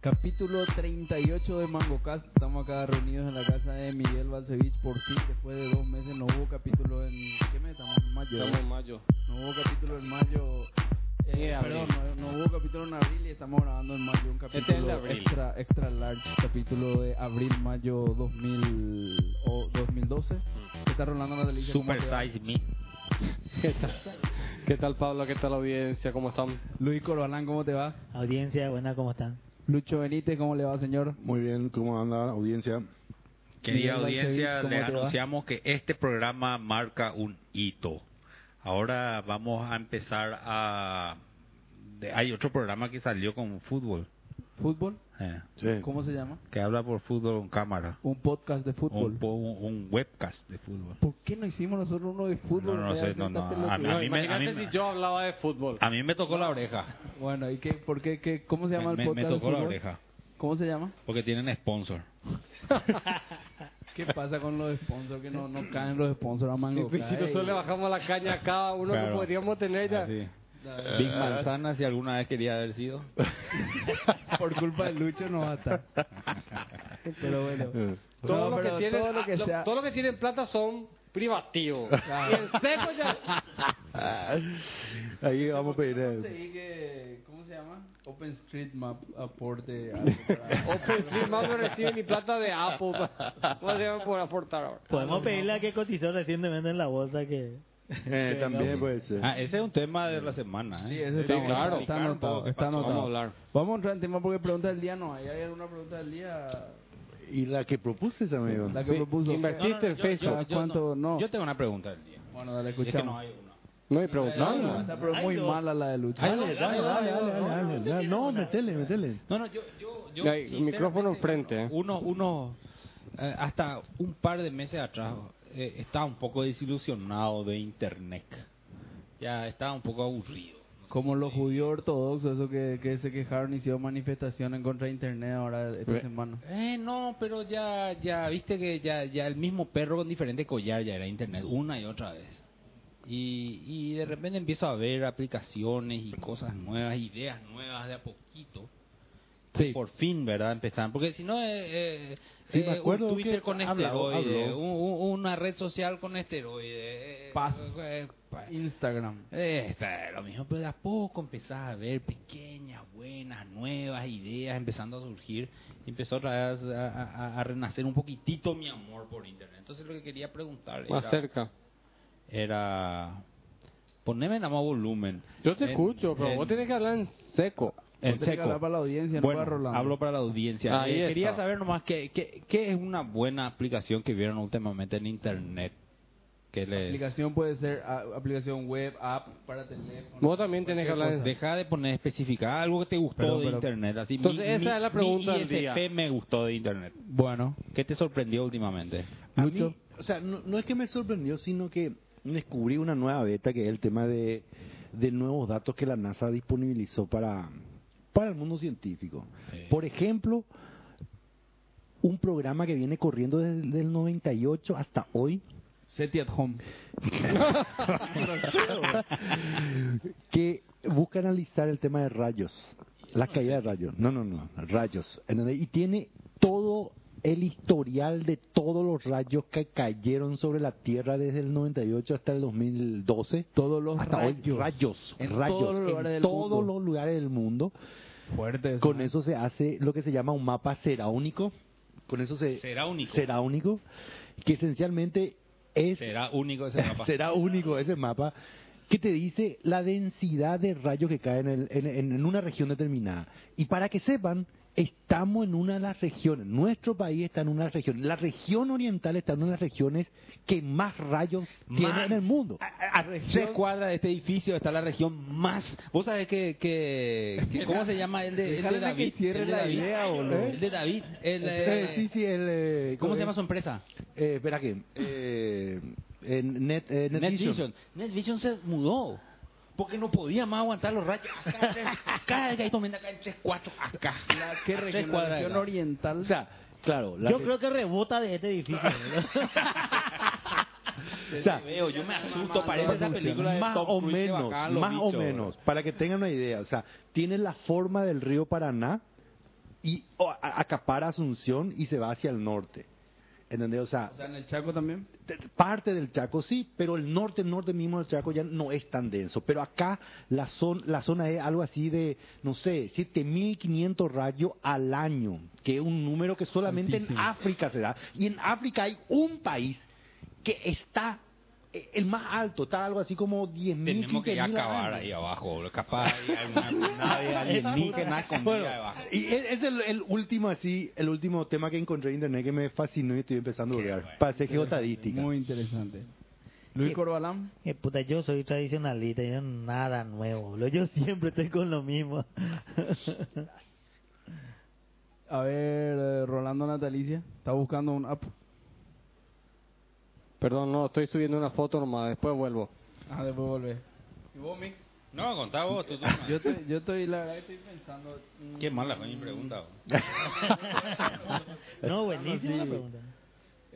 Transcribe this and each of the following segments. Capítulo 38 de MangoCast. Estamos acá reunidos en la casa de Miguel Balcevich por fin. Después de dos meses no hubo capítulo en. ¿Qué mes estamos? En Mayo. Estamos en mayo. No hubo capítulo en mayo. eh, Ni de abril. perdón, no, no hubo capítulo en abril y estamos grabando en mayo un capítulo Este es el de abril. extra extra large, capítulo de abril-mayo 2000 o 2012. Mm. Está rolando la delicia. Super ¿cómo te va? Size Me. ¿Qué tal? ¿Qué tal, Pablo? ¿Qué tal la audiencia? ¿Cómo están? Luis Corbalán, ¿cómo te va? Audiencia, buena, ¿cómo están? Ah, Lucho Benítez, ¿cómo le va, señor? Muy bien, ¿cómo anda la audiencia? Querida Miguel audiencia, Balcevich, ¿cómo les te va? anunciamos que este programa marca un hito. Ahora vamos a empezar a... de- hay otro programa que salió con fútbol, ¿Fútbol? eh, Sí. ¿Cómo se llama? que habla por fútbol con cámara. Un podcast de fútbol. Un, po- un webcast de fútbol. ¿Por qué no hicimos nosotros uno de fútbol? No, no Vea, sé, no, siéntate no, lo a que- mí- No, me- imagínate a mí me- si yo hablaba de fútbol. A mí me tocó la oreja. Bueno, ¿y qué, por qué, qué- cómo se llama Me, el me- podcast? me de tocó la fútbol? oreja. ¿Cómo se llama? Porque tienen sponsor. ¿Qué pasa con los sponsors? Que no, no caen los sponsors a Y mango. pues, si Cae. nosotros le bajamos la caña a cada uno que Claro. podríamos tener ya. Así. Da- Ah, Big Manzana, si alguna vez quería haber sido. Por culpa de Lucho no va a estar. Pero bueno. Eh, No, Todo, lo que pero tienen, todo lo que lo- sea- todo lo que tienen plata son privativos. Claro. Y en seco ya. Ahí vamos a pedir. eh, Conseguí que, ¿cómo se llama? OpenStreetMap aporte algo para- OpenStreetMap pues, no recibe ni plata de Apple. pa. ¿Cómo se llama por aportar ahora? Podemos pedirle a que cotizó recientemente en la bolsa que... eh, también puede ser. Ah, ese es un tema de la semana. ¿eh? Sí, ese Sí, está claro. anotado, Está anotado, está Vamos a anotado. hablar. Vamos a entrar en tema porque pregunta del día no hay. ¿Hay alguna pregunta del día? Y la que propusiste, amigo. La que Sí, propuso. invertí. Chiste en Facebook. ¿A cuánto? No. Yo tengo una pregunta del día. Bueno, dale, Es que no escuchamos. hay una. No hay pregunta. No, no, Está pero Hay muy dos. mala la de Lucho. Dale, dale, dale, dale, dale, dale. No, metele, metele. No, no, yo... yo, yo Hay sinceramente, micrófono enfrente, ¿eh? Uno, uno, eh, hasta un par de meses atrás eh, estaba un poco desilusionado de Internet. Ya estaba un poco aburrido. Como los judíos ortodoxos, eso que, que se quejaron, hicieron manifestaciones contra internet ahora esta Ve- semana. Eh, no, pero ya, ya, viste que ya, ya el mismo perro con diferente collar ya era Internet una y otra vez. Y, y de repente empiezo a ver aplicaciones y cosas nuevas, ideas nuevas de a poquito. Sí. por fin, ¿verdad? Empezaron. Porque si no, eh, eh, Sí, eh, me acuerdo un Twitter que con habló, esteroide, habló. un- un- una red social con esteroide. eh, Paz. eh, pa- Instagram. eh, está lo mismo, pero de a poco empezás a ver pequeñas, buenas, nuevas ideas empezando a surgir. Y empezó otra vez a, a- a renacer un poquitito mi amor por Internet. Entonces lo que quería preguntar Más era... cerca. era poneme nada más volumen. Yo te En- escucho, pero en- vos tenés que hablar en seco. en Vos tenés que seco. hablar para la audiencia, no Bueno, para Rolando. hablo para la audiencia. Ahí Eh, está. quería saber nomás qué, qué, qué es una buena aplicación que vieron últimamente en internet. Que les- Aplicación puede ser a- aplicación web, app, para teléfono. Vos también tenés que hablar en seco. Deja de poner especificada algo que te gustó Pero, de pero- internet. Así, Entonces, esa es la pregunta mi del día. ISP me gustó de internet. Bueno, ¿Qué te sorprendió últimamente? A mí, Lucho. o sea, no, no es que me sorprendió, sino que descubrí una nueva beta que es el tema de, de nuevos datos que la NASA disponibilizó para, para el mundo científico. Sí. Por ejemplo, un programa que viene corriendo desde el 98 hasta hoy, SETI at home. que busca analizar el tema de rayos, la caída de rayos. No, no, no, rayos. ¿entendés? Y tiene todo el historial de todos los rayos que cayeron sobre la Tierra desde el 98 hasta el 2012. Todos los hasta rayos. hoy, rayos, En rayos, todos los lugares en del todos mundo. los lugares del mundo. Fuerte eso, Con ¿eh? eso se hace lo que se llama un mapa seráunico. Con eso se Será único. seráunico, que esencialmente es Será único ese mapa. será único ese mapa que te dice la densidad de rayos que caen en, el- en- en una región determinada. Y para que sepan, estamos en una de las regiones, nuestro país está en una de las regiones, la región oriental está en una de las regiones que más rayos tiene en el mundo. A, a- a tres cuadras de este edificio está la región más. ¿Vos sabés que, que, que- cómo se llama el de, el de Déjale que David? cierre el de la David. idea, boludo. Este El de David. El, Eh, eh, sí, sí, el, eh, ¿Cómo eh, se llama su empresa? eh, espera que... eh, eh, Net, eh, NetVision. NetVision. NetVision se mudó. Porque no podía más aguantar los rayos. Acá, tres- acá, acá, y tomando acá en tres, cuatro, acá. La, ¿Qué Tres región? La cuadras de región acá. oriental. O sea, claro, la Yo re- creo que rebota de este edificio. o sea, Veo, yo me asusto, parece esa película de más Tom o Cruise que menos, bajaban los más o bichos, menos, para que tengan una idea, o sea, tiene la forma del río Paraná y o, a- acapara Asunción y se va hacia el norte. ¿Entendés? O sea, O sea, en el Chaco también. te- parte del Chaco sí, pero el norte, el norte mismo del Chaco ya no es tan denso. Pero acá la, zon- la zona es algo así de, no sé, 7.500 rayos al año, que es un número que solamente en África se da. Y en África hay un país que está eh, el más alto, está algo así como 10.000. Tenemos que ya 15.000 al acabar año. ahí oh. abajo, bro. capaz hay alguna nave alienígena escondida Bueno, debajo. y e- es el, el último así, el último tema que encontré en internet que me fascinó y estoy empezando a Qué olvidar. bueno. Pasé geotadística. Muy interesante. Luis Sí. Corbalán. Eh, puta, yo soy tradicionalista, yo nada nuevo, boludo. Yo siempre estoy con lo mismo. A ver, eh, Rolando Natalicia. Está buscando un app. Perdón, no, estoy subiendo una foto nomás, después vuelvo. Ah, después volver. ¿Y vos, Mick? No, contá vos, tú, tú, man. Yo estoy, yo estoy, la verdad, estoy pensando. mm, Qué mala fue mi pregunta. bro. no, buenísima Ah, no, la sí. pregunta.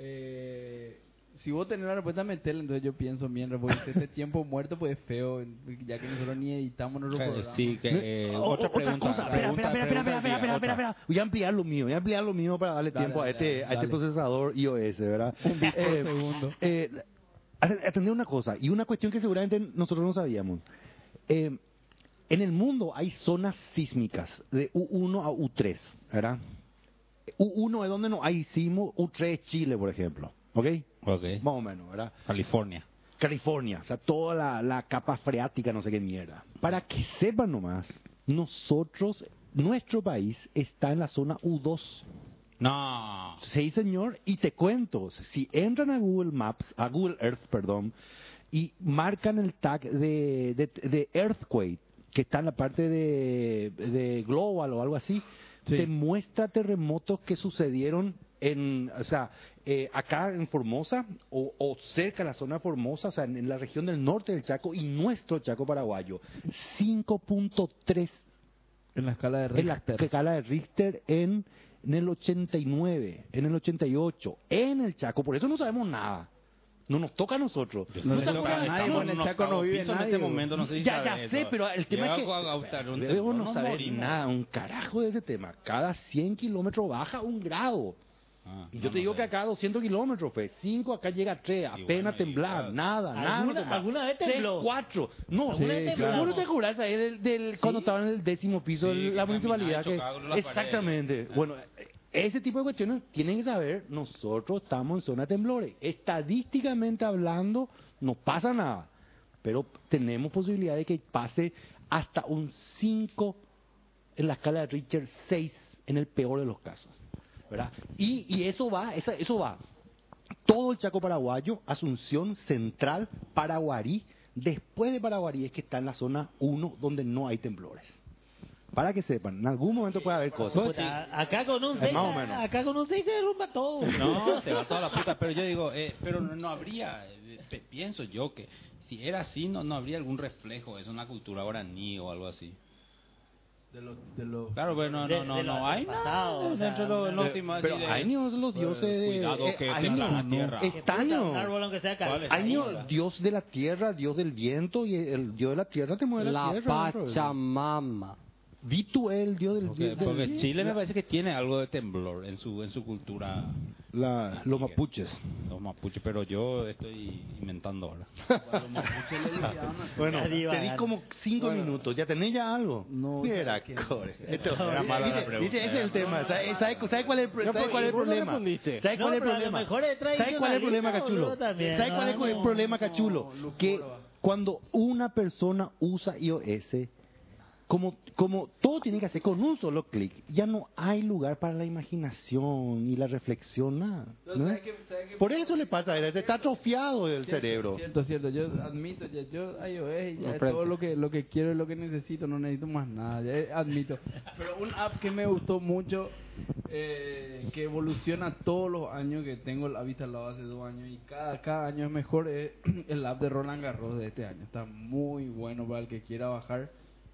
Eh, si vos tenés la respuesta, metela. Entonces yo pienso mientras, porque este tiempo muerto, pues es feo. Ya que nosotros ni editamos nuestro Eh, programa. Sí, que eh, O- o- otra pregunta. cosa. Espera, pregunta, espera, espera, pregunta, espera, espera, tía, espera, otra. espera. Voy a ampliar lo mío, voy a ampliar lo mío para darle Dale, tiempo a dale, este, dale, a este dale. procesador iOS, ¿verdad? Un bit por Eh, segundo. eh, at- atender una cosa, y una cuestión que seguramente nosotros no sabíamos. Eh, en el mundo hay zonas sísmicas de U1 a U3, ¿verdad? U1 es donde no hay sismo, U3 es Chile, por ejemplo, ¿ok? Ok. Más o menos, ¿verdad? California. California, o sea, toda la, la capa freática, no sé qué mierda. Para que sepan nomás, nosotros, nuestro país está en la zona U2. No. Sí, señor, y te cuento, si entran a Google Maps, a Google Earth, perdón, y marcan el tag de, de, de Earthquake, que está en la parte de, de Global o algo así, Sí. te muestra terremotos que sucedieron en, o sea, eh, acá en Formosa o, o cerca de la zona de Formosa, o sea, en, en la región del norte del Chaco y nuestro Chaco paraguayo. 5.3 En la escala de en la Richter. escala de Richter en, en el 89, en el 88, en el Chaco. Por eso no sabemos nada. No nos toca a nosotros. Pues No nos le toca toca a a nadie, Estamos- bueno, en el Chaco no vive En nadie, este bro. momento no sé si ya, ya sabes sé, eso. pero el tema es Llego a que Gautar, un debemos temblor, no saber morimos. nada, un carajo de ese tema. Cada 100 kilómetros baja un grado. Ah, Y no, yo te no digo sé. que acá 200 kilómetros, fe. 5, acá llega a 3, Y apenas bueno, y temblar, ya. nada, nada. ¿Alguna- no temblar. alguna vez tembló? 3, 4. No, ¿Alguna vez sí, tembló? ¿Vos no te acordás ahí del, del- cuando estaban en el décimo piso de Sí, que caminaba la municipalidad? y Que, chocaba con Ah. las exactamente. paredes. Bueno, eh, ese tipo de cuestiones tienen que saber. Nosotros estamos en zona de temblores. Estadísticamente hablando, no pasa nada. Pero tenemos posibilidad de que pase hasta un 5 en la escala de Richter 6 en el peor de los casos. ¿verdad? Y, y eso va, esa- eso va. Todo el Chaco paraguayo, Asunción Central, Paraguarí, después de Paraguarí es que está en la zona 1 donde no hay temblores. Para que sepan, en algún momento puede haber Pues cosas. Puta, acá con un Eh, 6 Pues más o menos. acá con un 6 se derrumba todo. No, se va toda la puta. Pero yo digo, eh, pero no, no habría, eh, pe- pienso yo que si era así, no, no habría algún reflejo de eso en la cultura guaraní o algo así. De los, de los- Claro, pero no, no, De- no, de lo- no hay pasado, nada o sea, dentro de lo- una- lo último, así Pero de- años los dioses de... pues, Cuidado eh, que te años, la ¿no? tierra. Es- Que puta, Estaño. Un árbol aunque sea caído. ¿Cuál es? años, Ahí va. dios de la tierra, dios del viento, y el dios de la tierra te mueve la, La tierra. ¿no? Pachamama. Vitué, el dios del Porque, dios porque del- Chile me parece que tiene algo de temblor en su en su cultura, la- los mapuches. los mapuches, pero yo estoy inventando ahora. a los mapuches le liquidaron a- Bueno, Ya diva, te di ya. como cinco minutos, ya tenés ya algo. No, Mira, ya que- core. Era mala la Viste, pregunta, viste, ese es era el tema. ¿Sabes sabe, sabe cuál es el, pro- No, sabe pero cuál es el vos no problema? respondiste. ¿Sabes No, cuál es el pero a lo problema? mejor es ¿Sabes cuál es el problema, tradicionalista, Cachulo? boludo, también, ¿Sabes cuál es no, el no, problema, no, Cachulo? Lucura. Que cuando una persona usa iOS, como, como todo tiene que hacer con un solo clic, ya no hay lugar para la imaginación y la reflexión, nada. Entonces, ¿no? ¿sabes qué- sabes qué- Por eso le pasa a él, se está atrofiado el cerebro. Cierto, cierto. Yo admito, ya, yo iOS ya es Enfrente. todo lo que, lo que quiero y lo que necesito. No necesito más nada, ya, eh, admito. Pero un app que me gustó mucho, eh, que evoluciona todos los años, que tengo el app instalado hace dos años y cada, cada año es mejor, es el app de Roland Garros de este año. Está muy bueno para el que quiera bajar.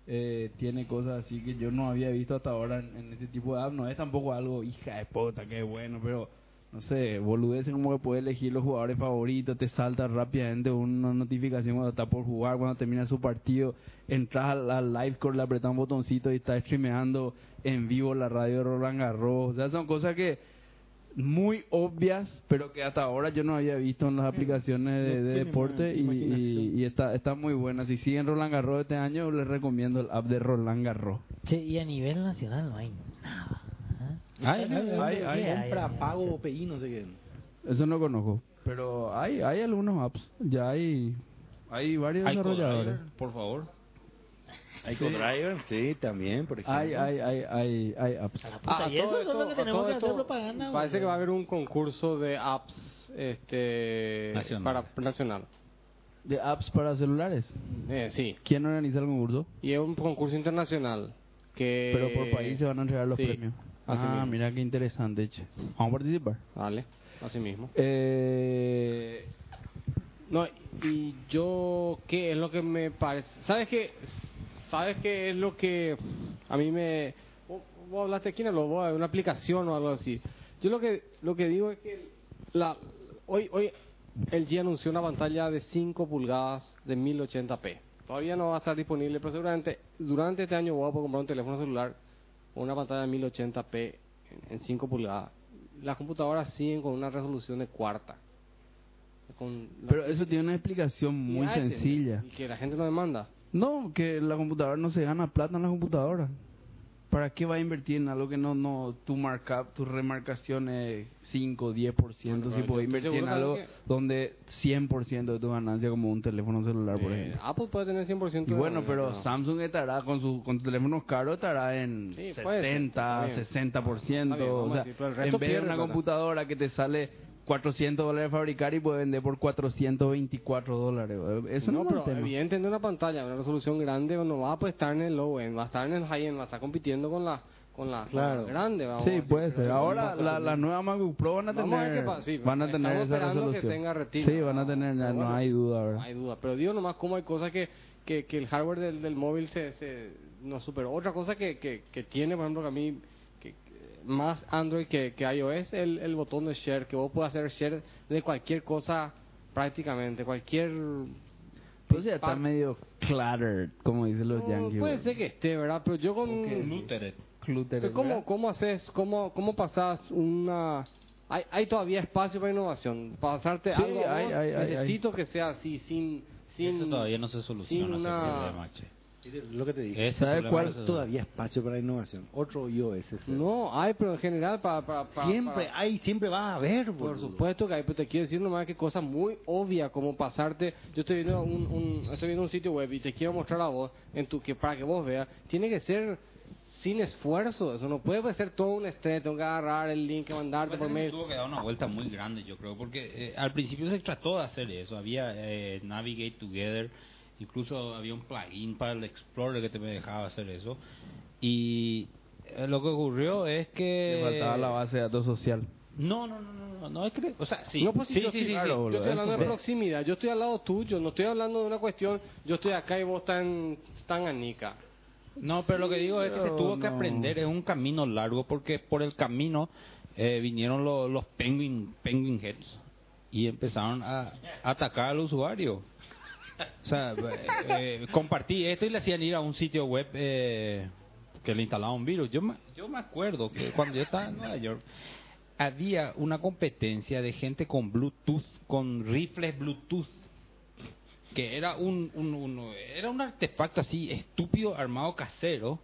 Eh, tiene cosas así que yo no había visto hasta ahora en, en este tipo de app. No es tampoco algo, hija de puta, qué bueno, pero... no sé, boludeces como que puedes elegir los jugadores favoritos, te salta rápidamente una notificación cuando está por jugar, cuando termina su partido, entras al, al live score, le apretas un botoncito y está streameando en vivo la radio de Roland Garros. O sea, son cosas que muy obvias, pero que hasta ahora yo no había visto en las aplicaciones Eh, de, no de tiene deporte más y, y, imaginación. y está, está muy buena. Si siguen Roland Garros este año, les recomiendo el app de Roland Garros. Che, y a nivel nacional no hay nada. ¿eh? no, Hay, no, hay, no, hay, sí, hay, compra, hay, hay. pago, PI, no sé qué. Eso no conozco. Pero hay, hay algunos apps. Ya hay, hay varios Hay desarrolladores. co-driver, por favor. Hay co-driver, sí, también, por Hay, hay, hay, hay, hay apps. A la puta, a Ah, y eso Ah, todo es lo esto- que a tenemos todo que esto hacer propaganda. Parece boludo. que va a haber un concurso de apps este Nacional. para nacional. De apps para celulares. Eh, sí. ¿Quién organiza el concurso? Y es un concurso internacional que Pero por país se van a entregar los Eh, sí, premios. así ah, mismo. mira qué interesante, che. Vamos a participar. Vale, así mismo. Eh, No, y yo, ¿qué es lo que me parece? ¿Sabes qué? ¿Sabes qué es lo que a mí me... Vos vos hablaste aquí en el Lobo, de una aplicación o algo así. Yo lo que lo que digo es que la, hoy hoy el G anunció una pantalla de 5 pulgadas de 1080p. Todavía no va a estar disponible, pero seguramente durante este año voy a poder comprar un teléfono celular con una pantalla de 1080p en- en 5 pulgadas. Las computadoras siguen con una resolución de cuarta. Con la- pero eso tiene una explicación muy y hacen, sencilla. Y que la gente no demanda. No, que la computadora no se gana plata en la computadora. ¿Para qué va a invertir en algo que no, no, tu markup, tu remarcación es 5, 10%? Bueno, si pero yo puedes estoy invertir en seguro de algo que- donde 100% de tu ganancia, como un teléfono celular, por Eh, ejemplo. Apple puede tener 100%. Y bueno, de- pero no. Samsung estará con su con sus teléfonos caros estará en Sí, puede ser, 70, está bien. Ah, 60%, Está bien, vamos o a sea, decir, pero el en resto vez de pierde una plata. computadora que te sale 400 dólares fabricar y puede vender por 424 dólares. Eso no, no, es pero un tema. evidentemente una pantalla, una resolución grande, no va a pues, estar en el low end, va a estar en el high end, va a estar compitiendo con la con la, con la Claro. grande. vamos a Sí, decir, puede pero ser. no Ahora va a la- ser- las nuevas MacBook Pro van a Vamos a ver tener, qué pasa, sí, van a tener estamos esa esperando que resolución. tenga retina. sí, van a tener, Pero no bueno, hay duda, ¿verdad? No hay duda, pero digo nomás cómo hay cosas que, que, que el hardware del, del móvil se, se nos superó. Otra cosa que, que, que tiene, por ejemplo, que a mí, que, que más Android que, que iOS, el, el botón de share, que vos puedes hacer share de cualquier cosa prácticamente, cualquier... Pero, o sea, Pues está parte. medio cluttered, como dicen los pues, No, yankees. Mm, puede ser que esté, ¿verdad? Pero yo con... Cluttered, Pero ¿Cómo, ¿verdad? ¿Cómo haces, cómo, cómo pasas una... Hay, hay todavía espacio para innovación. Pasarte Sí, algo, a hay, vos, hay, hay, necesito que sea así, sin... sin Eso todavía no se soluciona. sin ese una- problema, che. Lo que te dije. Ese ¿Sabe problema cuál no se- Eh, Todavía espacio para innovación. Otro iOS. ese. No, hay, pero en general para... para, para- siempre para- hay, siempre va a haber, Por boludo. supuesto que hay, pero te quiero decir nomás que cosas muy obvias como pasarte... Yo estoy viendo un, un- estoy viendo un sitio web y te quiero mostrar a vos, en tu, que, para que vos veas, tiene que ser sin esfuerzo. Eso no puede ser todo un estrés, tengo que agarrar el link, mandarte Pasa por que se mail. tuvo que dar una vuelta muy grande, yo creo, porque eh, al principio se trató de hacer eso. Había eh, Navigate Together, incluso había un plugin para el Explorer que te dejaba hacer eso. Y eh, lo que ocurrió es que. Le faltaba la base de datos social. No, no, no, no, no, no es que. O sea, sí. No, pues, sí, si yo, sí, estoy, sí, claro, sí. yo boludo, estoy hablando eso de es. proximidad, yo estoy al lado tuyo, no estoy hablando de una cuestión, yo estoy acá y vos tan, tan anica. No, pero lo que digo es que se pero tuvo que no. aprender, es un camino largo, porque por el camino eh, vinieron lo- los penguin, penguin heads y empezaron a atacar al usuario. O sea, eh, eh, compartí esto y le hacían ir a un sitio web eh, que le instalaba un virus. Yo me, yo me acuerdo que cuando yo estaba en Nueva York había una competencia de gente con Bluetooth, con rifles Bluetooth que era un, un- un- era un artefacto así estúpido armado casero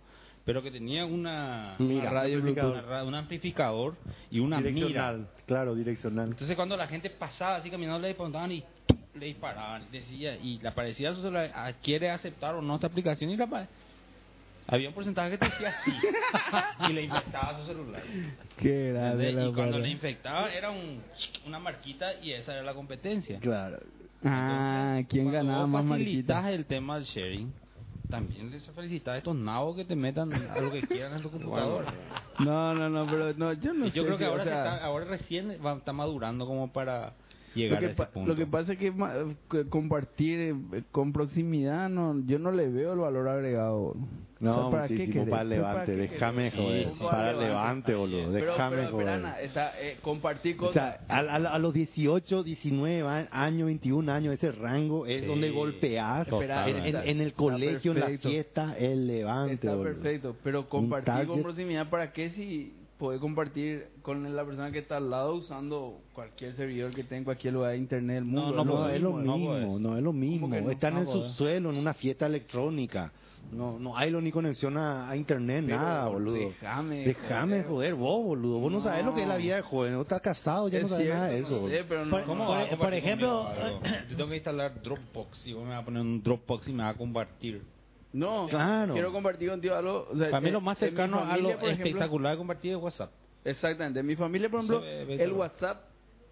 pero que tenía una Mira. una radio Amplificador. Bluetooth, una ra- un amplificador y una direccional, mira claro, direccional. entonces cuando la gente pasaba así caminando le preguntaban y le disparaban decía y le aparecía a su celular "Ah, quiere aceptar o no esta aplicación y le apare- había un porcentaje que te decía sí y le infectaba su celular Qué grande ¿entendés? la y cuando verdad. le infectaba era un, una marquita y esa era la competencia Claro. Ah, entonces, ¿quién cuando ganaba vos más facilitas eh. marquitas? el tema del sharing. También les felicitas a estos nabos que te metan a lo que quieran en tu computadora. No, no, no, pero no, yo no Y yo sé creo que si, o ahora, se sea, está, ahora recién va, está madurando como para llegar lo a que, ese pa- punto. lo que pasa es que, ma- que compartir eh, con proximidad, no, yo no le veo el valor agregado. No, O sea, ¿para qué muchísimo querés? para el ¿Pero levante, qué déjame querés? joder, Sí, sí. para el levante, boludo, Pero- déjame pero, joder. Perana, está, eh, compartir O cosas. sea, a, a- a los 18, 19 a- años, 21 años, ese rango es Sí. donde golpeas. Espera, En, en- en el está colegio, en la perfecto. fiesta, el levante. Está boludo. perfecto, pero compartir con target. proximidad, ¿para qué si podés compartir con la persona que está al lado usando cualquier servidor que tenga en cualquier lugar de internet del mundo? No, No, podés, es lo no mismo, podés. no es lo pues. que mismo. no? Está en No el podés. subsuelo, en una fiesta electrónica. No, no hay lo ni conexión a, a internet, Pero nada, boludo. déjame Déjame joder. joder, vos, boludo. Vos no, No. sabés lo que es la vida de joven. Vos estás casado, ya Es no sabés cierto, nada de no eso. sé, boludo. pero no- ¿Cómo no- va a Por- compartir por conmigo ejemplo, algo? eh, yo tengo que instalar Dropbox y vos me vas a poner un Dropbox y me vas a compartir. No, Claro. quiero compartir contigo algo. o sea, Para mí eh, lo más en mi cercano a lo familia, por ejemplo, espectacular de compartir es WhatsApp. Exactamente. En mi familia, por ejemplo, Se ve- ve el claro. WhatsApp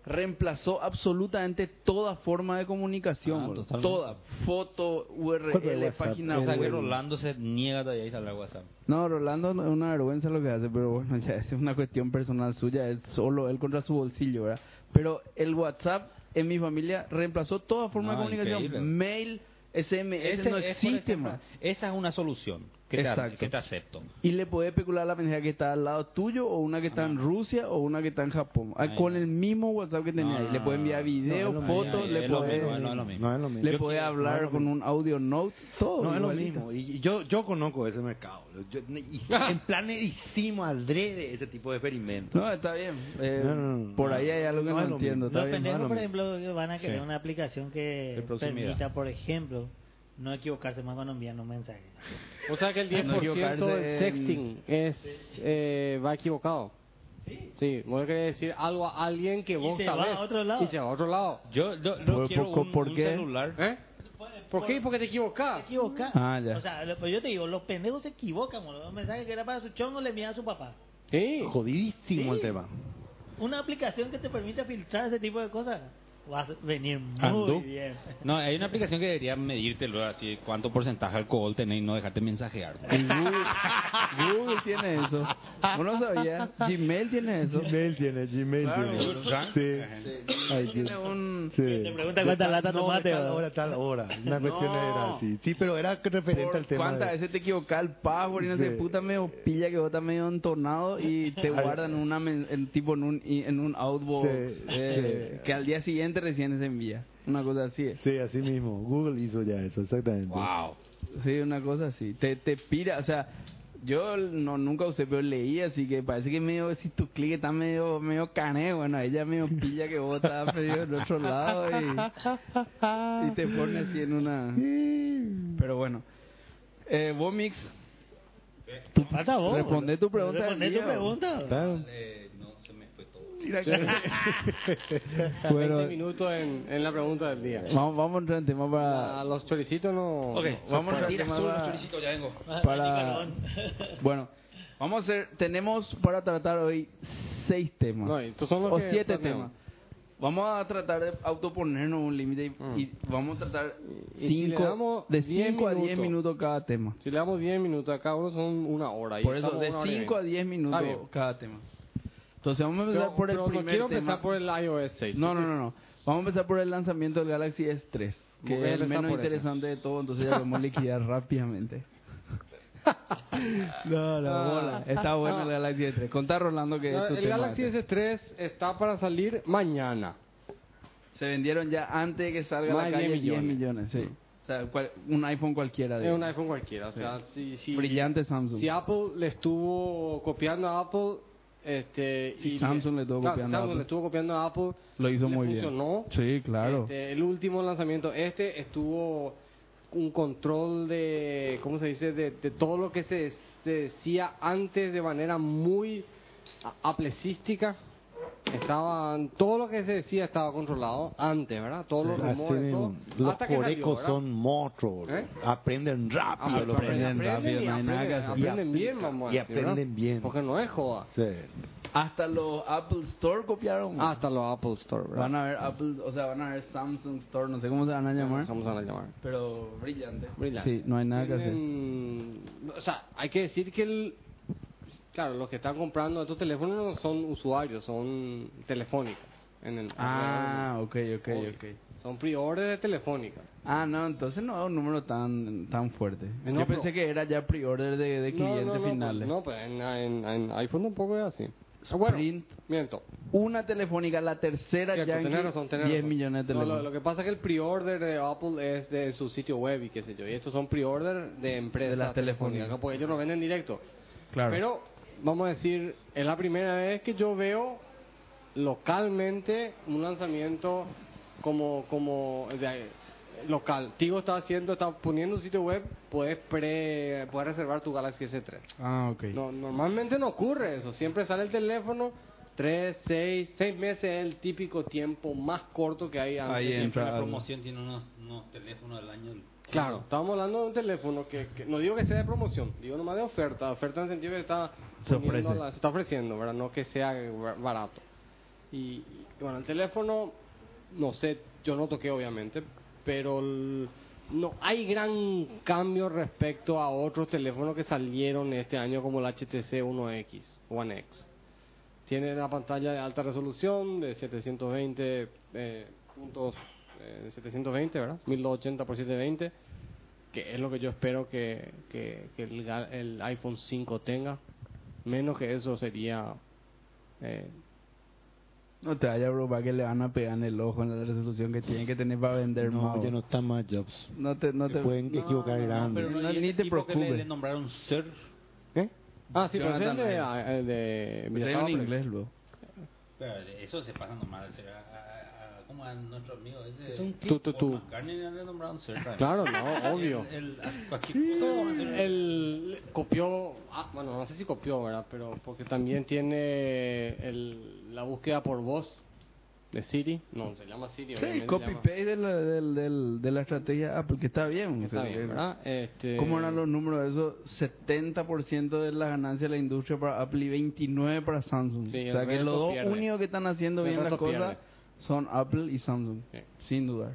reemplazó absolutamente toda forma de comunicación. Ah, boludo. totalmente. toda. Foto, ¿Cuál fue el URL, WhatsApp? página El o sea que web. Rolando se niega todavía a instalar WhatsApp. No, Rolando no- es una vergüenza lo que hace, pero bueno, ya es una cuestión personal suya, él solo, él contra su bolsillo, ¿verdad? Pero el WhatsApp en mi familia reemplazó toda forma No, de comunicación, increíble. mail, SMS, E-, no es, por existe ejemplo, más. Esa es una solución que te, Exacto. que te acepto. Y le puedes especular a la pendeja que está al lado tuyo, o una que está en Rusia, o una que está en Japón. Ah, Ay, con no. el mismo WhatsApp que tenía No, ahí. Le puedes enviar videos, no, no, fotos, no, le es lo puedes, mismo, no es lo mismo. No es lo mismo. le puedes no hablar es lo con mismo. un audio note, todo. No es lo igualito. mismo. Y yo, yo conozco ese mercado. Yo- y- en planes hicimos adrede ese tipo de experimentos. No, está bien. Eh, No, no, no, por no. ahí hay algo que No no, es lo entiendo. mismo. Está Los bien. pendejos, por mándame. ejemplo, que van a querer Sí. una aplicación que De proximidad. permita, por ejemplo, no equivocarse más cuando envían un mensaje. O sea que el Ah, No 10% equivocarse del en- sexting es, eh, va equivocado. Sí, vos le querés decir algo a alguien que vos se va sabés. a otro lado. Y se va a otro lado. Yo, yo, yo Por- quiero por- un, ¿por un qué? celular. ¿Eh? ¿Por qué? Porque te equivocás. Equivocar. Ah, ya. O sea, lo- pero yo te digo, los pendejos se equivocan, boludo. Un mensaje que era para su chongo le envía a su papá. Sí. Ah, Jodidísimo el Sí. tema. Una aplicación que te permite filtrar ese tipo de cosas va a venir muy Andú. bien. No, hay una aplicación que debería medirte así cuánto porcentaje de alcohol tenés y no dejarte mensajear. Y Google, Google tiene eso. Vos no sabías. Gmail tiene eso. Gmail tiene, Gmail Claro, tiene. ¿verdad? Sí. Ay, sí. Tiene un. Sí. Te pregunta cuánta De lata tal- no, tomaste, de tal ¿verdad? hora, tal hora. Una No. cuestión era así. Sí, pero era referente al Por tema. ¿Cuántas de- veces te equivocas el password y no sé Sí. puta medio pilla que vos estás medio entonado y te guardan una men- en, tipo en un i- en un outbox Sí, eh, sí. que al día siguiente recién se envía. Una cosa así es. Sí, así mismo. Google hizo ya eso, exactamente. Wow. Sí, una cosa así. Te, te pira, o sea, yo no nunca usé, pero leí, así que parece que medio, si tu clic está medio, medio cané, bueno, ella medio pilla que vos estás medio del otro lado y, y te pone así en una... Pero bueno. Eh, vos, Mix, ¿Tú pasa vos? Responde tu pregunta del Responde día, tu boludo. pregunta. Claro. no, se me fue todo. Bueno. 20 minutos en, en la pregunta del día. vamos, vamos a entrar en tema A para... los choricitos no... Ok, no. Vamos a a retomar la- ya vengo. Para- Bueno, vamos a hacer... Tenemos para tratar hoy seis temas. No, estos son los o que siete planeamos. temas. Vamos a tratar de autoponernos un límite y, Mm. y vamos a tratar Y si cinco, le damos de 10 5 a 10 minutos. minutos cada tema. Si le damos 10 minutos a cada uno son una hora. y Por eso, estamos de una hora y 5 a veinte. 10 Está bien. minutos cada tema. Entonces vamos a empezar Pero- por el pero primer no quiero tema. empezar por el iOS 6. No, no, no, no. Vamos a empezar por el lanzamiento del Galaxy S3, Voy a que es el empezar menos por ese. interesante de todo, entonces ya lo vamos a liquidar rápidamente. no, no, bola. Está bueno el Galaxy S3. Contá, Rolando, que Ah. No, es tu el tema. Galaxy S3 está para salir mañana. Se vendieron ya antes de que salga Más a la de calle 10 10 millones. millones. sí. O sea, cual- un iPhone cualquiera. Es digo. un iPhone cualquiera. O sea, si, si- Brillante Samsung. Si Apple le estuvo copiando a Apple, este, Sí, Samsung le estuvo Claro, copiando a Samsung Apple. le estuvo copiando a Apple, Lo hizo le muy funcionó. bien. Sí, claro. Este, el último lanzamiento, este estuvo un control de, ¿cómo se dice? De, de todo lo que se, se decía antes de manera muy a- aplesística. Estaban, todo lo que se decía estaba controlado antes, ¿verdad? Todos los Así rumores, todo. mismo. Los hasta que salió, corecos ¿verdad? son monstruos. ¿Eh? Aprenden rápido. Ah, los aprenden corecos. rápido, y no hay nada que aprenden, hacer. aprenden Y bien, aplica- vamos a y decir, ¿verdad? aprenden bien. Porque no es joda. Sí. Hasta los Apple Store copiaron. güey. Ah, Hasta los Apple Store, ¿verdad? Mm. van a ver Apple, o sea, van a ver Samsung Store, no sé cómo se van a llamar. Vamos a la llamar. Pero brillante. Brillante. Sí, no hay nada que hacer. Tienen- O sea, hay que decir que el... Claro, los que están comprando estos teléfonos no son usuarios, son telefónicas. en el Ah, ok, ok, Obvio. ok. Son pre-order de Telefónica. Ah, no, entonces no es un número tan, tan fuerte. Eh, No, Yo pero- pensé que era ya pre-order de, de clientes no, no, no, finales. No, pues en, en- en iPhone tampoco es así. Ah, Bueno, Sprint. miento. Una telefónica, la tercera Cierto, ya tenés razón, tenés 10 razón. millones de No, teléfonos. lo, lo que pasa es que el pre-order de Apple es de su sitio web y qué sé yo. Y estos son pre-order de empresas De las telefónicas. Porque ellos no venden directo. Claro. Pero, vamos a decir, es la primera vez que yo veo localmente un lanzamiento como, como de- local. Tigo está haciendo, está poniendo un sitio web, puedes, pre, puedes reservar tu Galaxy S3. Ah, ok. No, normalmente no ocurre eso. Siempre sale el teléfono. Tres, seis, seis meses es el típico tiempo más corto que hay antes. Ahí Siempre entra la algo. promoción. promoción tiene unos, unos teléfonos del año. Claro, estamos hablando de un teléfono que, que- no digo que sea de promoción, digo nomás de oferta. Oferta en el sentido que está Se poniendo ofrece. la- se está ofreciendo, ¿verdad? No que sea bar- barato. Y, y, bueno, el teléfono, no sé, yo no toqué obviamente, pero el- no hay gran cambio respecto a otros teléfonos que salieron este año como el HTC 1X, One X. Tiene una pantalla de alta resolución de 720 eh, puntos, eh, 720, ¿verdad? 1280 por 720, que es lo que yo espero que, que, que el, ga- el iPhone 5 tenga. Menos que eso sería... eh, No te vayas, bro, para que le van a pegar en el ojo en la resolución que tienen que tener para vender No, más. ya no está más Jobs. No te, no Se te... pueden no, equivocar no, grande. Pero no, No, y ni este te tipo que le, preocupes. le nombraron Sir. ¿eh? Ah, sí, pero ese es el de... Jonathan, el de Pues hay Villafabre. un inglés, luego. Pero eso se pasa normal. Sir. A- a- a- ¿Cómo a nuestro amigo ese? Es un Tú, tú, tú. Paul McCartney le nombraron Sir. Ah, también. Claro, no, obvio. El, el- a cualquier cosa, Sir. el copió, ah, bueno, no sé si copió, ¿verdad? Pero porque también tiene el- la búsqueda por voz de Siri. No, se llama Siri. Sí, obviamente, se copy llama- paste de la, del- del- de la estrategia Apple, que está bien. Está o sea, que- bien, ¿verdad? Este, ¿Cómo eran los números de eso? 70% de las ganancias de la industria para Apple y 29% para Samsung. Sí, o el sea que resto los dos pierde. únicos que están haciendo El bien las resto cosas pierde. son Apple y Samsung, Sí. sin dudar.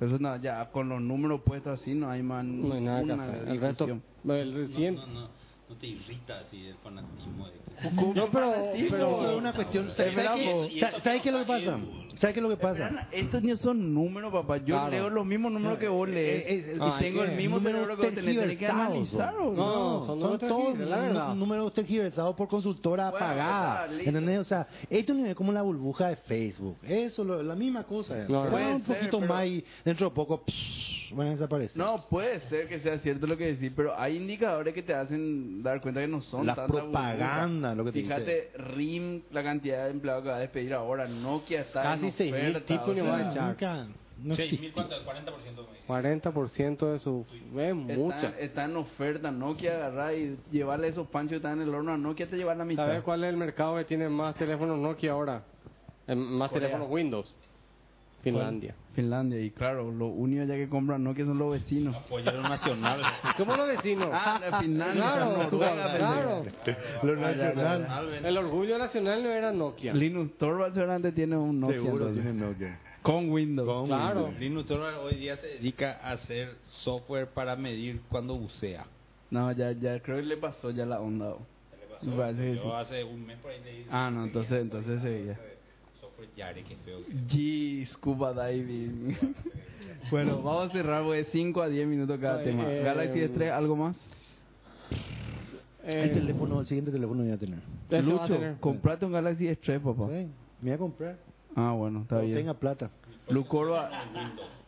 Eso nada, ya con los números puestos así no hay más No hay nada que ninguna hacer. El resto. discusión. El No, siguiente. no, no, no te irrita así el fanatismo. De... No, pero. Eso es pero una cuestión. Es ¿Sabes bravo. qué- sa- ¿sabes qué es lo que pasa? ¿Sabes qué es lo que pasa? Espera, Estos no son números, papá. Yo Claro. leo los mismos números que vos lees. Eh, eh, eh, y ah, tengo ¿qué? el mismo Números cerebro que vos tenés. Tenés que tergiversados, analizar, bro. bro. No, No, son son, números todos tergiversados, la verdad. nú- números tergiversados por consultora Bueno, pagada. está, listo. ¿Entendés? O sea, esto no es como la burbuja de Facebook. Eso, lo- la misma cosa. es. No, Pero puede un ser, poquito pero- más y dentro de poco psh, van a desaparecer. No, puede ser que sea cierto lo que decís, pero hay indicadores que te hacen dar cuenta que no son La tanta propaganda, burbuja. lo que te Fíjate, RIM, la cantidad de empleados que va a despedir ahora, Nokia está Casi en 6.000 oferta, tipos o no sea, van a echar. nunca, no existe. 6.000, ¿cuánto? 40% me 40% de su. Es está- mucha. Está en oferta, Nokia agarrar y llevarle esos panchos que están en el horno a Nokia te llevar la mitad. ¿Sabes cuál es el mercado que tiene más teléfonos Nokia ahora? Eh, más Corea. teléfonos Windows. Finlandia. Finlandia, y claro, los únicos ya que compran Nokia son los vecinos. Apoyero nacional. ¿Cómo los vecinos? Ah, la Finlandia, claro, Noruega, claro. Lo nacional. Ah, El orgullo nacional no era Nokia. Linux Torvalds seguramente tiene un Nokia. Seguro entonces. tiene Nokia. Con Windows. Claro. Linux Torvald hoy día se dedica a hacer software para medir cuando bucea. No, ya, ya creo que le pasó ya la onda. o. Se le Me parece que pasó. sí. Yo hace un mes por ahí leí. Ah, no, entonces- entonces seguía. Software Yare, que feo. G, scuba diving. bueno, vamos a cerrar, porque de 5 a 10 minutos cada Eh, tema. eh, Galaxy S3, ¿algo más? Eh, El teléfono, el siguiente teléfono voy a tener. Este ese va a Lucho, tener- comprate un Galaxy S3, papá. ¿Eh? Ok, Me voy a comprar. Ah, bueno, está cuando bien. tenga plata. Lucorba,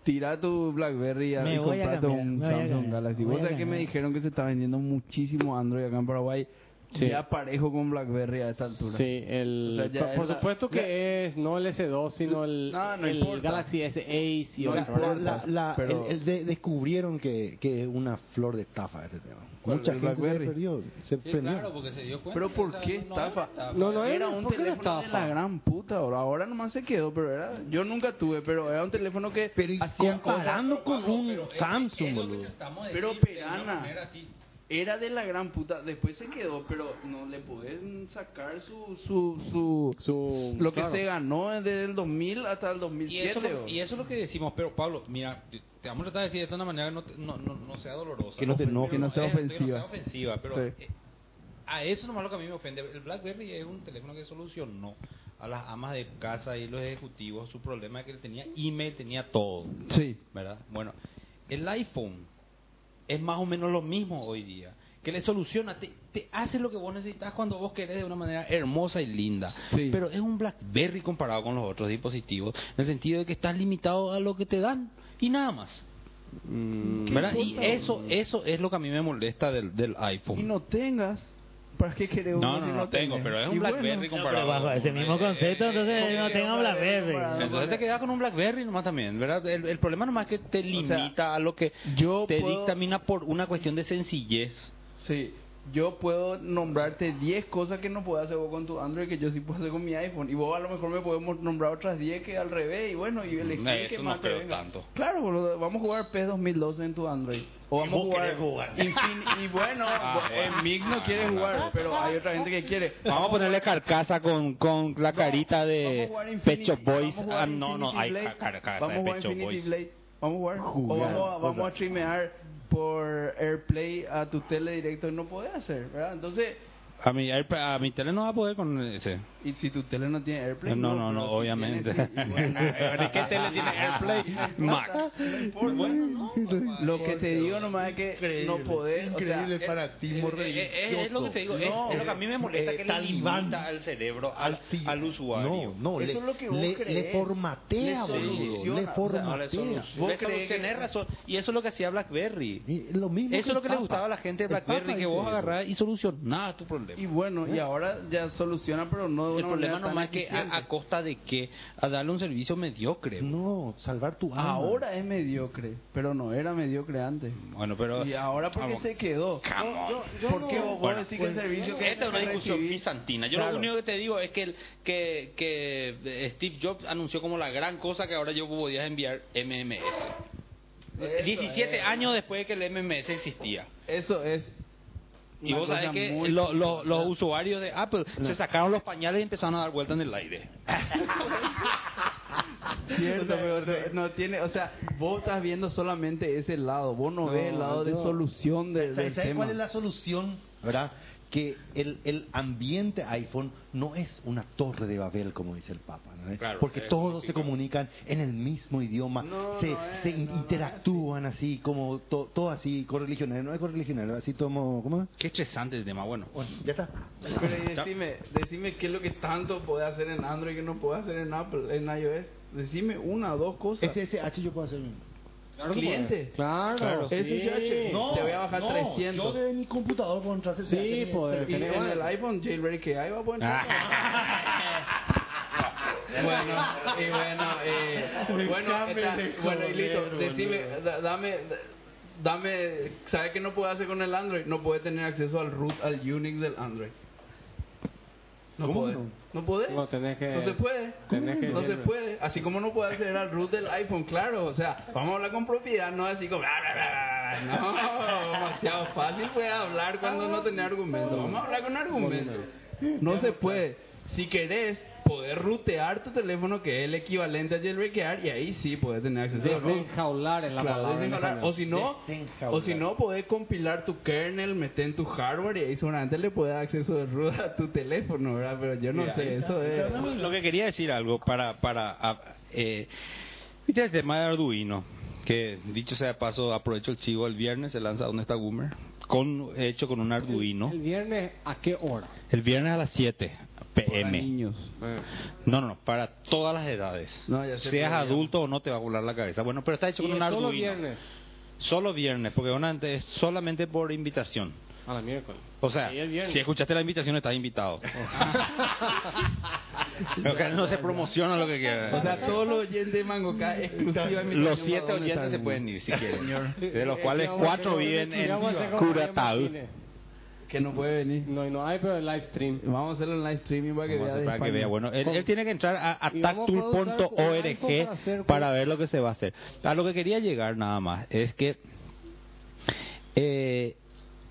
tira tu BlackBerry Me y voy a comprate cambiar, un me voy a Samsung cambiar, Galaxy. me voy Vos a sabés que cambiar. me dijeron que se está vendiendo muchísimo Android acá en Paraguay. Sí. Ya parejo con BlackBerry a esta altura. Sí, el, O sea, ya por- por es la- supuesto que es no el S2, sino el, No, no el importa. Galaxy S Ace y No otra, importa. La- ¿verdad? la- la- Pero- el- el de- descubrieron que, que es una flor de estafa este tema. ¿Cuál, Mucha el gente se BlackBerry? perdió. Se Sí, perdió. claro, porque se dio cuenta. Pero ¿por O sea, qué no- estafa? No, no era era. un ¿Por qué era teléfono de estafa? la gran puta, ahora, ahora nomás se quedó, pero era, yo nunca tuve, pero era un teléfono que Pero y hacía cosas, comparando con un Samsung, boludo. Pero Pero Perana. era de la gran puta, después se quedó, pero no le podés sacar su, su, su, Su- lo que claro. se ganó desde el 2000 hasta el Y 2007. eso, lo- o. y eso es lo que decimos, pero Pablo, mira, te- te vamos a tratar de decir de una manera que no, te- no, no, no sea dolorosa. Que no te pero- enoje, pero no sea es- que ofensiva. no sea ofensiva, pero Sí. eh, a eso nomás lo que a mí me ofende. El BlackBerry es un teléfono que solucionó a las amas de casa y los ejecutivos su problema es que él tenía email, tenía todo, Sí. ¿verdad? Bueno, el iPhone es más o menos lo mismo hoy día. Que le soluciona, te, te hace lo que vos necesitas cuando vos querés de una manera hermosa y linda. Sí. Pero es un Blackberry comparado con los otros dispositivos, en el sentido de que estás limitado a lo que te dan y nada más. Mm, ¿Verdad? Y eso, eso es lo que a mí me molesta del, del iPhone. Y no tengas, ¿para qué querés uno No, no, si no tengo, pero es un Y bueno, BlackBerry No, comparado. pero bajo con ese uno. mismo Eh, concepto, eh, entonces eh, no tengan BlackBerry. Entonces te quedas con un BlackBerry nomás también, ¿verdad? El, el problema nomás es que te limita a lo que yo te puedo- dictamina por una cuestión de sencillez. Sí, yo puedo nombrarte 10 cosas que no puedo hacer vos con tu Android que yo sí puedo hacer con mi iPhone. Y vos a lo mejor me podemos nombrar otras 10 que al revés. Y bueno, y elegir No, que Mm, eso más no te creo venga. tanto. Claro, boludo, vamos a jugar PES 2012 en tu Android. O vamos a jugar. Infin- y bueno, Ah, bo- eh, bueno. Mick no quiere Ah, jugar, claro. pero hay otra gente que quiere. Vamos a ponerle carcasa con, con la carita Vamos a de jugar Infinity- Pecho Eh, Boys. vamos a Ah, jugar no, no, Infinity hay Blade, ca- ca- carcasa Vamos a de jugar Pecho Infinity Boys. Blade. Vamos a jugar. O Jugar, vamos a, vamos a otra. streamear por AirPlay a tu tele directo. No podés hacer, ¿verdad? Entonces, A mi, a mi tele no va a poder con ese. y si tu tele no tiene AirPlay. No, no, pero no, si obviamente. tiene, sí, y bueno. ¿De qué tele tiene AirPlay? No Mac. importa, no importa. Lo que te digo nomás es que no podés. o sea, Increíble eh, para ti, Eh, morro eh, eh, Es, lo que te digo, es, No. es lo que a mí me molesta Eh, que le talibán. limita al cerebro, al, al usuario. No, no, Eso le, es lo que vos le- crees. le formatea, Le boludo. soluciona, Le o sea, No formatea. le soluciona. ¿Vos Eso crees que- tenés razón. Y eso es lo que hacía BlackBerry. Y lo mismo Eso es lo que el le Papa. gustaba a la gente de El BlackBerry, Papa que vos dice agarrás y solucionabas tu problema. Y bueno, y ahora ya soluciona, pero no de el una problema manera tan nomás es que a, eficiente. a costa de que a darle un servicio mediocre. eso. No, salvar tu alma. Ahora es mediocre, pero no era mediocre antes. Bueno, pero... Y ahora porque Vamos. se quedó. Come on. ¿Por qué vos Bueno, pues, decís que el servicio que Esta este es una discusión recibí- bizantina. Yo Claro. lo único que te digo es que, el- que, que eh, Steve Jobs anunció como la gran cosa que ahora yo podías enviar MMS. Eso 17 es. años después de que el MMS existía. Eso es. Y una vos sabés cosa que muy- lo- lo- los usuarios de Apple se sacaron los pañales y empezaron a dar vueltas en el aire. Cierto, pero no, no tiene, o sea, vos estás viendo solamente ese lado, vos no, ves el lado de solución de, del ¿Sabes sabes tema. cuál es la solución? ¿Verdad? Que el, el ambiente iPhone no es una torre de Babel, como dice el Papa, ¿no? Claro, porque es todos se complicado. comunican en el mismo idioma, No, se, no es, se no, no es interactúan así. como to- todo así, correligionario, no es correligionario, así tomo, ¿cómo? es? Qué estresante el tema. Bueno, Bueno, ya está. Pero y decime, decime qué es lo que tanto puede hacer en Android que no puede hacer en Apple, en iOS. Decime una o dos cosas. SSH yo puedo hacer mismo. cliente. Claro, Claro, SSH. sí. No, Te voy a bajar 300. Yo desde mi computador puedo entrar a SSH. Sí, poder. Y en Tenés el una. iPhone jailbreak que hay va pues. a poner. Ah. Bueno, y bueno, eh, bueno, está- bueno, y listo. Decime, da- dame, dame, ¿sabes qué no puede hacer con el Android? No puede tener acceso al root, al Unix del Android. No puede. No puede. No, tenés que- No se puede. tenés que- no se puede. Así como no puede acceder al root del iPhone, claro. O sea, vamos a hablar con propiedad, no así como. "Ah, "Bla, bla, bla, bla, bla". No, demasiado fácil fue hablar cuando no tenía argumento. Vamos a hablar con argumentos. No se puede. Si querés poder rutear tu teléfono, que es el equivalente a jailbreakear, y ahí sí puedes tener acceso al root. Desenjaular es la Claro, palabra. en desenjaular. español. O si no, o si no podés compilar tu kernel, meter en tu hardware y ahí seguramente le puedes dar acceso de root a tu teléfono, ¿verdad? Pero yo no sé, eso es... lo que quería decir algo para para a- eh, viste el tema de Arduino que dicho sea de paso aprovecho el chivo el viernes se lanza donde está Goomer con hecho con un Arduino El viernes, ¿a qué hora? el viernes a las 7 Para pm niños. no no no para todas las edades No, ya sé, pero seas ya- adulto o no te va a volar la cabeza bueno pero está hecho Y con es un Arduino solo viernes. solo viernes porque una es solamente por invitación A la miércoles. o sea, Ahí el viernes. si escuchaste la invitación estás invitado. Pero que no se promociona lo que queda. O sea, todos los oyentes de Mango K exclusivamente. Los siete oyentes se pueden ir si quieren. De Eh, los cuales cuatro viven en Curatao. Que no puede venir. No, y no hay, pero el live stream. Vamos a hacerlo en live streaming para que Vamos vea. a hacer de Para que España. vea, bueno, él, Con- él tiene que entrar a, a Y vamos a poder usar un iPhone para hacer tactul.org para ver lo que se va a hacer. A lo que quería llegar nada más es que eh,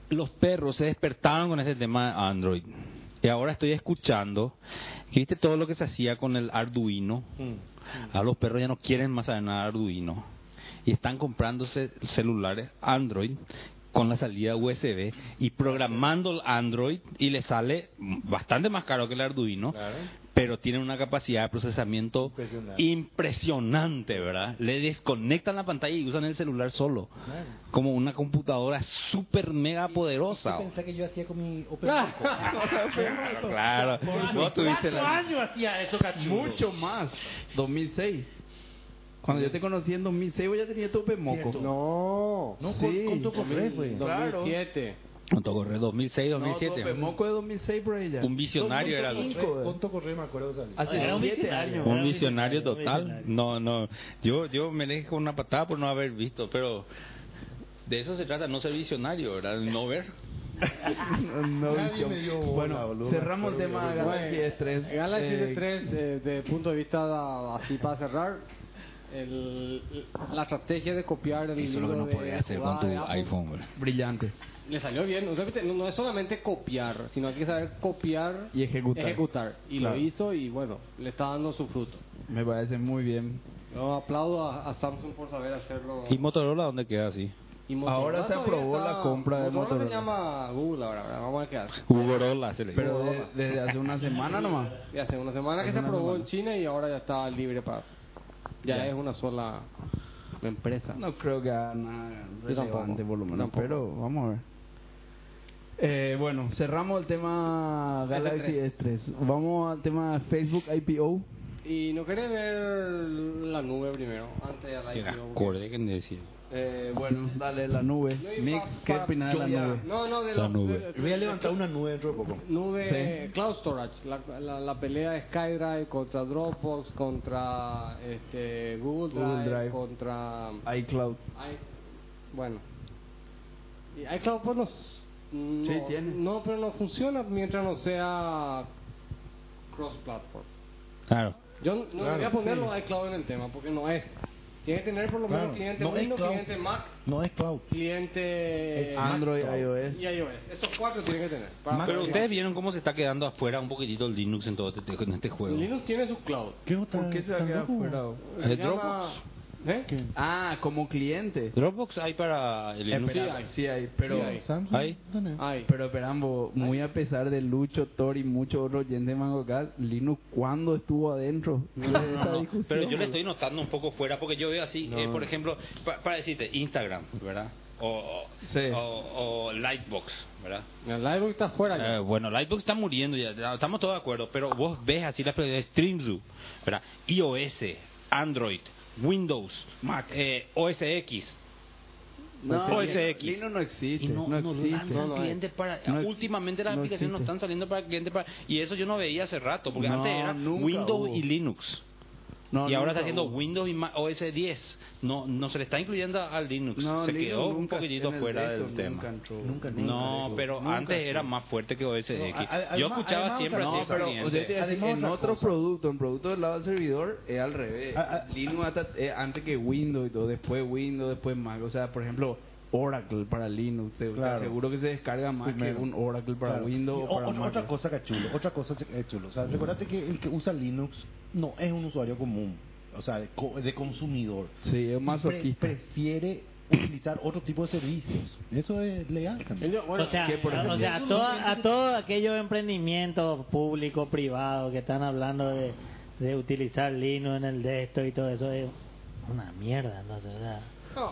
los perros se despertaron con este tema de Android. Y ahora estoy escuchando que viste todo lo que se hacía con el Arduino. A los perros ya no quieren más saber nada de Arduino. Y están comprándose celulares Android con la salida USB y programando el Android y le sale bastante más caro que el Arduino. pero tienen una capacidad de procesamiento impresionante, ¿verdad? Le desconectan la pantalla y usan el celular solo, como una computadora súper mega poderosa. Pensé que yo hacía con mi Open Ah. Claro, claro. Ah, Vos tuviste la- hacía eso, Mucho más. 2006. Cuando yo te conocí en 2006, vos ya tenías tu moco. Cierto. No. No, Sí, con, con tu correo, pues. güey. Claro. 2007. ¿Cuánto corre? 2006, No, pues, 2007. Tope Moco de 2006 por ella. un visionario era. Cinco, eh. Con tu correo pues. me acuerdo de salir. Hace Era un siete visionario. años. Un visionario Era un total. visionario. No, no. Yo, yo me dejo una patada por no haber visto, pero de eso se trata, no ser visionario, ¿verdad? No ver. No, Nadie yo- me dio bola, bueno, boludo. cerramos el Pero tema de yo- Galaxy S3. Galaxy Eh, S3, eh, de punto de vista da- así para cerrar, el- la estrategia de copiar el Eso es lo que libro no de podías hacer con jugada tu de Apple, iPhone, ¿verdad? Brillante. Le salió bien. O sea, viste, No, no es solamente copiar, sino hay que saber copiar Y ejecutar. Y Claro. lo hizo y bueno, le está dando su fruto. Me parece muy bien. Yo aplaudo a, a Samsung por saber hacerlo. ¿Y Motorola dónde queda así? Y Motorola Ahora se todavía aprobó la compra de se Motorola. llama Google ahora, ¿verdad? Vamos a quedar. Uborola se le Pero de- desde hace una semana nomás. Y hace una semana que Hace se una aprobó semana. en China y ahora ya está libre para. Ya, Ya. es una sola empresa. No creo que haga nada Yo tampoco, relevante por lo menos, tampoco. pero vamos a ver. Eh, bueno, cerramos el tema Galaxy S3. Vamos al tema Facebook IPO. Y no querés ver la nube primero, antes de la IPO. Acorde que decir. Eh, bueno, dale la nube. No, y Mix, pa- ¿qué pa- opinas de la yo ya- nube? No, no, de La los- nube. de- Voy a levantar una nube dentro de poco. Nube, Sí. Cloud Storage, la, la, la pelea de SkyDrive contra Dropbox, contra este, Google, Drive, Google Drive. contra iCloud. i- bueno. Y iCloud pues nos- no, Sí, tiene. no, pero no funciona mientras no sea cross-platform. Claro. Yo no no Claro, voy a ponerlo sí. iCloud en el tema porque no es. Tiene que tener por lo menos Claro, cliente no es Windows, cloud. cliente Mac, No es cloud. Eh, cliente Es Android, Mac, iOS. y iOS. Esos cuatro tiene que tener. Mac- Pero ustedes vieron cómo se está quedando afuera un poquitito el Linux en todo este, en este juego. Linux tiene su cloud. ¿Qué otra? ¿Por qué se va a quedar fuera? vos? Se ¿El llama- ¿Eh? Ah, como cliente. Dropbox hay para el Linux. Sí Espera, hay. sí hay, pero... Ah, Sí hay. Samsung. Ahí. Ay, Pero esperamos, muy a pesar de Lucho, Tori, muchos otros oyentes de Mango Gas, Linux, ¿cuándo estuvo adentro? de esta discusión, Pero yo le boludo? estoy notando un poco fuera porque yo veo así, eh, por ejemplo, pa- para decirte, Instagram, ¿verdad? O, o- Sí. o- o Lightbox, ¿verdad? el Livebook está fuera. ya. Eh, bueno, Lightbox está muriendo, ya, ya estamos todos de acuerdo, pero vos ves así las prioridades StreamZoo, ¿verdad? iOS, Android, Windows, Mac, eh, OS X. No, Linux OS X. Linux no existe. Y no, Pues, no no existe. lanzan No, no clientes para... No ex- últimamente las no aplicaciones no existe. están saliendo para clientes para... Y eso yo no veía hace rato, porque No, antes era nunca Windows hubo. y Linux. No, y ahora nunca está haciendo hubo. Windows y Ma- OS 10. No, no se le está incluyendo al Linux. No, se Linux quedó un nunca poquitito en el fuera resto, del tema. Nunca entró. Nunca, nunca. No, pero Nunca antes entró. era más fuerte que OS X. No, a- a- Yo además- escuchaba además siempre otra así No, cosa. pero cliente. o sea, te iba a decir, Además, en otra otro cosa. producto, en producto del lado del servidor, es al revés. Ah, ah. Linux hasta, eh, antes que Windows y todo, después Windows, después Mac. O sea, por ejemplo, Oracle para Linux. o sea, Claro. seguro que se descarga más Primero. que un Oracle para Claro. Windows Y o para o- Mac. otra cosa que es chulo, otra cosa que es chulo. O sea, recordate que el que usa Linux no es un usuario común, o sea, de, co- de consumidor. Sí, es más Pre- prefiere utilizar otro tipo de servicios. Eso es legal también. Ellos, bueno, o sea, ¿qué, por a- o ejemplo? sea, a, todo, a todo aquello emprendimiento público, privado, que están hablando de, de utilizar Linux en el de esto y todo eso, es una mierda, no sé, o sea,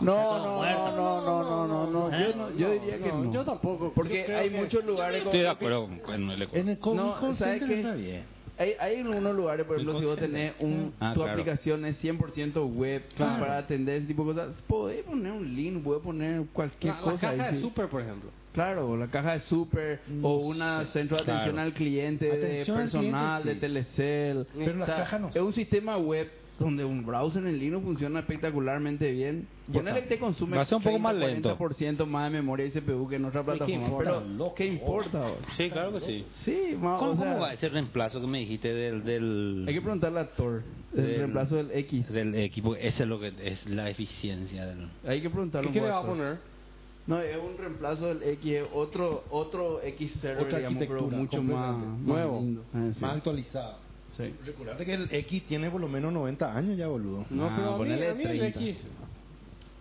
no, No, no, no, no, no, no, no, ¿Eh? Yo, no- yo diría que no. Yo tampoco. Porque Yo creo hay que- muchos lugares como Estoy de acuerdo con el En el con- No, call ¿sabes center qué? está bien. Hay, hay en unos lugares, por ejemplo, si vos tenés un, Ah, tu claro. aplicación es 100% web Claro. para atender ese tipo de cosas, podés poner un link, podés poner cualquier la, la cosa. caja ahí, de sí. Super, por ejemplo. Claro, la caja de super o una centro de atención Claro. al cliente Mm, Atención de al personal, cliente, sí. de Telecel. Pero la caja no. Es un sistema web donde un browser en Linux funciona espectacularmente bien. Ponele que te consume Va a ser un poco más lento. 40% más de memoria y CPU que en otra ¿Y qué plataforma. importa? pero, ¿qué importa? bro? Sí, claro que sí. Sí, ma, ¿Cómo, o sea, cómo va ese reemplazo que me dijiste del, Hay que del, preguntarle a Thor, el Del- reemplazo del X. del equipo? Esa es lo que es la eficiencia del... Hay que preguntarle ¿Qué, un poco qué le va a Thor. poner? No, es un reemplazo del X, es otro, otro X server, Otra digamos, pero arquitectura, mucho más completamente. nuevo. Ah, sí. Más actualizada. Sí. Recordate que el X tiene por lo menos 90 años ya, boludo. No, Ah, pero a mí, ponele a mí el 30. X.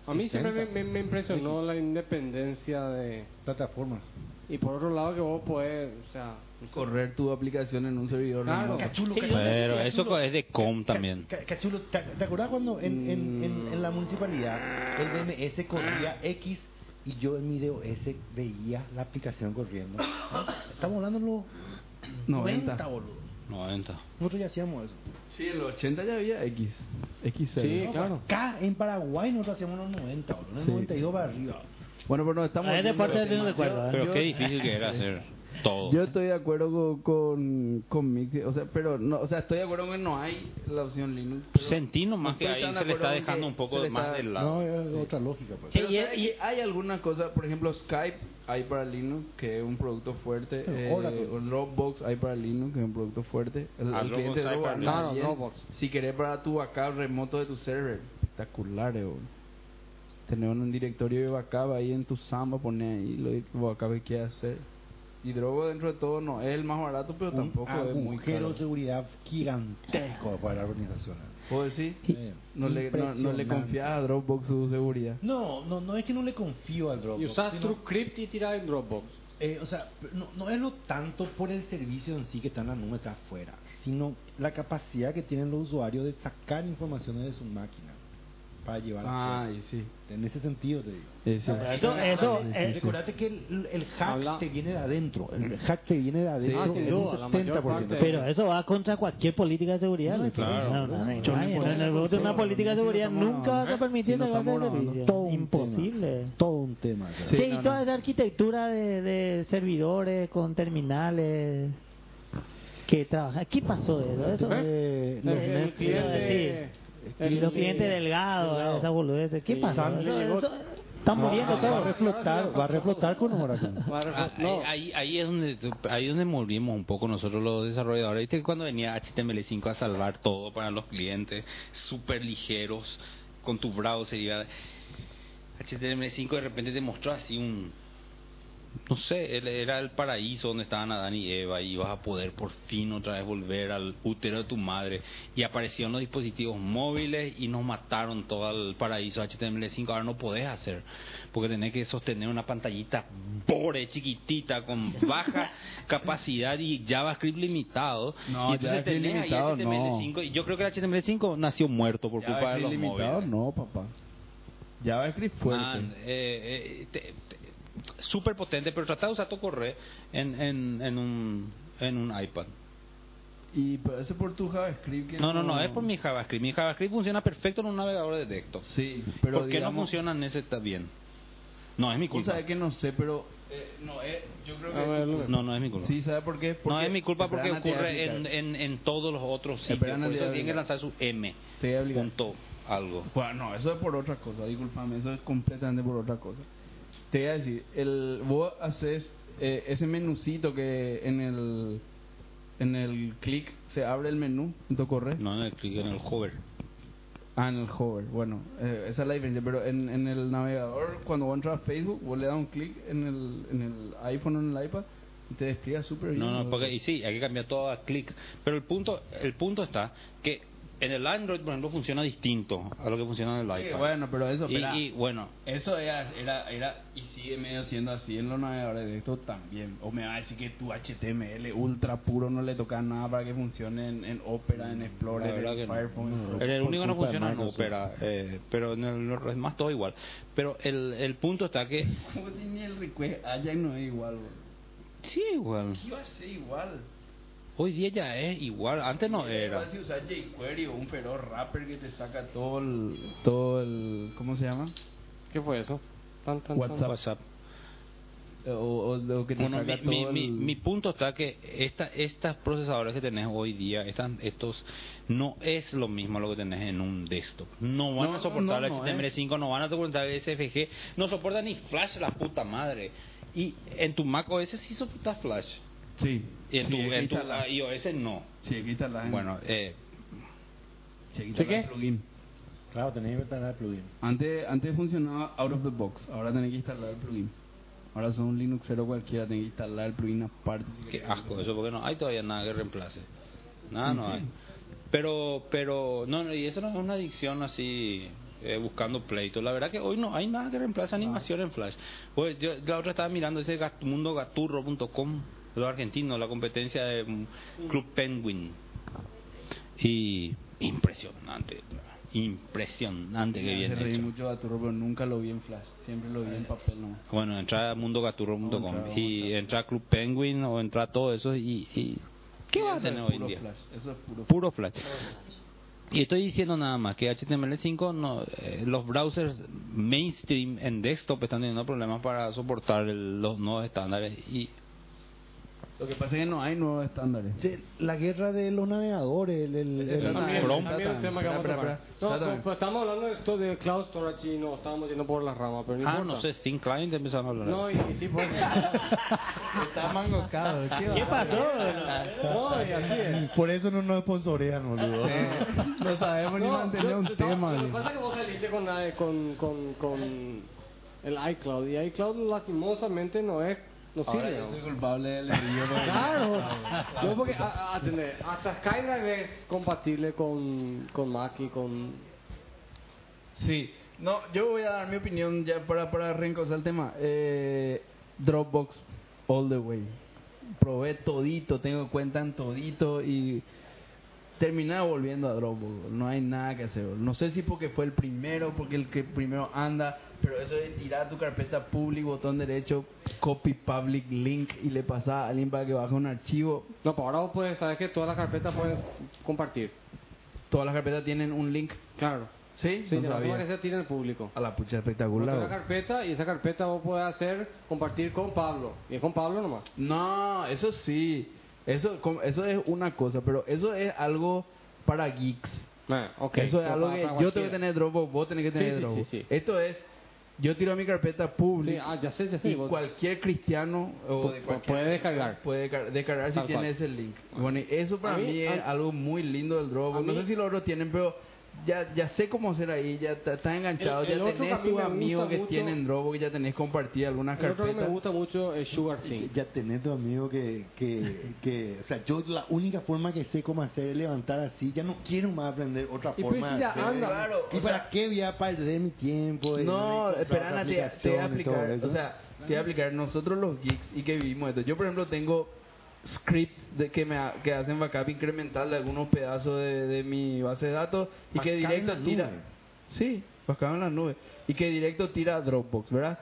A mí 60. siempre me, me- me impresionó la independencia de... Plataformas. Y por otro lado que vos podés, o sea... Correr tu aplicación en un servidor. Claro. remoto. Cachulo, Sí, cachulo, Pero cachulo. eso es de com también. Ca- Cachulo, ¿te, te acordás cuando en, en, en, en la municipalidad el BMS Ah. corría X y yo en mi DOS veía la aplicación corriendo? Estamos hablando de los 90. 90, boludo. 90. Nosotros ya hacíamos eso. Sí, en los 80 ya había X. X Sí, claro. Acá en Paraguay nosotros hacíamos los 90, boludo. En Sí. 92 para arriba. Bueno, pero no estamos. A ver, de viendo parte el de un tema. recuerdo, ¿eh? Pero yo- qué difícil que era hacer todo. Yo estoy de acuerdo co- con, con Mixi, o sea, pero no, o sea, estoy de acuerdo que no hay la opción Linux. pero Sentí nomás no que estoy ahí tan de se le está acuerdo con dejando que un se poco le más está- del lado. No, es otra lógica, pues. Pero Sí, y- sabes y- que hay algunas cosas, por ejemplo, Skype hay para Linux, que es un producto fuerte. Pero eh, Oracle. o Dropbox hay para Linux, que es un producto fuerte. El, Ah, el cliente Dropbox hay para Dropbox, Linux. Claro, también. Dropbox. Si querés para tu backup remoto de tu server, espectacular, eh, boludo. Tener un directorio de backup ahí en tu Samba, poner ahí lo lo backup que quieras hacer. Y Dropbox dentro de todo no es el más barato, pero Un tampoco es muy agujero caro. de seguridad gigantesco para la organización. ¿Puedo decir? Eh, No le, no, no le impresionante. confías a Dropbox su seguridad. No, no, no es que no le confío al Dropbox. Y usás sino- TrueCrypt y tirás en Dropbox. Eh, o sea, no, no es lo tanto por el servicio en sí que está en la nube, está afuera, sino la capacidad que tienen los usuarios de sacar informaciones de su máquina para llevarla. Ay, sí. en ese sentido te digo. Eh, sí. pero eso- eso- Sí, sí, eh, sí. Recordate que el, el hack Habla- te viene de adentro. El hack te viene de adentro Ah, sin en duda, la un mayor 70%. parte. Pero eso va contra cualquier política de seguridad. Luis. claro. No, no, no, no, Yo no no, puedo. no, no, no, Una política de seguridad Si no estamos nunca vas a grabando. permitir Si no negar el estamos grabando. Todo servicio. un Imposible. tema. Todo un tema. o sea. Sí, no, Sí, y toda no. esa arquitectura de, de servidores con terminales que trabaja. ¿Qué pasó de eso? Eso- Eh, El, los el Netflix, cliente... el- los clientes delgados, delgado. esas boludeces. ¿Qué Sí, pasó? Sam Eso- llegó- eso- Están muriendo Ah, va a todos. reflotar, va a reflotar con Oracle. Va a refor- Ah, no. ahí, ahí, ahí es donde ahí es donde morimos un poco nosotros los desarrolladores. Viste que cuando venía HTML5 a salvar todo para los clientes, súper ligeros, con tu browser y va- HTML5 de repente te mostró así un no sé, el- era el paraíso donde estaban Adán y Eva y ibas a poder por fin otra vez volver al útero de tu madre y aparecieron los dispositivos móviles y nos mataron todo el paraíso HTML5, ahora no podés hacer porque tenés que sostener una pantallita pobre, chiquitita, con baja capacidad y JavaScript limitado No, y entonces JavaScript tenés ahí limitado, no. HTML5 y yo creo que el HTML5 nació muerto por culpa de los móviles. no, papá. JavaScript fuerte. Man, eh, eh, te- te- súper potente, pero tratá de usar tu correo en, en, en, un, en un iPad. Y pero eso por tu JavaScript. que No, no, no, es por mi JavaScript. Mi JavaScript funciona perfecto en un navegador de texto. Sí, pero ¿Por qué no digamos- funciona en ese está bien? No, es mi O culpa. sea, que no sé, pero eh, no es. Yo creo que. A ver, No, no es mi culpa. Sí, ¿sabe por qué? no es mi culpa Espera, porque Ana, te voy a ocurre en, explicar. en, en todos los otros sitios. Espera, Ana, Por te eso voy a tienen que explicar. lanzar su M. Te voy a obligar. Punto algo. Bueno, no, eso es por otra cosa, discúlpame, eso es completamente por otra cosa. Te voy a decir, el, vos haces eh, ese menucito que en el en el clic se abre el menú en tu correo. No en el clic, en el hover. Ah, en el hover, bueno, eh, esa es la diferencia, pero en, en el navegador, cuando vos entras a Facebook, vos le das un clic en el, en el iPhone o en el iPad y te despliega súper bien. No, no, porque y sí, hay que cambiar todo a clic. Pero el punto, el punto está que en el Android, por ejemplo, funciona distinto a lo que funciona en el Sí, iPad. bueno, pero eso, y, espera. y, bueno, Eso era, era, era, y sigue medio siendo así en los navegadores de esto también. O me va a decir que tu HTML ultra puro no le toca nada para que funcione en, en Opera, en la Explorer, verdad en que no. Firefox. en Chrome. el, el por único que no culpa de funciona en Microsoft. Opera, eh, pero en el, lo demás todo igual. Pero el, el punto está que Como si ni el request Ajax no es igual, bro. sí, igual. ¿Qué iba a ser igual? Hoy día ya es igual, antes no Igual era. Si usas jQuery o un feroz rapper que te saca todo el, todo el, ¿cómo se llama? ¿Qué fue eso? Tan, tan, tan. WhatsApp. WhatsApp. O, Eh, o, o que te Bueno, saca mi, todo mi, el... mi- mi punto está que esta, estas procesadoras que tenés hoy día, estas, estos, no es lo mismo lo que tenés en un desktop. No van No, a soportar no, no, no, HTML5, no van a soportar SFG, no soporta ni Flash, la puta madre. Y en tu Mac OS sí soporta Flash. Sí. Y en sí, tu, aquí en tu está la- iOS no. Sí, aquí está la... Bueno, eh, Sí, aquí está ¿Sí qué? la plugin. Claro, tenés que instalar el plugin. Antes, antes funcionaba out of the box, ahora tenés que instalar el plugin. Ahora son un Linuxero cualquiera, tenés que instalar el plugin aparte. Qué asco eso, porque no hay todavía nada que reemplace. Nada no hay. Pero, pero, no, no, y eso no es una adicción así eh, buscando pleitos. La verdad que hoy no hay nada que reemplace animación en Flash. Pues yo la otra estaba mirando ese gat- mundogaturro.com, los argentinos, la competencia de mm, Club Penguin. Y impresionante, impresionante que Me bien reí hecho. mucho a tu pero nunca lo vi en Flash. Siempre lo vi en papel nomás. Bueno, entra a mundogaturro.com Vamos a entrar, vamos y a entra a Club Penguin o entra a todo eso y... y- ¿Qué va a Eso es tener hoy en puro día? Flash, Eso es puro puro flash. Y estoy diciendo nada más que HTML5, no, eh, los browsers mainstream en desktop están teniendo problemas para soportar el- los nuevos estándares. Y Lo que pasa es que no hay nuevos estándares. Che, la guerra de los navegadores, el, el- el- Pero También, Chrome. también un tema que vamos a Espera, tocar. espera, No, espera. no, pero estamos hablando de esto de cloud storage y nos estábamos yendo por las ramas, pero no ah, importa. no sé, Steam Client empezaron a hablar. No, y, y sí, pues. Está mangocado. ¿Qué pasó? no, y así es. Por eso no nos sponsorean, boludo. No sabemos ni mantener yo- un no, tema. Lo que güey. pasa es que vos saliste con, la- con, con, con el iCloud y iCloud lastimosamente no es, no Ahora sirve. yo ¿no? soy culpable del envío. porque- Claro, yo porque a- a- atender, hasta Skydrive es compatible con, con Mac y con... Sí, no, yo voy a dar mi opinión ya para, para reencauzar el tema. Eh, Dropbox, all the way. Probé todito, tengo cuenta en todito y terminaba volviendo a Dropbox. No hay nada que hacer. No sé si porque fue el primero, porque el que primero anda, pero eso de tirar tu carpeta public, botón derecho, copy public link y le pasaba a alguien para que baje un archivo. No, pero pues ahora vos puedes saber que todas las carpetas pueden compartir. Todas las carpetas tienen un link. Claro. Sí, Sí, No de la forma sabía. que se tira en el público. A la pucha Una espectacular. carpeta y esa carpeta vos podés hacer compartir con Pablo. Y es con Pablo nomás. No, eso sí. Eso, com- eso es una cosa, pero eso es algo para geeks. Ah, eso es algo que yo tengo que tener Dropbox, vos tenés que Sí, tener sí, Dropbox. sí, sí. Esto es, yo tiro a mi carpeta Sí, pública ah, ya sé, ya sé. y vos- cualquier cristiano o Pu- de pu- cualquier- puede descargar. puede descar- descargar si Tal tiene cual. Ah. ese link. Bueno, y eso para A mí, mí- es a- algo muy lindo del a Dropbox. No mí- sé si los otros tienen, pero ya, ya sé cómo hacer ahí, ya ta- estás enganchado, El- el ya otro que a tenés mí tus me gusta amigos que mucho- tienen Dropbox, ya tenés compartidas algunas el otro que carpetas. me gusta mucho es Sugar Sí, Sync. Ya tenés tu amigo que, que, que, o sea, yo la única forma que sé cómo hacer es levantar así, ya no quiero más aprender otra Y pues forma. si de ya hacer. anda, claro, ¿Y o para sea- qué voy a perder mi tiempo? en No, encontrar espera, otra te, te voy a aplicación y todo explicar. eso? O sea, te voy a explicar. Nosotros los geeks y que vivimos esto. Yo, por ejemplo, tengo scripts de que me ha- que hacen backup incremental de algunos pedazos de, de mi base de datos y que Backup en directo la nube. tira. Sí, backup en la nube. Y que directo tira a Dropbox, ¿verdad?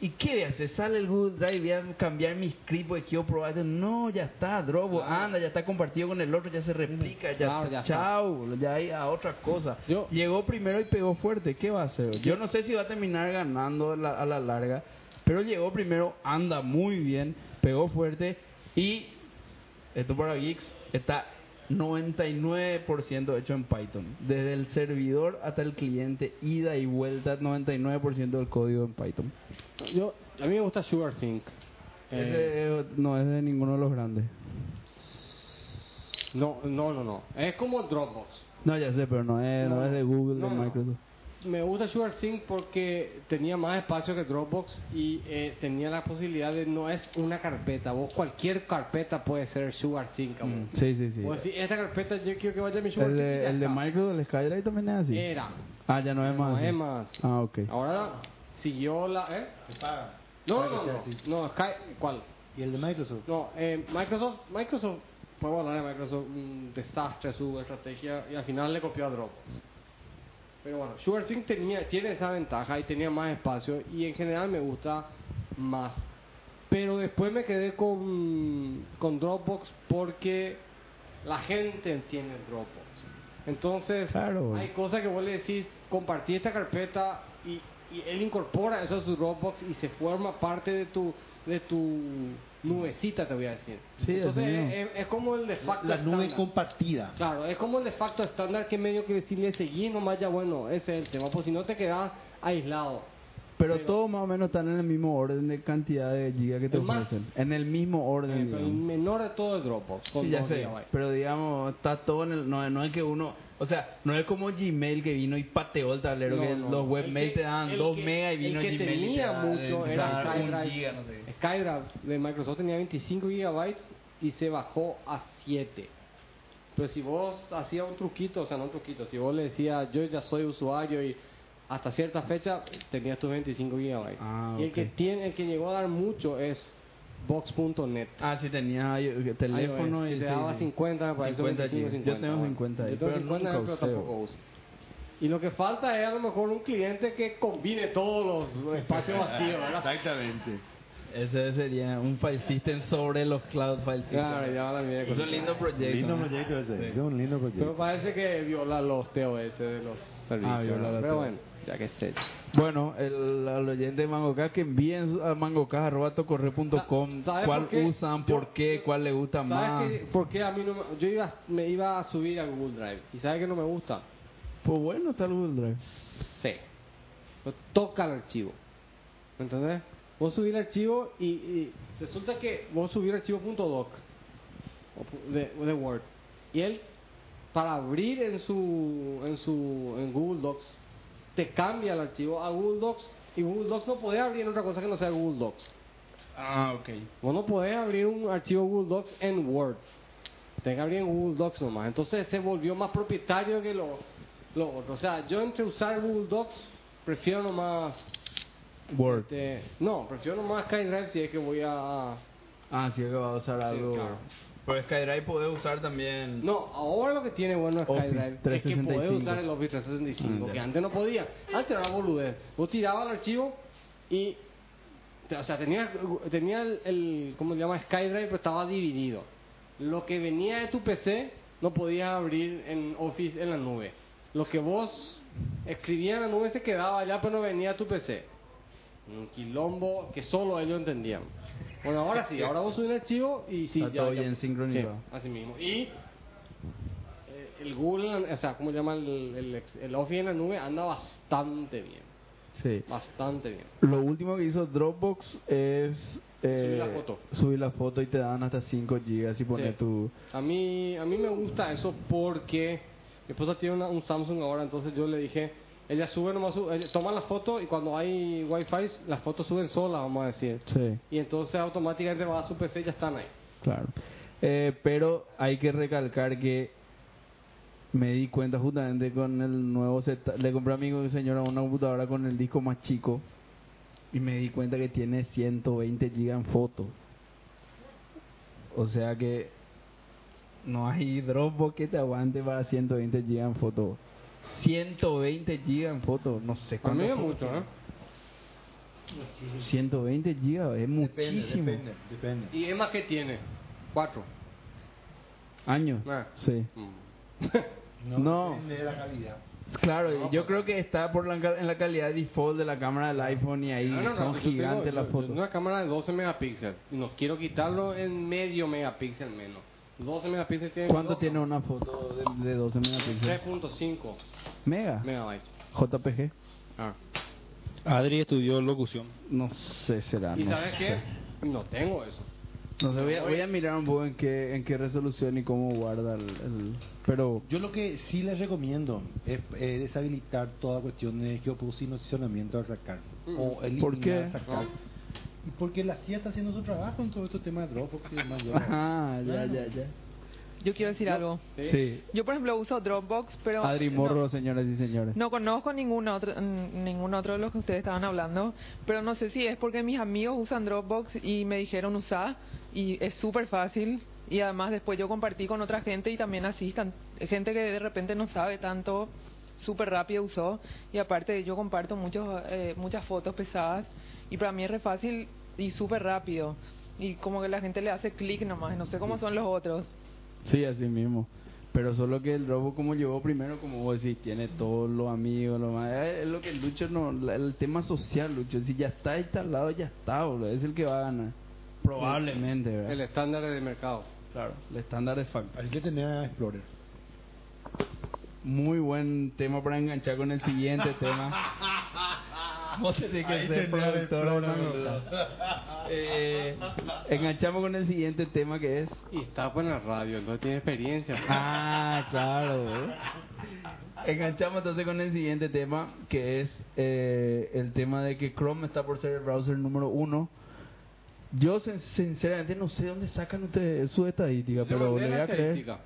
¿Y qué voy a hacer? Sale el Google Drive, voy a cambiar mi script porque quiero probar esto. No, ya está, Dropbox, anda, ya está compartido con el otro, ya se replica, ya, Claro, ya está. chao, ya hay a otra cosa. Yo- Llegó primero y pegó fuerte, ¿qué va a hacer? Yo no sé si va a terminar ganando la- a la larga, pero llegó primero, anda muy bien, pegó fuerte y, esto para Geeks, está 99% hecho en Python. Desde el servidor hasta el cliente, ida y vuelta, 99% del código en Python. Yo, a mí me gusta Sugar Sync. Eh, Ese eh, no es de ninguno de los grandes. no, no, no, no. Es como Dropbox. No, ya sé, pero no es, no, No, es de Google, no, de no. Microsoft. Me gusta SugarSync porque tenía más espacio que Dropbox y eh, tenía la posibilidad de no es una carpeta, vos cualquier carpeta puede ser SugarSync. Mm, Sí, sí, sí. O si esta carpeta yo quiero que vaya a mi SugarSync. El y de, ya el de está. Eh, Microsoft, el Skylight también es así. Era. Ah, ya no es más. No así. es más. Ah, ok. Ahora siguió la. ¿Eh? Se paga. No, no, Claro que no. sea así. No, Sky- ¿Cuál? ¿Y el de Microsoft? No, eh, Microsoft, Microsoft, podemos hablar de Microsoft, un desastre su estrategia y al final le copió a Dropbox. Pero bueno, SugarSync tenía, tiene esa ventaja y tenía más espacio y en general me gusta más. Pero después me quedé con, con Dropbox porque la gente entiende Dropbox. Entonces, Claro. hay cosas que vos le decís, compartí esta carpeta y, y él incorpora eso a su Dropbox y se forma parte de tu de tu nubecita, te voy a decir. Sí, Entonces, así mismo. es, es- es como el de facto La nube estándar. compartida. Claro, es como el de facto estándar que medio que si le seguís nomás ya bueno, ese es el tema, pues si no te quedas aislado. Pero, Pero- todos más o menos están en el mismo orden de cantidad de gigas que te El más- ofrecen. En el mismo orden. Eh, pero el digamos. menor de todo es Dropbox, con Sí, ya dos sé. gigabytes. Pero digamos, está todo en el. No, no es que uno. O sea, no es como Gmail que vino y pateó el tablero. No, que no, los no. webmail El te que- daban el 2 que- megas y vino el que Gmail. y te tenía daba- mucho te era daba un Skydrive. giga, no sé. Skydrive de Microsoft tenía 25 gigabytes y se bajó a 7. Pero si vos hacías un truquito, o sea, no un truquito, si vos le decías yo ya soy usuario y hasta cierta fecha tenías tus 25 gigabytes. Ah, Y el que ok. tiene, el que llegó a dar mucho es box.net. Ah, sí, tenía eh, teléfono iOS, y que te sí, daba sí. 50, me parece 50 25, gigas. 50. Yo tengo bueno. 50 ahí, Yo tengo pero 50, nunca pero usé. tampoco uso. Y lo que falta es a lo mejor un cliente que combine todos los, los espacios vacíos, ¿verdad? Exactamente. Ese sería un file system sobre los cloud file Claro, systems. ya van a mirar Es un lindo proyecto. Lindo ¿no? proyecto ese. Es un lindo Pero proyecto. parece que viola los TOS de los servicios. Ah, viola ¿no? los Pero TOS. bueno, ya que esté. Bueno, el, al oyente de MangoCast que envíen su- a mangoca.com Sa- ¿sabes cuál por qué? usan, Yo- por qué, cuál le gusta más. ¿Sabes qué? por qué a mí no me, yo iba, me iba a subir a Google Drive? ¿Y sabes que no me gusta? Pues bueno, está el Google Drive. Sí. No toca el archivo. ¿Me ¿Entendés? Vos subís el archivo y, y resulta que vos subís el archivo .doc o pu- de, de Word. Y él, para abrir en su en su en Google Docs, te cambia el archivo a Google Docs y Google Docs no podés abrir en otra cosa que no sea Google Docs. Ah, ok. Vos no podés abrir un archivo Google Docs en Word. Tenés que abrir en Google Docs nomás. Entonces se volvió más propietario que lo, lo otro. O sea, yo entre usar Google Docs, prefiero nomás... Word. este, no, prefiero nomás SkyDrive si es que voy a... Ah, sí, que va a usar Sí, algo. claro. Pero SkyDrive podés Pues usar también. No, ahora lo que tiene bueno Office SkyDrive es que 365. podés usar el Office 365, Ah, ya. que antes no podía. Antes era boludez. Vos tirabas el archivo y... O sea, tenía, tenía el, el- ¿Cómo se llama? SkyDrive, pero estaba dividido. Lo que venía de tu PC no podías abrir en Office en la nube. Lo que vos escribías en la nube se quedaba allá, pero no venía a tu PC. Un quilombo que solo ellos entendían. Bueno, ahora sí, ahora vos subís el archivo y sí, Está todo bien sincronizado. Sí, así mismo. Y eh, el Google, o sea, ¿cómo se llama? El, el, ex- el Office en la nube anda bastante bien. Sí. Bastante bien. Lo último que hizo Dropbox es. eh, Subir la foto. subir la foto y te dan hasta 5 gigas y pones Sí. tu. A mí, a mí me gusta eso porque mi esposa tiene una- un Samsung ahora, entonces yo le dije, ella sube nomás, su- ella toma la foto y cuando hay wifi las fotos suben solas, vamos a decir. Sí. Y entonces automáticamente va a su PC y ya están ahí. Claro. Eh, pero hay que recalcar que me di cuenta justamente con el nuevo set. Le compré a mi señora una computadora con el disco más chico y me di cuenta que tiene 120 gigas en foto. O sea que no hay Dropbox que te aguante para 120 gigas en foto. 120 gigas en foto, no sé A mí cuánto. me mucho, ¿eh? 120 gigas es muchísimo. Depende, depende. ¿Y Emma qué tiene? Cuatro. Años. Ah. Sí. No. Depende de la calidad. Pues Claro, y pues yo creo que está por la, ca- en la calidad default de la cámara del iPhone y ahí No, no, no, son yo gigantes tengo- las yo- fotos. yo tengo Una cámara de 12 megapíxeles. Y no quiero quitarlo en medio megapíxel menos. 12 megapíxeles tiene. ¿Cuánto dos, tiene ¿no? una foto de, de 12 megapíxeles? 3.5 Mega. megabytes. JPG. Ah. Adri estudió locución. No sé, será. ¿Y Ah, no sabes sé. qué? No tengo eso. No sé, voy a, voy a mirar un poco en qué, en qué resolución y cómo guarda el. el- Pero. Yo lo que sí les recomiendo es eh, deshabilitar toda cuestión de geoposicionamiento al sacar. Mm. O eliminar ¿Por qué? al sacar. No. Y porque la CIA está haciendo su trabajo en todo este tema de Dropbox y demás. yo- Ajá, ya, ya, ya. Yo quiero decir algo. Sí. Yo, por ejemplo, uso Dropbox, pero... Adri no- Morro, señoras y señores. No conozco ningún otro, n- ningún otro de los que ustedes estaban hablando, pero no sé si es porque mis amigos usan Dropbox y me dijeron usar y es súper fácil y además después yo compartí con otra gente y también así, tan- gente que de repente no sabe tanto, súper rápido usó y aparte yo comparto muchos, eh, muchas fotos pesadas y para mí es re fácil y súper rápido y como que la gente le hace clic nomás, no sé cómo son los otros. Sí, así mismo. Pero solo que el robo como llegó primero, como vos decís, tiene todos los amigos, lo más... eh, Es lo que Lucho no... la- El tema social, Lucho. Si ya está instalado, ya está, boludo. Es el que va a ganar. Probablemente, ¿verdad? El estándar del mercado. claro, el estándar de facto. Hay que tener a Explorer. Muy buen tema para enganchar con el siguiente tema. Vos tenés que Ahí ser tenés el productor, programa, boludo. Eh, enganchamos con el siguiente tema que es... Y está en la radio, entonces tiene experiencia. pues. Ah, claro. ¿eh? Enganchamos entonces con el siguiente tema, que es eh, el tema de que Chrome está por ser el browser número uno. Yo sin- sinceramente no sé dónde sacan ustedes su estadística, Le pero mandé le voy la a creer. estadística.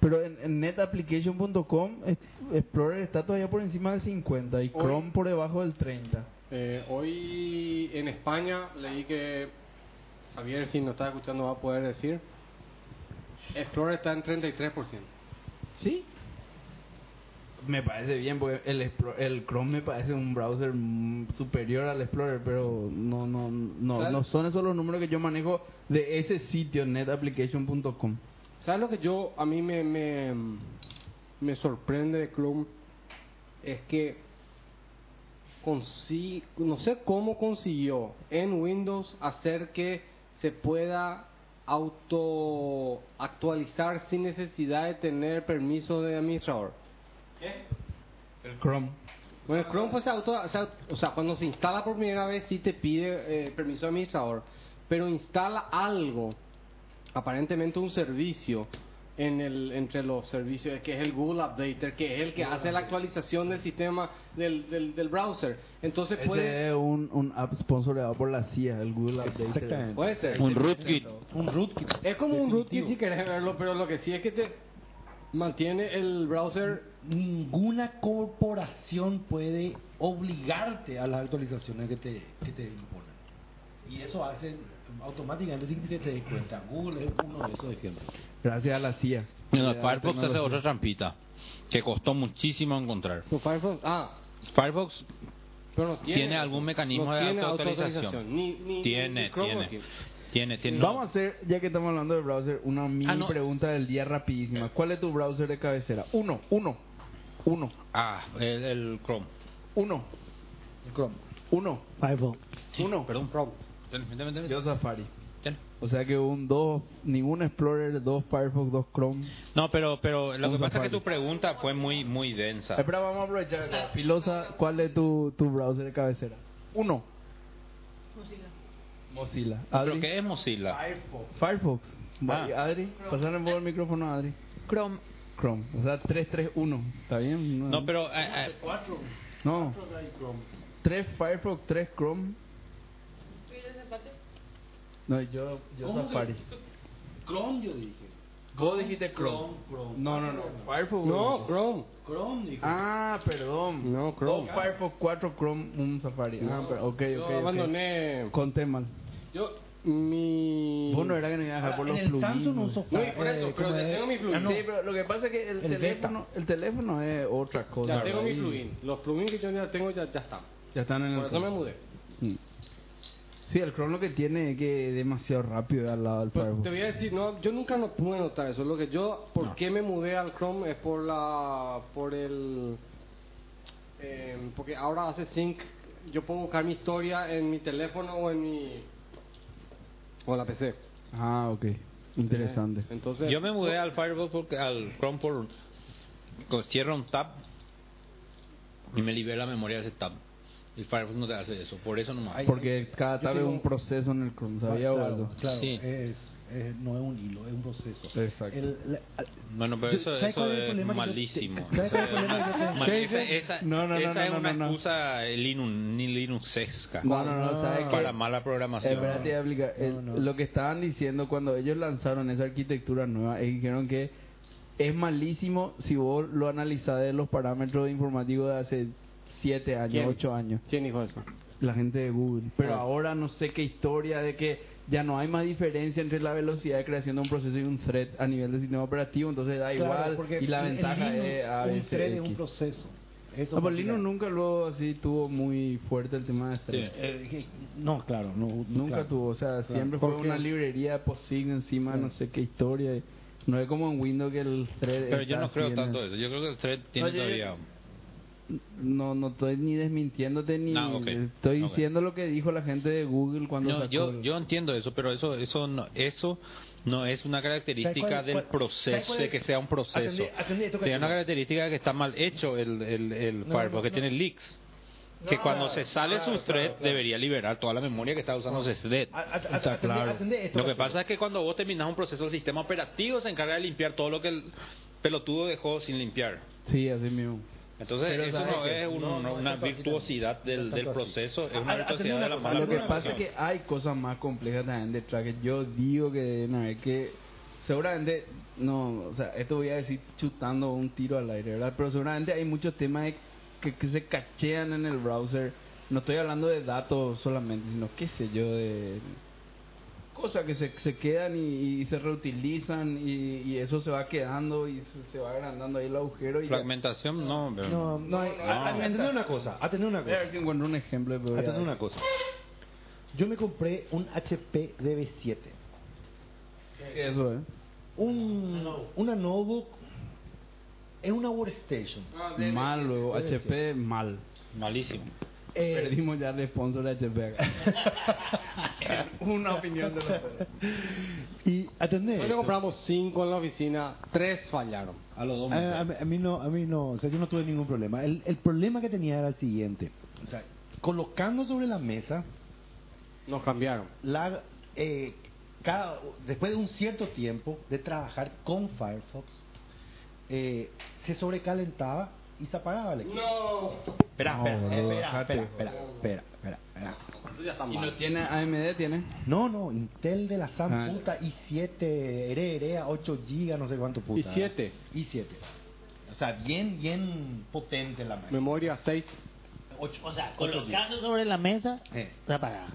Pero en, en netapplication.com es- Explorer está todavía por encima del 50 y Hoy- Chrome por debajo del 30. Eh, hoy en España leí que Javier, si nos está escuchando, va a poder decir. Explorer está en 33%. ¿Sí? Me parece bien porque el, Explo- el Chrome me parece un browser mm, superior al Explorer, pero no no no, ¿Sabes? no son esos los números que yo manejo de ese sitio netapplication.com. ¿Sabes lo que yo, a mí me, me, me sorprende de Chrome? Es que consi- no sé cómo consiguió en Windows hacer que se pueda auto actualizar sin necesidad de tener permiso de administrador. El Chrome. Bueno, Chrome pues, se auto, se au- o sea, cuando se instala por primera vez sí te pide eh, permiso de administrador, pero instala algo, aparentemente un servicio en el entre los servicios que es el Google Updater, que es el que hace la actualización del sistema del, del, del browser. Entonces puede Ese es un, un app sponsoreado por la CIA, el Google Updater. Exactamente. puede ser. Un rootkit. Un Eh, rootkit. Es como un rootkit Definitivo. si querés verlo, pero lo que sí es que te mantiene el browser Ninguna corporación puede obligarte a las actualizaciones que te, que te imponen. Y eso hace automáticamente sin que te des cuenta. Google es uno de esos ejemplos. Gracias a la CIA. No, Y a la Firefox hace tecnología. otra trampita que costó muchísimo encontrar. tu Firefox, ah, Firefox pero no tiene, Tiene algún mecanismo de tiene autoautorización. autoautorización, Ni, ni- ni tiene, Chrome tiene, aquí. tiene, tiene. Vamos a hacer, ya que estamos hablando de browser, una mini no. pregunta del día rapidísima. ¿Cuál es tu browser de cabecera? Uno, uno, uno, Ah, el, el Chrome. uno, El Chrome. uno, iPhone. uno. Perdón. Chrome. Ten, ten, ten, Yo Safari. ten. O sea que un dos, ningún Explorer, dos Firefox, dos Chrome. No, pero, pero lo Un que pasa es Safari. que tu pregunta fue muy, muy densa. Espera, vamos a aprovechar. acá. Filosa, ¿cuál es tu, tu browser de cabecera? Uno. Mozilla. Mozilla. ¿Pero Adri. qué es Mozilla? Firefox. Ah. Adri, pasar un poco el micrófono a Adri. Chrome. Chrome. O sea, 331. ¿Está bien? No, pero... eh, eh, No. Tres Firefox, tres Chrome. No, yo, yo Safari. Chrome yo dije. Vos dijiste Chrome. No, no, no. Firefox. No, Chrome. Chrome dije. Ah, perdón. No, Chrome. Dos Firefox, cuatro Chrome, un Safari. Ah, pero ok, Yo ok. okay. abandoné. Conté mal. Yo, mi. Vos no era que no ibas a dejar por en los Ah, el plugins. Samsung no uso güey. No, y por eh, eso, pero ¿cómo ya es? tengo mi Ah, plugin. no. Sí, pero lo que pasa es que el, El teléfono, el teléfono es otra cosa. ya tengo mi güey. plugin. Los plugins que yo ya tengo ya, ya están. Ya están en Por el eso me Chrome. mudé. Mm. Sí, el Chrome lo que tiene es que es demasiado rápido al lado del Pero Firefox. te voy a decir, no, yo nunca no pude notar eso. Lo que yo, ¿por qué me mudé al Chrome? Es por la. por el. eh, porque ahora hace sync. Yo puedo buscar mi historia en mi teléfono o en mi. o en la PC. Ah, ok. Interesante. Entonces. Yo me mudé al Firefox porque al Chrome por co- cierro un tab y me libera la memoria de ese tab. El Firefox no te hace eso, por eso nomás. Porque cada Yo tarde es tengo- un proceso en el Chrome, Ah, ¿sabía claro, Eduardo? claro. Sí. Es, es- no es un hilo, es un proceso. Exacto. El- la- al- Bueno, pero Yo- eso, ¿sabes eso cuál es el es problema que yo- malísimo. ¿sabes cuál es el Eso es problema que yo tengo? mal- ¿Qué esa dice? esa- No, no, no, esa es no, una no, no. excusa eh, Linux, ni Linuxesca No, no, no, ¿sabes qué? para mala Eh, programación. espera, te voy a explicar. El- No, no. Lo que estaban diciendo cuando ellos lanzaron esa arquitectura nueva, eh, dijeron que es malísimo si vos lo analizás de los parámetros informáticos de hace 7 años, ¿Quién? 8 años. ¿Quién dijo eso? La gente de Google. Pero ahora no sé qué historia de que ya no hay más diferencia entre la velocidad de creación de un proceso y un thread a nivel del sistema operativo, entonces da Claro, porque igual. Y la en ventaja Linux, es a un thread es veces. un X. proceso. Eso Ah, pero Linux es complicado. nunca luego así tuvo muy fuerte el tema de thread. Eh, no, claro, no, Nunca claro. tuvo, o sea, siempre fue Porque- una librería de POSIX encima, no sé qué historia. y No es como en Windows que el thread. Pero yo está no creo así en tanto el- eso. Yo creo que el thread tiene No, yo- todavía... No, no estoy ni desmintiéndote ni. No, Ah, ok, Estoy ok. diciendo lo que dijo la gente de Google cuando. No, sacó yo, el- yo entiendo eso, pero eso eso no, eso no es una característica ¿Sabes cuál- del cuál- ¿sabes proceso, cuál de es? que sea un proceso. Atendí- atendí esto que Tiene digo. una característica que está mal hecho el, el, el No, Firefox, no, que no. tiene leaks. Que cuando se sale claro, su thread claro, claro. debería liberar toda la memoria que está usando ese thread. A- a- a- atendé- atendé esto, Lo que cacho. pasa es que cuando vos terminás un proceso, el sistema operativo se encarga de limpiar todo lo que el pelotudo dejó sin limpiar. Sí, así mismo. Entonces, Pero eso ¿sabes no qué? es un- No, no, una es tanto así virtuosidad también. del, No es del tanto así. proceso, es Ah, ah, una virtuosidad atendí de una la cosa, lo mala que programación. pasa es que hay cosas más complejas también detrás que yo digo que deben haber que seguramente, no, o sea, esto voy a decir chutando un tiro al aire, ¿verdad? Pero seguramente hay muchos temas de- que, que se cachean en el browser. No estoy hablando de datos solamente, sino qué sé yo, de cosas que se, se quedan y, y se reutilizan y, y eso se va quedando y se, se va agrandando ahí el agujero. Y ya- Fragmentación, no, pero- No, no, hay- a- a- atendé una cosa, atendé una Voy a ver si cosa, encuentro un ejemplo. pero voy a- atendé Ah, una cosa. Yo me compré un HP DB7, ¿Qué es Eso, ¿eh? un, una notebook, es una workstation. Mal, luego. Debe HP, mal. malísimo. Eh, Perdimos ya el sponsor de HP acá. Una opinión de nosotros. y atendé. Nosotros esto. compramos cinco en la oficina, tres fallaron. A los dos. Ah, meses. a, mí- a mí no, a mí no, o sea, yo no tuve ningún problema. El, el problema que tenía era el siguiente. O sea, colocando sobre la mesa, Nos cambiaron. la, eh, cada, después de un cierto tiempo de trabajar con Firefox, eh, se sobrecalentaba y se apagaba el equipo. Espera, espera, eh, boludo, espera, dejate. espera, espera, espera, espera, espera. ¿Y no tiene AMD? ¿Tiene? No, no, Intel de la Sam Ah, ya. puta i7, ere, ere, a 8 gigas, no sé cuánto puta. i7. i7. O sea, bien, bien potente la máquina. Memoria 6. Ocho- O sea, ocho gigas. colocando sobre la mesa, Eh, está apagada.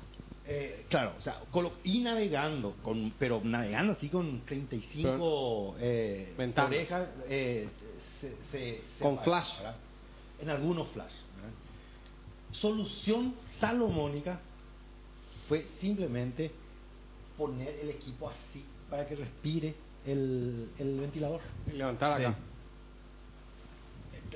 eh, claro, o sea, colo- y navegando, con, pero navegando así con 35 eh, Ventanas. orejas, eh, se- se- se Con apaga, flash. ¿verdad? En algunos flash. ¿verdad? Solución salomónica fue simplemente poner el equipo así para que respire el, el ventilador. Y levantar acá.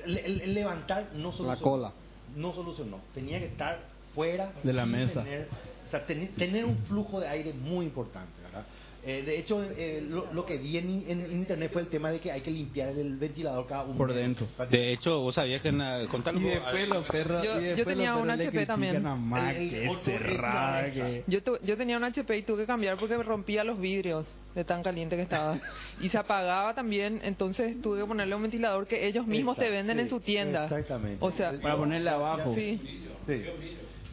El, el- el levantar no solucionó. cola. No solucionó. Tenía que estar fuera De la y mesa. Tener, o sea, tener, tener un flujo de aire muy importante, ¿verdad? Eh, de hecho, eh, lo, lo que vi en, in- en internet fue el tema de que hay que limpiar el ventilador cada uno. Por dentro. De hecho, vos sabías que en la, contalo Y vos, después los perros. Yo- y yo después tenía los un perros le HP critican también. a Mac, El- el que es otro es la cerrada, oreja. que- Yo, tu- yo tenía un HP y tuve que cambiar porque rompía los vidrios de tan caliente que estaba. Y se apagaba también, entonces tuve que ponerle un ventilador que ellos mismos te venden en su tienda. Exactamente. O sea, Para ponerle abajo. sí. Sí.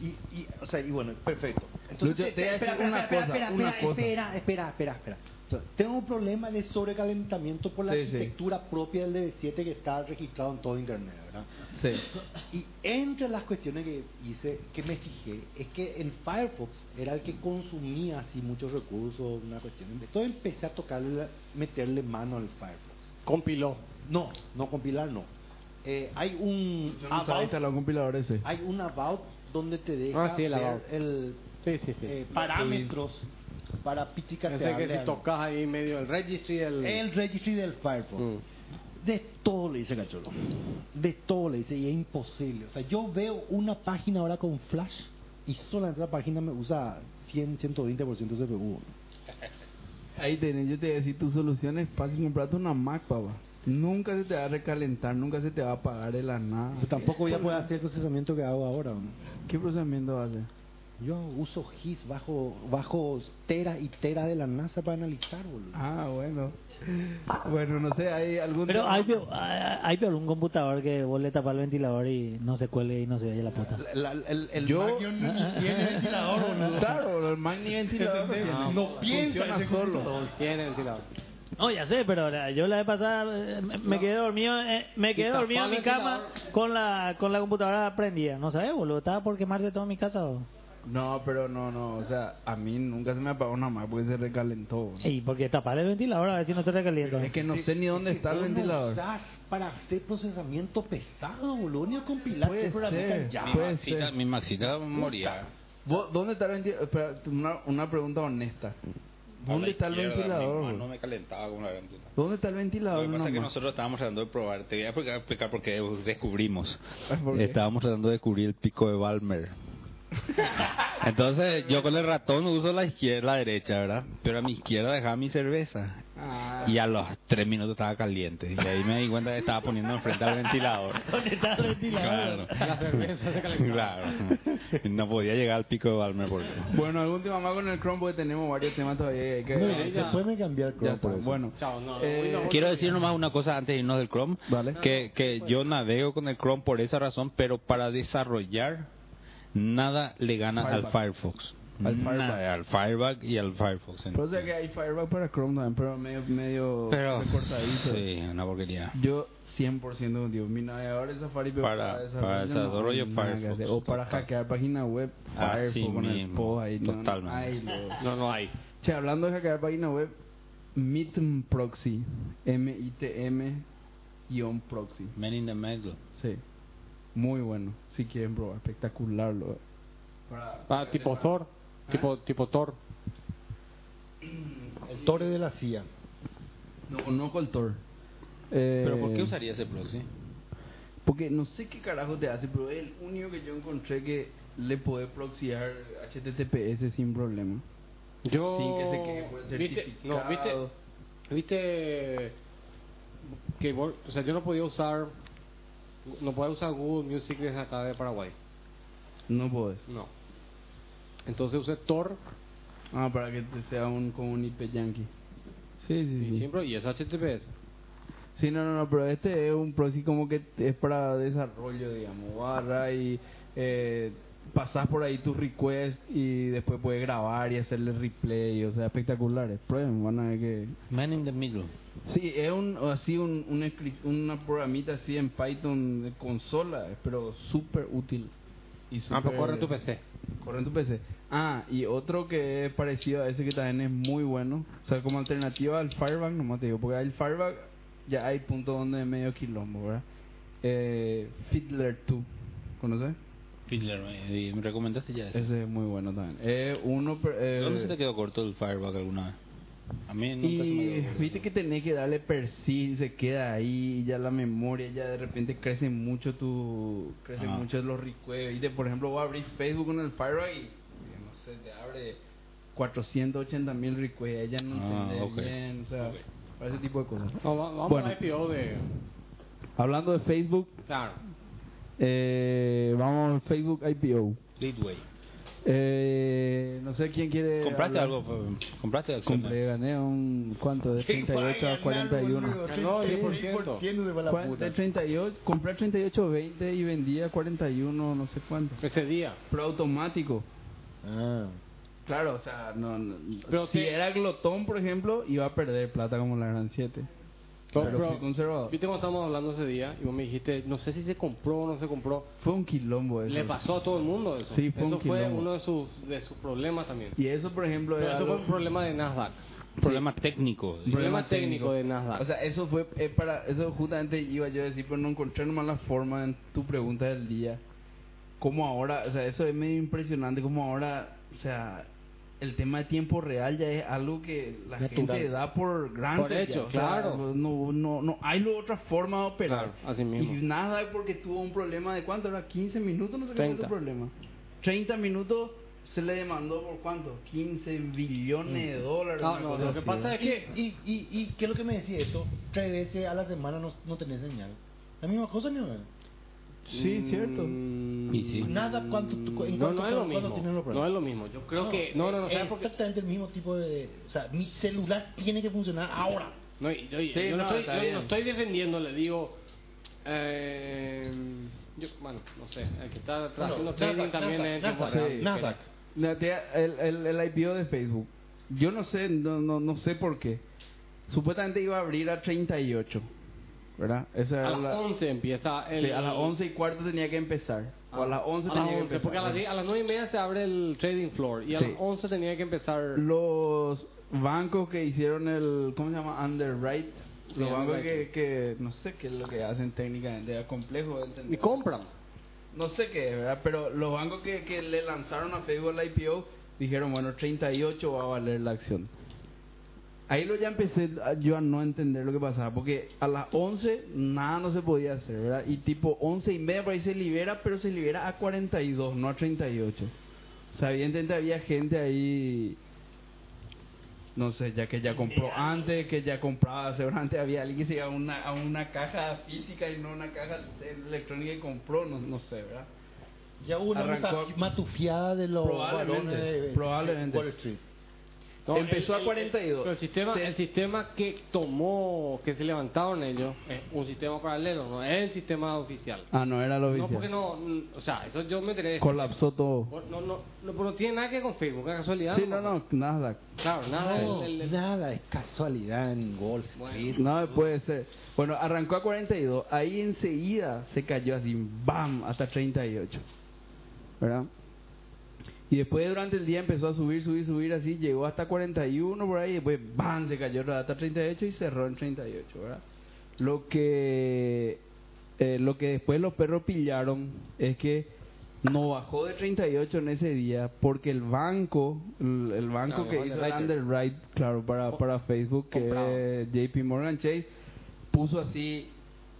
Y, y, o sea, y bueno, perfecto. Lucho, te voy a decir una cosa, espera, una espera, cosa. espera, espera, espera, espera. Entonces, tengo un problema de sobrecalentamiento por la Sí, sí. arquitectura propia del DB7 que está registrado en todo Internet, ¿verdad? Sí. Y entre las cuestiones que hice, que me fijé, es que el Firefox era el que consumía así muchos recursos, una cuestión. Entonces empecé a tocarle, meterle mano al Firefox. Compiló. No, no compilar, no. Eh, hay un Yo no sabía about, instalar un compilador ese. hay un about donde te deja Ah, sí, el ver about. el Sí, sí, sí. eh, parámetros para pichicatearle Pensé que si al- tocas ahí medio el registry, el. el registry del Firefox. Mm. De todo le dice Cachorro. De todo le dice y es imposible. O sea, yo veo una página ahora con flash y solamente la página me usa 100, 120% CPU. Ah, Ahí tenés, yo te voy a decir, tu solución es fácil, comprarte una Mac, papá. Nunca se te va a recalentar, nunca se te va a apagar el nada. Yo Pues tampoco voy a poder hacer el procesamiento que hago ahora. ¿Qué procesamiento va a hacer? Yo uso GIS bajo, bajo tera y tera de la NASA para analizar, boludo. Ah, bueno. Bueno, no sé, hay algún... Pero hay, peor- hay hay peor un computador que vos le tapas el ventilador y no se cuelgue y no se vaya la puta. La- la- el el Yo- Ah, Mac no tiene ventilador, boludo. Claro, el Mac ni ventilador no ¿Entendés? tiene. No piensa Funciona ese solo. computador. Tiene ventilador. No, ya sé, pero la- yo la vez pasada eh, me me quedé dormido, eh, me quedé tapaba dormido en mi el cama con la con la computadora prendida. No sabes, boludo, estaba por quemarse toda mi casa. boludo. No, pero no, no, o sea, a mí nunca se me apagó una Mac porque se recalentó. Y porque tapar el ventilador a ver si no te recalienta. Es que no sé ni dónde está el Vos no ventilador. usás para hacer procesamiento pesado, boludo. Ni a compilar Puede qué programita ser. en Java. mi, puede maxita, ser. mi maxita moría. ¿Vos, ¿Dónde está el ventilador? Espera, una, una pregunta honesta. A ¿Dónde la está el izquierda, mi ventilador? mano me calentaba como la gran puta. ¿Dónde está el Lo ventilador? que pasa es que nomás? nosotros estábamos tratando de probar, te voy a explicar, explicar por qué descubrimos. ¿Por qué? Estábamos tratando de descubrir el pico de Balmer. Entonces yo con el ratón uso la izquierda, la derecha, ¿verdad? Pero a mi izquierda dejaba mi cerveza. Ah. Y a los tres minutos estaba caliente. Y ahí me di cuenta que estaba poniendo enfrente al ventilador. ¿Dónde está Claro. el ventilador? La cerveza se calentaba. Claro. No podía llegar al pico de Balmer porque... Bueno, algún tema más con el Chrome porque tenemos varios temas todavía y hay que... No, ya y se puede cambiar Chrome está, por eso. Bueno, Chao, no. Eh, Windows- Quiero decir nomás una cosa antes de irnos del Chrome. Vale. Que, que yo navego con el Chrome por esa razón, pero para desarrollar, nada le gana al Firefox. Al Firebug. Al Firebug y al Firefox. Pero o sea Pues que hay Firebug para Chrome también, pero medio, medio Pero, recortadito. sí, una porquería. Yo 100% contigo. Mi navegador de Safari pero Para- desarrollo para no desarrollo hay nada que Firefox. hacer. O para Total. hackear página web. Así Firefox con el mismo. pod ahí. no, no, Totalmente. ay, lo- No, no hay. Che, hablando de hackear página web, MITM Proxy. M-I-T-M guión proxy. Men in the Middle. Sí. Muy bueno. Si quieren probar. Espectacular. Lo. Para, Ah, tipo Thor. Tipo, tipo Thor. El Torre de la CIA. No conozco el Tor. ¿Pero por qué Eh, usaría ese proxy? Porque no sé qué carajo te hace, pero es el único que yo encontré que le podés proxyar HTTPS sin problema. Yo. Sin que se queje por el ¿Viste? No, ¿viste? certificado. ¿Viste? Que vol- o sea, yo no podía usar. No podía usar Google Music desde acá de Paraguay. No podés. No. Entonces usé Tor Ah, para que te sea un, con un IP yankee. Sí, sí, sí. siempre y es HTTPS. Sí, no, no, no, pero este es un proxy como que es para desarrollo, digamos, barra y eh, pasás por ahí tus requests y después puedes grabar y hacerle replay, o sea, espectaculares. Prueben, van a ver que Man in the Middle. Sí, es un, así un, un script- una programita así en Python de consola, pero súper útil. Y Ah, súper- pero corre en tu PC. Corre en tu PC. Ah, y otro que es parecido a ese que también es muy bueno, o sea, como alternativa al Firebug, nomás te digo, porque el Firebug ya hay punto donde es medio quilombo, ¿verdad? Eh, Fiddler 2, ¿conoces? Fiddler, eh, me, me recomendaste ya ese. Ese es muy bueno también. Eh, uno, per- eh, ¿Dónde se te quedó corto el Firebug alguna vez? A mí nunca se me Y quedó corto. viste que tenés que darle persist, se queda ahí, y ya la memoria, ya de repente crece mucho tu, crece Ah. mucho los requests. Viste, por ejemplo, voy a abrir Facebook con el Firewall y, no sé, te abre 480 mil requests, ya no Ah, entendés ok. bien, o sea, para ese tipo de cosas. No, va- vamos Bueno. a IPO de. Hablando de Facebook, Claro. eh, vamos al Facebook IPO. Leadway. Eh, no sé quién quiere. ¿Compraste hablar. algo? Fab? ¿Compraste acciones? Compré, gané un cuánto, de 38 a 41. Ganó 10%. Cuan- de 38, compré 38 20 y vendía 41 no sé cuánto. Ese día. Pero automático. Ah. Claro, o sea, no, no- Pero si que- era glotón, por ejemplo, iba a perder plata como la Gran 7. Pero, Pero- fui conservador. Viste cuando estábamos hablando ese día y vos me dijiste, no sé si se compró o no se compró. Fue un quilombo eso. Le pasó a todo el mundo eso. Sí, fue un eso fue quilombo. uno de sus, de sus problemas también. Y eso, por ejemplo, Pero era eso fue algo- un problema de Nasdaq. Problema técnico. Un problema técnico de Nasdaq. O sea, eso fue es para eso justamente iba yo a decir, pero no encontré nomás la forma en tu pregunta del día. Como ahora, o sea, eso es medio impresionante como ahora, o sea, el tema de tiempo real ya es algo que la Natural. gente da por grande. Por hecho, ya, o sea, claro. No, no, no hay luego otra forma de operar. Claro, así mismo. Y nada porque tuvo un problema de cuánto, era 15 minutos, no sé qué fue 30. su problema. 30 minutos se le demandó por cuánto? 15 billones Mm. de dólares. No, una no, cosa lo que así, pasa ¿verdad? es que ¿Y, y, y qué es lo que me decía esto? Tres veces a la semana no, no tenés señal. La misma cosa, ¿no? Sí, cierto. Y sí. Nada, ¿cuánto, tú- en Mm, No, cuánto, no es lo cuánto mismo. tienen los No es lo mismo. Yo creo que. eh, No, no, no. es ¿sabes por qué? exactamente el mismo tipo de... O sea, mi celular tiene que funcionar ahora. No, y- yo, Sí, yo no, no, estoy, está yo bien. no estoy defendiendo, le digo. eh, yo, bueno, no sé. El que está haciendo Bueno, trading Nasdaq, también Nasdaq, es tiempo Nasdaq, real. Nasdaq. No, te- el, el, el IPO de Facebook. Yo no sé, no, no, no sé por qué. Supuestamente iba a abrir a 38, ¿verdad? Esa A era las la- 11 empieza. El, Ah, sí, a las 11 y cuarto tenía que empezar. o a las 11 a las tenía que 11, empezar. porque a las, 10 a las 9 y media se abre el trading floor y a Sí. las 11 tenía que empezar. Los bancos que hicieron el, ¿cómo se llama? Underwrite. Sí, los bancos que, underwrite. que, no sé qué es lo que hacen técnicamente, era complejo de entender. Y compran. No sé qué, ¿verdad? Pero los bancos que, que le lanzaron a Facebook la IPO dijeron, bueno, 38 va a valer la acción. Ahí lo ya empecé a- yo a no entender lo que pasaba, porque a las 11 nada no se podía hacer, ¿verdad? Y tipo 11 y media por ahí se libera, pero se libera a 42, no a 38. O sea, evidentemente había gente ahí, no sé, ya que ya compró antes, que ya compraba seguramente, había alguien que se iba a una, a una caja física y no a una caja electrónica y compró, no, no sé, ¿verdad? Ya hubo una Arrancó- matu- matufiada de los Probablemente, varones de- de probablemente. Wall Street. No, Empezó eh, el- a el- 42. pero el sistema, Se- el sistema que tomó, que se levantaron ellos, es un sistema paralelo, no es el sistema oficial. Ah, no, era lo No, oficial. porque no, mm, o sea, eso yo me enteré. después. Colapsó todo. Por- No, no, no, pero no tiene nada que ver con Facebook, qué casualidad. Sí, no, no, Nasdaq. Claro, nada. No, el- el- el- nada, es casualidad en Wall Street. No, puede ser. Bueno, arrancó a 42. Ahí enseguida se cayó así, ¡bam! Hasta 38. ¿Verdad? Y después durante el día empezó a subir, subir, subir así. Llegó hasta 41 por ahí. Y después, ¡bam! Se cayó otra vez hasta 38 y cerró en 38, ¿verdad? Lo que, eh, lo que después los perros pillaron es que no bajó de 38 en ese día porque el banco, el, el banco Claro, que el hizo el underwriter. underwrite, claro, para, para Facebook, que Comprado. es JP Morgan Chase, puso así,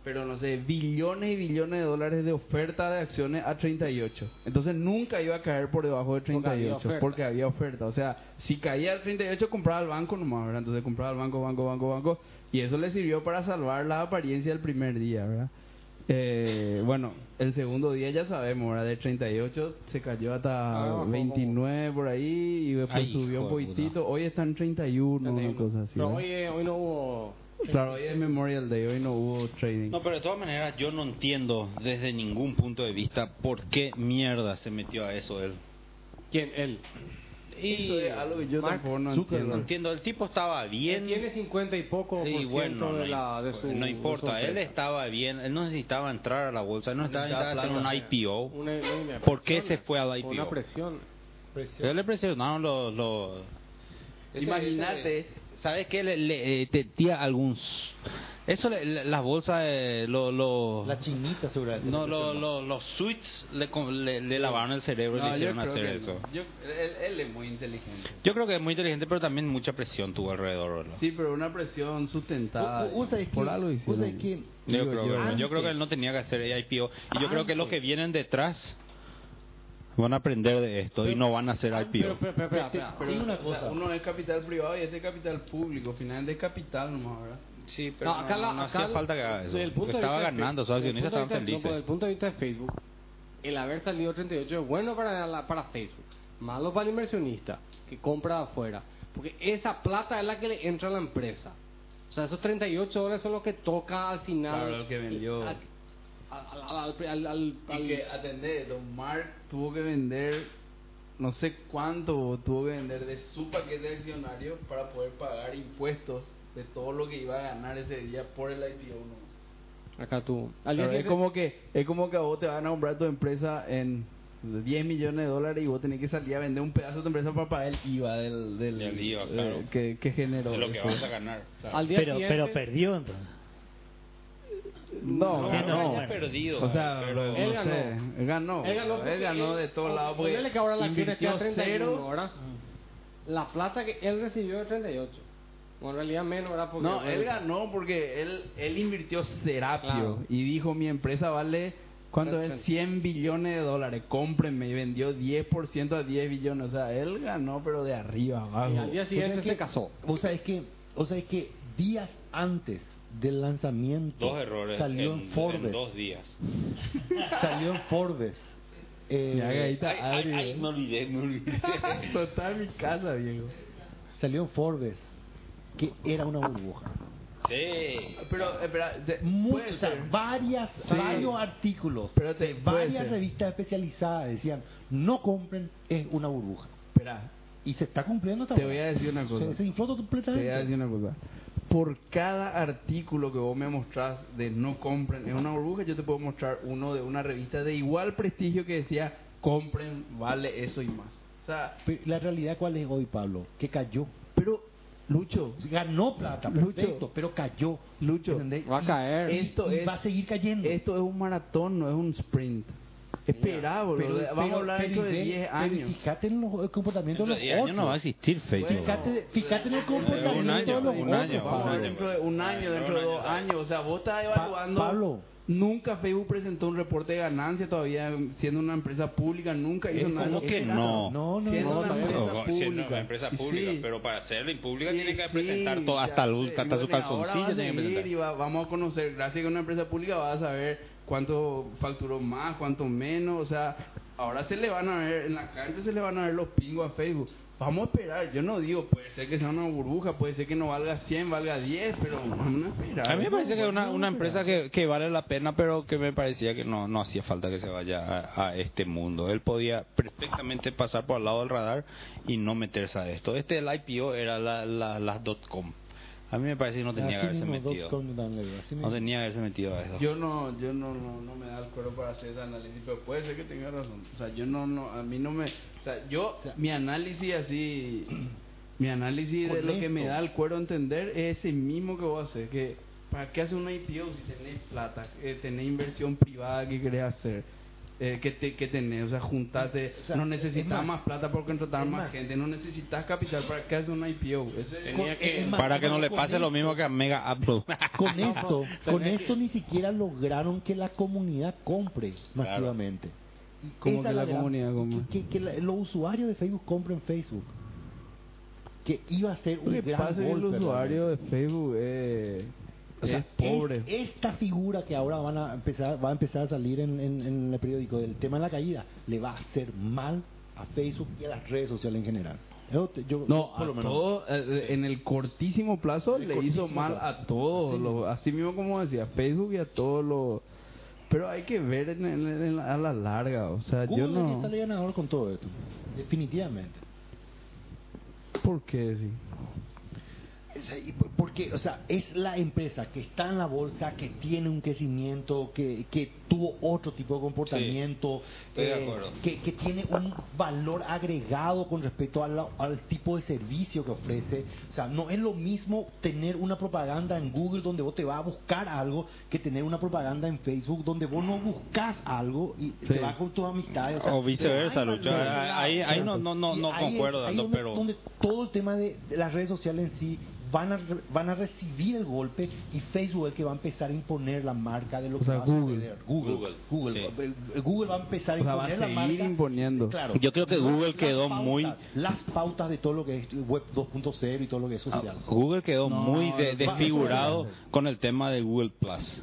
pero no sé, billones y billones de dólares de oferta de acciones a 38. Entonces nunca iba a caer por debajo de Porque 38 había oferta. porque había oferta. O sea, si caía al 38 compraba al banco nomás, ¿verdad? Entonces compraba al banco, banco, banco, banco. Y eso le sirvió para salvar la apariencia del primer día, ¿verdad? Eh, bueno, el segundo día ya sabemos, ¿verdad? De 38 se cayó hasta Ah, bajó como- 29 por ahí y después Ay, subió un hijo de puta. poquitito. Hoy está en 31, una cosa así. Pero ¿verdad? hoy, eh, hoy no hubo. Claro, hoy es Memorial Day, hoy no hubo trading. No, pero de todas maneras yo no entiendo desde ningún punto de vista por qué mierda se metió a eso él. ¿Quién? Él. Y Eso es algo que yo Mark tampoco no Zuckerberg. entiendo. No entiendo, el tipo estaba bien. Él tiene 50 y poco Sí, por ciento bueno, no, de, la, de imp- su. no de su importa, él oferta. estaba bien, él no necesitaba entrar a la bolsa, él no estaba necesitaba hacer un IPO. Una- una ¿Por qué presión, se fue al con IPO? Una presión. Pero le presionaron los... los- Ese- Imagínate. ese- ¿Sabes qué? Le, le- eh, te tira algún... s- Eso, le- le- las bolsas, eh, los... los- La chinita sobre no, los, los, los suits le, con- le, le lavaron el cerebro y le hicieron hacer eso. él, es muy inteligente. Yo creo que es muy inteligente, pero también mucha presión tuvo alrededor. ¿verdad? Sí, pero una presión sustentada. Vos- vos sabés por que- algo vos hicieron. sabés que- Yo, Digo creo, yo. que- yo Antes. creo que él no tenía que hacer IPO. Y yo creo que los que vienen detrás van a aprender de esto y no van a hacer IPO. Pero, pero, pero, espera, Este, espera. Pero, o sea, uno es capital privado y este es capital público. Finalmente es capital nomás, ¿verdad? Sí, No, acá la- no acá hacía el- falta que haga eso. desde el punto porque de Estaba vista de ganando, Facebook- sus desde el accionistas punto de estaban vista- no, felices. Desde el punto de vista de Facebook, el haber salido 38 es bueno para, la- para Facebook, malo para el inversionista que compra afuera, porque esa plata es la que le entra a la empresa. O sea, esos 38 dólares son los que toca al final. Claro, lo que vendió. A- a- al- al- al- al- al- Y que atender, Don Mark tuvo que vender, no sé cuánto tuvo que vender de su paquete de accionarios para poder pagar impuestos de todo lo que iba a ganar ese día por el IPO. nomás. acá tú. Al Claro, día es siguiente- como que es como que a vos te van a comprar tu empresa en 10 millones de dólares y vos tenés que salir a vender un pedazo de tu empresa para pagar el IVA del, del- Del IVA, eh, claro. que, que generó. De lo que eso. vas a ganar. al día Pero, siguiente- pero perdió entonces. No, que ganó. no. perdido. O sea, pero- no él sé, ganó. él ganó. Él ganó, porque Él ganó él- de todos o- lados. porque ponele que ahora la acción está a invirtió 31, cero. ¿verdad? La plata que él recibió de 38. Bueno, en realidad menos, ¿verdad? Porque, No, bueno, él ganó porque él, él invirtió Serapio Claro. y dijo, mi empresa vale, ¿cuánto es? 100 billones de dólares, cómprenme. Y vendió 10% a 10 billones. O sea, él ganó, pero de arriba abajo. Y al día siguiente Pues es que- se casó. Vos sabés que, vos sabés que días antes del lanzamiento Dos errores salió en, en, Forbes. en dos días. Salió en Forbes. Eh, Mira, que ahí está Ay, Adri. ay, me olvidé, me olvidé. Total, mi casa, viejo. salió en Forbes que era una burbuja. Sí. Pero, eh, espera, te- puede Muchas, ser. varias, Sí. varios artículos Pero te- de puede varias ser. revistas especializadas decían no compren es una burbuja Espera, y se está cumpliendo hasta Te ahora. voy a decir una cosa. se, se infló te voy completamente. a decir una cosa. Por cada artículo que vos me mostrás de no compren en una burbuja, yo te puedo mostrar uno de una revista de igual prestigio que decía compren, vale eso y más. O sea, Pero la realidad cuál es hoy Pablo que cayó Pero, Lucho, ganó plata Lucho. perfecto pero cayó Lucho, ¿entendés? Va a Y- caer. y- Esto y es- va a seguir cayendo esto es un maratón, no es un sprint. Espera, boludo. Pero- Vamos pero- a hablar pero esto de ve- 10 pero años. fíjate en los el comportamiento de Dentro los de 10 años no va a otros existir Facebook. fíjate, fíjate en el comportamiento un año, de los un otros año, Pablo. Vamos a ver año, dentro de un pues. año, dentro de dos años. O sea, vos estás Pa- evaluando. Pablo. Nunca Facebook presentó un reporte de ganancia todavía siendo una empresa pública, nunca hizo Eso, nada. ¿Cómo que Era- no? No, no, Siendo no, una no, empresa No, pública. siendo una empresa Y pública, sí. pero para hacerlo en pública Sí, tiene que sí, presentar todo, ya hasta, el- sé. hasta Y bueno, ahora su va calzoncillo a tiene que salir presentar. y va- vamos a conocer, gracias a una empresa pública vas a saber cuánto facturó más, cuánto menos, o sea, ahora se le van a ver, en la cancha se le van a ver los pingos a Facebook. Vamos a esperar, yo no digo, puede ser que sea una burbuja, puede ser que no valga 100, valga 10, pero vamos a esperar. A mí me parece que es una, Vamos a una esperar. empresa que, que vale la pena, pero que me parecía que no, no hacía falta que se vaya a, a este mundo. Él podía perfectamente pasar por al lado del radar y no meterse a esto. Este, el IPO, era la, la- las .com. A mí me parece que no tenía que haberse metido. No tenía que haberse metido a eso. Yo no, yo no, no, no me da el cuero para hacer ese análisis, pero puede ser que tenga razón. O sea, yo no, no, a mí no me, o sea, yo, mi análisis así, mi análisis de lo que me da el cuero entender es ese mismo que vos haces, que ¿para qué hace una IPO si tenés plata, eh, tenés inversión privada que querés hacer? Eh, que, te, que tenés, o sea, juntate, O sea, no necesitas es más, más, plata por contratar es más, más. gente, no necesitas capital, ¿para qué hace una IPO? Ese- Tenía que- Es más, Para que no con le pase esto- lo mismo que a Mega Upload. Con esto, no, con tenés esto ni siquiera lograron que la comunidad compre masivamente. ¿Cómo Esa que es la gran- comunidad compra? Que, que la- los usuarios de Facebook compren Facebook. Que iba a ser Lo un que gran pasa es que el golpe, usuario realmente. de Facebook eh, O sea, es pobre. es- esta figura que ahora van a empezar, va a empezar a salir en, en- en el periódico del tema de la caída, le va a hacer mal a Facebook y a las redes sociales en general. Yo, te- yo- no, por a lo menos. todo, eh, en el cortísimo plazo El le hizo cortísimo mal plazo. a todos, Sí. los- así mismo como decía Facebook y a todos los... Pero hay que ver en- en- en la- a la larga, o sea, Google yo no... sale ganador con todo esto, definitivamente. ¿Por qué? Sí? Sí, por- Porque, o sea, es la empresa que está en la bolsa, que tiene un crecimiento, que, que tuvo otro tipo de comportamiento, eh, estoy de acuerdo. que, que tiene un valor agregado con respecto a la- al tipo de servicio que ofrece. O sea, no es lo mismo tener una propaganda en Google donde vos te vas a buscar algo que tener una propaganda en Facebook donde vos no buscas algo y te Sí. vas con tus amistades. O viceversa, pero hay Lucho. valor Ahí- agregado. ahí no- no- no- Y no ahí es- concuerdo ahí tanto, donde- pero- donde todo el tema de de las redes sociales en sí van a, re- van a recibir el golpe y Facebook es el que va a empezar a imponer la marca de lo O que sea, va Google. a suceder. Google. Google, Google. sí. Eh, eh, Google va a empezar a O sea, va a imponer la seguir marca. Eh, imponiendo. Claro. Yo creo que Google quedó pautas, muy- Las pautas de todo lo que es web 2.0 y todo lo que es Ah, social. Google quedó No, muy de- no, desfigurado no, no. con el tema de Google Plus.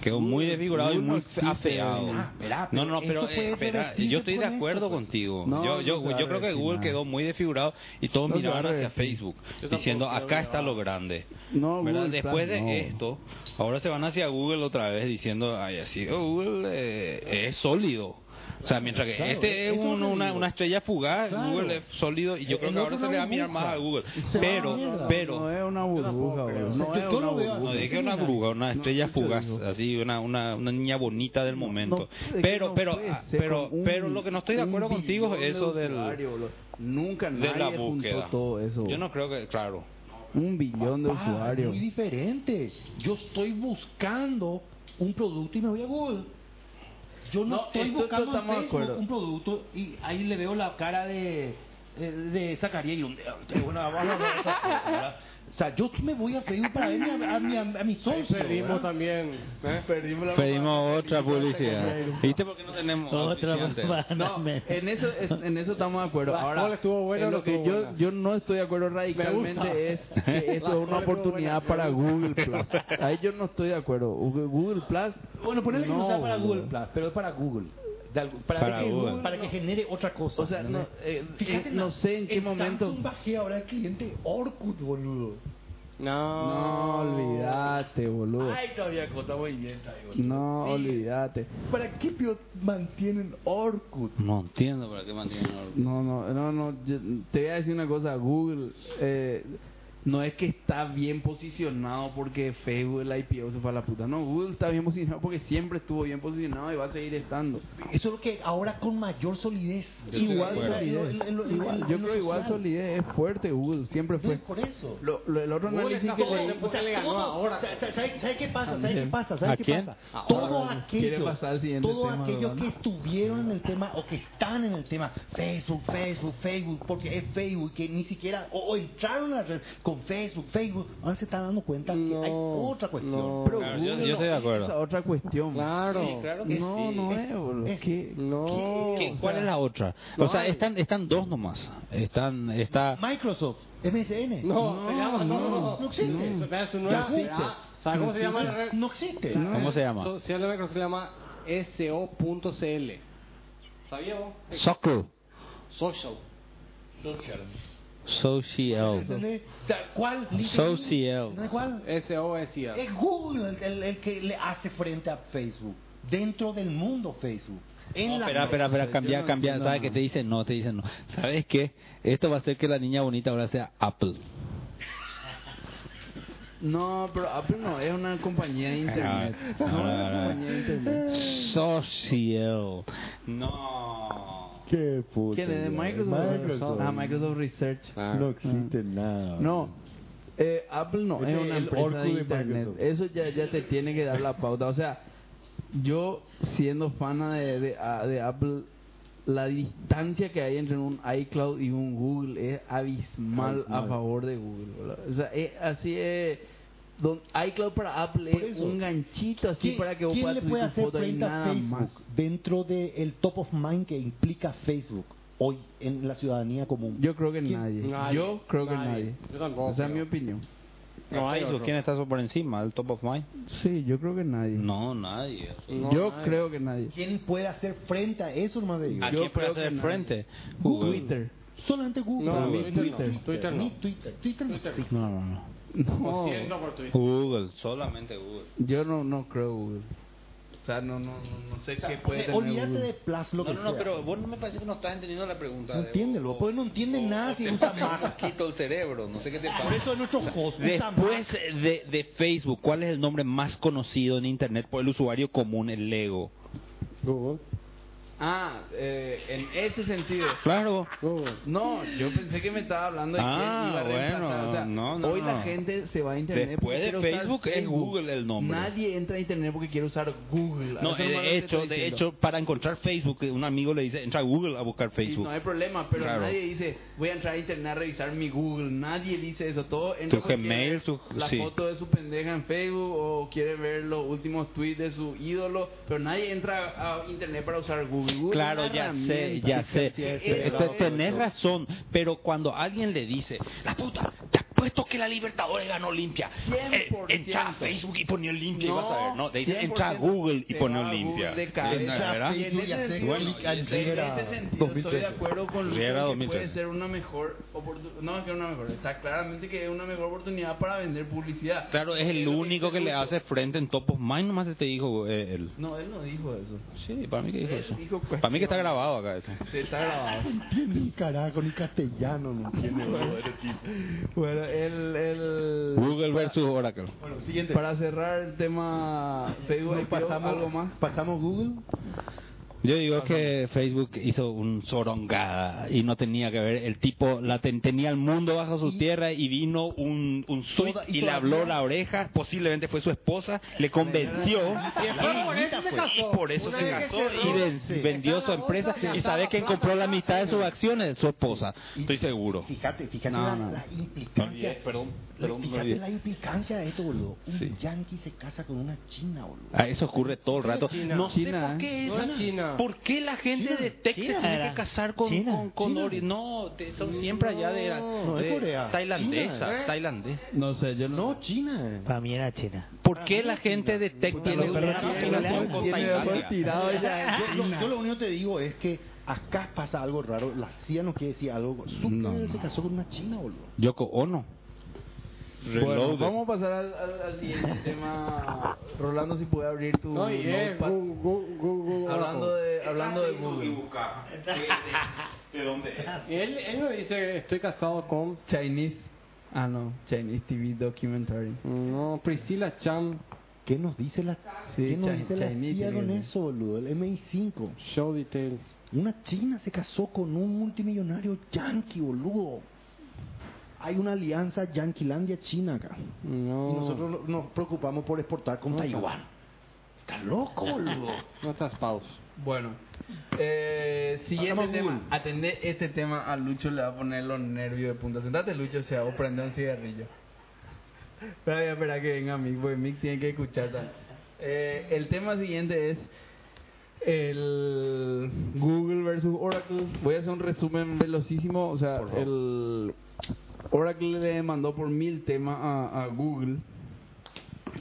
Quedó muy desfigurado y Google no muy existe, ah, afeado. ¿verdad? Verá, No, no, pero esto puede eh, espera, revertirse yo estoy de con esto, acuerdo pues. contigo. No, yo, yo, no se yo va a creo que decir Google nada. quedó muy desfigurado y todos No se miraban va a hacia decir. Facebook, tampoco diciendo creo acá que está va". lo grande. No, ¿Verdad? Google Después Plus, de no. esto, ahora se van hacia Google otra vez diciendo, ay, así, oh, Google eh, es sólido. O sea, mientras que Claro, este es eso es lo uno- que una, digo. una estrella fugaz, Claro. Google es sólido y yo El creo que ahora otro se no le va a mirar burbuja. más a Google. Se va a Pero, la mierda. pero, No es una burbuja, tampoco creo. boludo, O No sea, es yo- yo una lo veo burbuja. no, dije una Millonario. bruja, una No, estrella escucha, fugaz, dijo. así, una, una, una niña bonita del momento. No, es pero, que pero, no puede ah, ser pero, con un- pero lo que no estoy de un acuerdo contigo billón de es eso del, usuarios, boludo. Nunca nadie de la juntó búsqueda. todo eso. Yo no creo que, claro. Un billón de Papá, Es usuarios. muy diferente. Yo estoy buscando un producto y me voy a Google. Yo no, No, estoy esto- buscando esto en estamos de Facebook acuerdo. un producto y ahí le veo la cara de eh, de Zacarías y un- eh, bueno, vamos a hablar de esas cosas, ¿verdad? O sea, yo me voy a Facebook para ver a, a, mi- a mi socio. Perdimos también. Eh, Perdimos la Pedimos otra publicidad. ¿Viste por qué no tenemos Otra auspiciantes? propaganda No, me- en eso, en eso estamos de acuerdo. La Ahora, cola estuvo en buena o no lo que estuvo yo, buena. yo no estoy de acuerdo Me radicalmente es gusta. que La esto es cola una estuvo oportunidad buena. para Google Plus. Ahí yo no estoy de acuerdo. Google- Google Plus. Bueno, ponerle que no no, sea para Google boludo. Plus, pero es para Google. De algo- para, Para que, Google. para que genere otra cosa. O sea, no, ¿entendés? eh, eh, na- no sé en qué momento- Samsung bajé ahora el cliente Orkut, boludo. No, olvídate, boludo. Ay, todavía cosa muy bien, está ahí, boludo. No, Sí. olvídate. ¿Para qué pio- mantienen Orkut? No entiendo para qué mantienen algo. No, no, no, no. yo- te voy a decir una cosa. Google eh, no es que está bien posicionado porque Facebook, el IPO se fue a la puta. No, Google está bien posicionado porque siempre estuvo bien posicionado y va a seguir estando. Eso es lo que ahora con mayor solidez. Yo estoy de Igual acuerdo. solidez. Igual, yo creo igual solidez pues. es fuerte, Google. Siempre fue. por eso. Lo, lo- el otro Google análisis está que fuerte. le- ¿por qué le ganó ahora? ¿Sabes qué pasa? ¿Sabes qué También. pasa? ¿Sabes ¿A qué quién? pasa? Todos Ahora, quiere aquellos, pasar al siguiente todos tema, aquellos ¿verdad? que estuvieron en el tema o que están en el tema, Facebook, Facebook, Facebook, porque es Facebook, que ni siquiera, o, o entraron a la red con Facebook, Facebook, ahora se están dando cuenta No, que hay otra cuestión. no. Pero Claro, Google yo- yo estoy de no acuerdo. es Esa otra cuestión. Claro. que no, sí. no Es- es, boludo. es- ¿Qué- No. ¿Qué- o ¿Cuál sea, es la otra? o sea, están, están dos nomás. Están, está... Microsoft, MSN. No, se llama, no, no, no existe. Eso está en su Ya nueva- existe. Ah, ¿Sabes cómo se llama la red? No existe. ¿Cómo se llama? So- Se llama Microsoft, se llama SO.cl. ¿Sabías vos? Soccer. Social. Social. ¿Entendés? O sea, ¿cuál? Social. ¿Entendés cuál? S.O.S.I.A. Es Google el, el- el que le hace frente a Facebook. Dentro del mundo Facebook. En No, la espera, espera, espera, cambia, cambia. ¿Sabes qué te dicen? No, te dicen no. ¿Sabes qué? Esto va a hacer que la niña bonita ahora sea Apple. No, pero Apple no es una compañía de internet. No, Ah, es ah, una ah. compañía de internet. Social. No. Qué puto. ¿Quién es de Microsoft? Microsoft. Ah, Mm. Microsoft Research. Ah. No existe nada. No. eh, Apple no Ese es una es el empresa Orkut de de internet. Microsoft. Eso ya, ya te tiene que dar la pauta. O sea, yo siendo fana de, de, a- de Apple, la distancia que hay entre un iCloud y un Google es abismal, Abismal. a favor de Google. ¿verdad? O sea, es- así es. Don, iCloud para Apple Por es eso, un ganchito así ¿Quién, para que vos quién puedas le subir puede tu hacer foto y frente a nada Facebook más. dentro del top of mind que implica Facebook hoy en la ciudadanía común? Yo creo que ¿Quién? nadie. Nadie, Yo creo que nadie. nadie. Yo tampoco Esa es mi creo. opinión. No hay otro. ¿Quién está por encima? ¿El top of mind? Sí, yo creo que nadie. No, nadie. No, yo nadie. creo que nadie. ¿Quién puede hacer frente a eso, hermano de Dios? ¿A Yo quién puede creo que hacer nadie. frente? Google. Twitter. Solamente Google. No, Ni Twitter no. Twitter no. Ni Twitter. Twitter no existe. No, no, no. Lo No, siento por Twitter. Google, solamente Google. yo no, no creo Google. O sea, no, no, no, no sé qué puede tener Olvídate Google. de Plus, lo No, que no, no, sea. pero vos no me parece que no estás entendiendo la pregunta. No de- entiende, loco, porque Pues no entiende nada o si te usa pone un Mac. poquito el cerebro, no sé qué te pasa. Por eso es nuestro host. usa Después Mac. de, de Facebook, ¿cuál es el nombre más conocido en Internet por el usuario común, el Lego? Google. Ah, eh, en ese sentido. Claro. Google. No, yo pensé que me estaba hablando de quién Ah, iba a reemplazar. bueno, o sea, no, no, hoy la no. gente se va a internet. Después porque de quiere usar Facebook es Google el nombre. Nadie entra a internet porque quiere usar Google. No, Eso es lo que de te hecho, estoy de diciendo. hecho, para encontrar Facebook, un amigo le dice, entra a Google a buscar Y Facebook. no hay problema, pero Claro. nadie dice, voy a entrar a internet a revisar mi Google. Nadie dice eso. Todo entra Tu porque quiere Gmail, tu- la sí. foto de su pendeja en Facebook o quiere ver los últimos tweets de su ídolo, pero nadie entra a internet para usar Google. Google Claro, es una ya sé, herramienta. ya sé. Este Eso Te- es- Tenés razón, pero cuando alguien le dice, la puta, te apuesto que la Libertadores ganó limpia. eh, 100%. Entra a Facebook y pone limpia No, y vas a ver. No, te dice, 100% entra a Google y se pone va a limpia. Google de cabeza. Eh, ¿verdad? Y en Ya ese sé, sentido, bueno, en ese Rivera sentido estoy de 2013. acuerdo con Lucho Rivera que puede 2013. ser una mejor oportunidad. No, que una mejor. Está claramente que es una mejor oportunidad para vender publicidad. Claro, es el Pero único que le Lucho- hace frente en Top of Mind, nomás te dijo eh, él. No, él no dijo eso. Sí, para mí que dijo Él eso. dijo cuestión. Para mí que está grabado acá. este. Se está grabado. Entiende ni carajo, ni castellano, no entiende. boludo, este tipo. Bueno, el, el- Google versus Oracle. Bueno, siguiente. para cerrar el tema Facebook, Nos ¿hay algo más. pasamos Google. Yo digo que Facebook hizo un sorongada y no tenía que ver. El tipo la ten- tenía el mundo bajo su tierra y vino un, un suit Toda- y y le todavía- habló la oreja. Posiblemente fue su esposa, le convenció. después por eso se y casó. por eso Una se vez que casó cerró, y ven- sí. vendió su empresa. Y sabe que compró la mitad de sus acciones, su esposa. Estoy seguro. Fíjate, fíjate No, la, no. la implicancia. No, perdón, La- perdón, me fíjate olvidé. la implicancia de esto, boludo. Un Sí. yankee se casa con una china, boludo. Ah, Eso ocurre todo el rato. China. No sé China, por qué No eso. es China. ¿Por qué la gente China. de Texas China tiene era. que casar con China. con, con China. ori- No, te- son siempre allá de, la- No, es de Corea. tailandesa, China, ¿eh? tailandés. No sé, eh. yo No, China. Para mí era China. ¿Por qué la gente Este de Texas tiene lo una perdí, relación lo con Tiene Tailandia? mejor tirado ya. Yo, lo, yo lo único que te digo es que acá pasa algo raro. La CIA nos quiere decir algo. Zuckerberg No, se no. casó con una china, boludo. Yoko Ono. Bueno, Reloaded. vamos a pasar al, al- al siguiente tema. Rolando, si puede abrir tu No, y es notepad. Gu- Gu- Gu- Gu- hablando de hablando de Google. Y Él, él me dice, estoy casado con... Chinese. Ah, no. Chinese TV documentary. No, Priscila Chan ¿Qué nos dice la, Sí, ¿qué nos Chi- dice la Chinese CIA con Television. eso, boludo? El MI5. Show Details. Una china se casó con un multimillonario yankee, boludo. Hay una alianza Yanquilandia-China acá. No, Y Oh. nosotros no- nos preocupamos por exportar con Taiwán. Está loco, boludo. no estás paus. Bueno, eh, siguiente Hablamos tema. Google. Atender este tema a Lucho le va a poner los nervios de punta. Sentate, Lucho, o sea, vos prende un cigarrillo. Pero voy a esperar que venga Mick, porque Mick tiene que escuchar también. Eh, el tema siguiente es el Google versus Oracle. Voy a hacer un resumen velocísimo. O sea, el Oracle le mandó por mil temas a, a Google.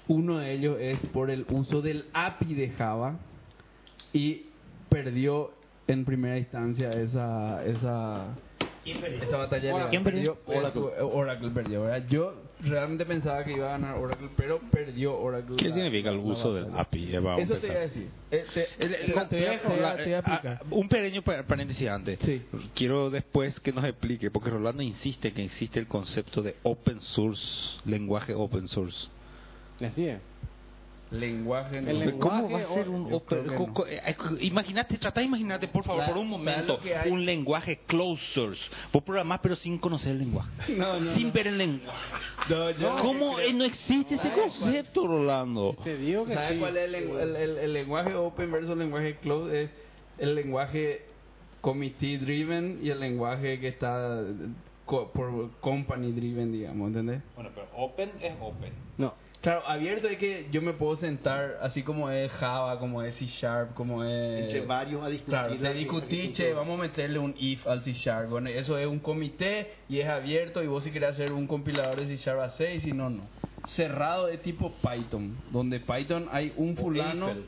Uno de ellos es por el uso del API de Java y perdió en primera instancia esa, esa ¿Quién perdió? Esa batalla Ahora, la ¿quién perdió perdió? Oracle. Eh, Oracle perdió, ¿verdad? Yo realmente pensaba que iba a ganar Oracle, pero perdió Oracle. ¿Qué la- significa el la uso batalla. del API? Eh, vamos a Eso te empezar. iba a decir. Eh, te- el- el- Complejo, te voy a- te voy a- la- te voy a eh, explicar. ah, un pequeño pa- paréntesis antes. Sí. Quiero después que nos explique, porque Rolando insiste que existe el concepto de open source, lenguaje open source. Así es. Lenguaje. El lenguaje ¿Cómo va a ser o- un Yo creo open- que co- no. co- eh, eh, Imagínate, trata de imaginarte, por favor, La- por un ¿sabes lo momento, que hay? un lenguaje closed source. Vos programás, pero sin conocer el lenguaje. No, no, sin no. ver el lenguaje. No, yo- ¿Cómo eh, no existe ese concepto, Rolando? Te digo que ¿Sabes sí. cuál es el, lengu- el- el- el lenguaje open versus el lenguaje closed? Es el lenguaje committee driven y el lenguaje que está eh, co- por company driven, digamos, ¿entendés? Bueno, pero open es open. No. Claro, abierto es que yo me puedo sentar así como es Java, como es C Sharp, como es... Entre varios a discutir. Eh, Claro, la- te discutí, che, vamos a meterle un if al C Sharp. Bueno, eso es un comité y es abierto y vos si querés hacer un compilador de C Sharp a 6, si no, no. Cerrado de tipo Python, donde Python hay un fulano... Eiffel.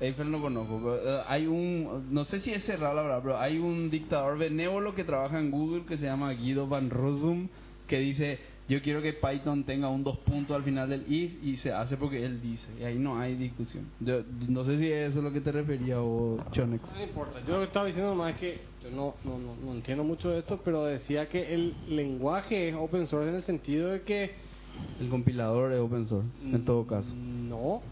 Eiffel no conozco, pero, eh, hay un, no sé si es cerrado la verdad, pero hay un dictador benévolo que trabaja en Google que se llama Guido Van Rossum que dice, yo quiero que Python tenga un dos puntos al final del if y se hace porque él dice, y ahí no hay discusión. Yo no sé si eso es lo que te refería vos, Chonex. No importa. Yo lo que estaba diciendo más es que yo no, no, no, no entiendo mucho de esto, pero decía que el lenguaje es open source en el sentido de que. El compilador es open source, en Mm, todo caso. No.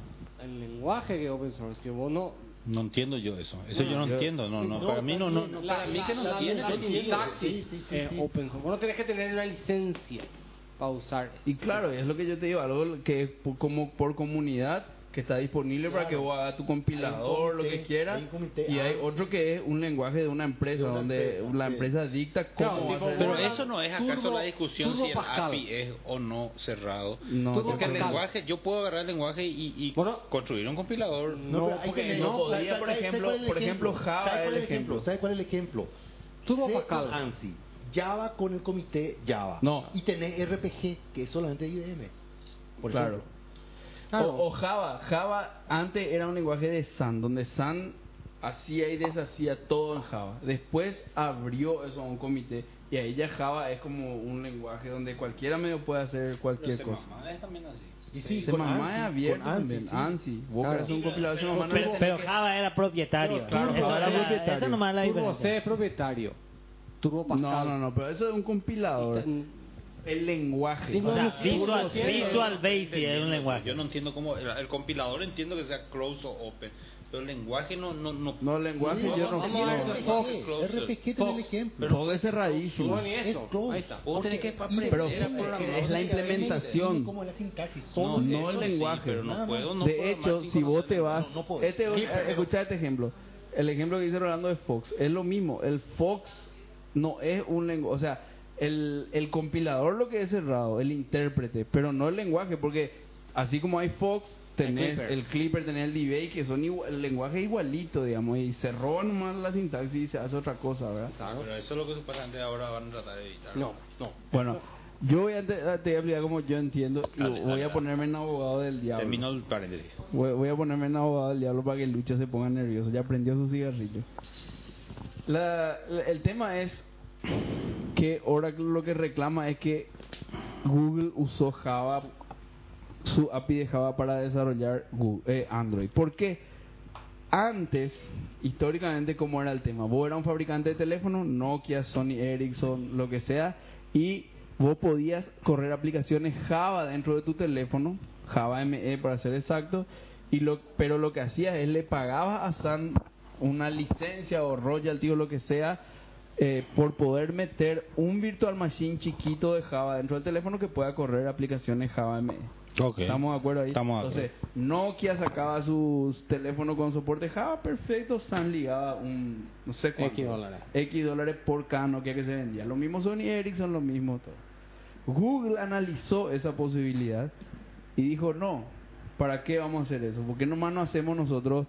El lenguaje que es open source, que vos no. No entiendo yo eso. Eso yo no entiendo. No, no, No, para mí no, no. también, para mí que no tiene la sentido. sintaxis Sí, sí, sí, es sí. open source. Vos no tenés que tener una licencia para usar. Y claro, es lo que yo te digo, algo que es por- como por comunidad, que está disponible para que Claro. vos hagas tu compilador, Hay un comité, lo que quieras. hay un comité, y hay ah, otro que es un lenguaje de una empresa, De una donde empresa, la sí. empresa dicta cómo Claro, va a tipo, ser. Pero Borra eso no es acaso turbo- la discusión turbo si el Pascal. API es o no cerrado. No, Turbo Porque el Pascal. lenguaje, yo puedo agarrar el lenguaje y, y Bueno. construir un No, compilador. No, pero hay porque que leer. no ¿Sabes- podía, por sabes- ejemplo- sabes cuál es el por ejemplo, Java ¿Sabes es cuál el es el ejemplo? ejemplo. ¿Sabes cuál es el ejemplo? Turbo C con Pascal. ANSI, Java con el comité Java. No. Y tenés RPG, que es solamente IBM. Por Claro. ejemplo. Claro. O, o Java. Java antes era un lenguaje de Sun, donde Sun hacía y deshacía todo en Java. Después abrió eso a un comité y ahí ya Java es como un lenguaje donde cualquiera medio puede hacer cualquier cosa. es también así. Y Sí, sí, se con mamá ANSI, es abierto con ANSI, también. sí. ANSI. Vos Claro. querés un compilador, su mamá no Pero, le pero tenés que- Java era propietario. Pero, claro, Esa Java era era- propietario. Esa nomás es la Turbo C diferencia. es propietario. Turbo Pascal. No, no, no, pero eso es un compilador. El lenguaje. O sea, Visual, Turbo C. Visual Basic es un lenguaje. Yo no entiendo cómo. El, el compilador entiendo que sea close o open. Pero el lenguaje no. No, no, No, el lenguaje yo no. Vamos no, a no, ver no, RPG. no, RPG tenés el ejemplo. Todo es cerradísimo. No, ni Es eso. close. Ahí está. Vos tenés Porque que pa- IBM Pero es era programador, es la IBM, implementación. Como la sintaxis. No, solo no eso. el lenguaje. pero no Nada puedo, más. no puedo de hecho, amar sin si vos te conocer- vas, no, no podés. este, eh, escuchá este ejemplo. El ejemplo que dice Rolando de Fox es lo mismo. El Fox no es un lenguaje, o sea, el, el compilador lo que es cerrado, el intérprete, pero no el lenguaje, porque así como hay Fox, tenés el Clipper, Clipper. tenés el DBA, que son igual, el lenguaje es igualito, digamos, y se roban nomás la sintaxis y se hace otra cosa, ¿verdad? Pero eso es lo que sus pasantes ahora van a tratar de evitar. No, no. Bueno, yo voy a, te, te voy a explicar como yo entiendo, y Dale, voy dale, a dale. ponerme en abogado del diablo. Terminó el paréntesis. Voy, voy a ponerme en abogado del diablo para que Lucha se ponga nervioso. Ya prendió su cigarrillo. La- la- el tema es que Oracle lo que reclama es que Google usó Java, su API de Java para desarrollar Gu- eh, Android. ¿Por qué? Antes, históricamente, ¿cómo era el tema? Vos eras un fabricante de teléfonos, Nokia, Sony Ericsson, lo que sea, y vos podías correr aplicaciones Java dentro de tu teléfono, Java ME para ser exacto, y lo, pero lo que hacías es le pagabas a Sun una licencia o royalty o lo que sea eh, por poder meter un virtual machine chiquito de Java dentro del teléfono que pueda correr aplicaciones Java E. ME. Ok. ¿Estamos de acuerdo ahí? Estamos de Entonces, Nokia sacaba su teléfono con soporte Java, perfecto. San ligaba un, no sé cuánto. X dólares. X dólares por cada Nokia que se vendía. Lo mismo Sony Ericsson, lo mismo todo. Google analizó esa posibilidad y dijo, no, ¿para qué vamos a hacer eso? ¿Por qué nomás no hacemos nosotros?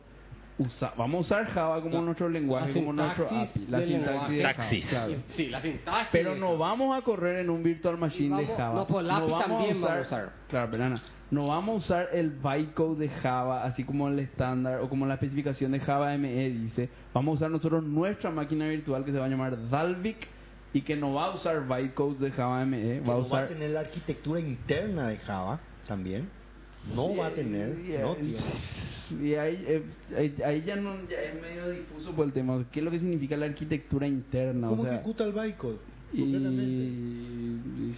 usa- vamos a usar Java como La- nuestro lenguaje, la como nuestro sintaxis API, la del sintaxis de Java, Taxis. claro. Sí, la sintaxis. Pero de- no vamos a correr en un virtual machine Y de vamos- Java. no, pues, lápiz también vamos a usar. Claro, pero Ana, no vamos a usar el bytecode de Java, así como el estándar o como la E especificación de Java ME dice. Vamos a usar nosotros nuestra máquina virtual que se va a llamar Dalvik y que no va a usar bytecodes de Java ME, va a no va a usar tener la arquitectura interna de Java también. No va a tener, Y, no eh, tiene. y ahí, eh, ahí- ahí ya, no, ya es medio difuso por el tema. ¿Qué es lo que significa la arquitectura interna? ¿Cómo o sea, ejecuta el bytecode? y, Completamente. y-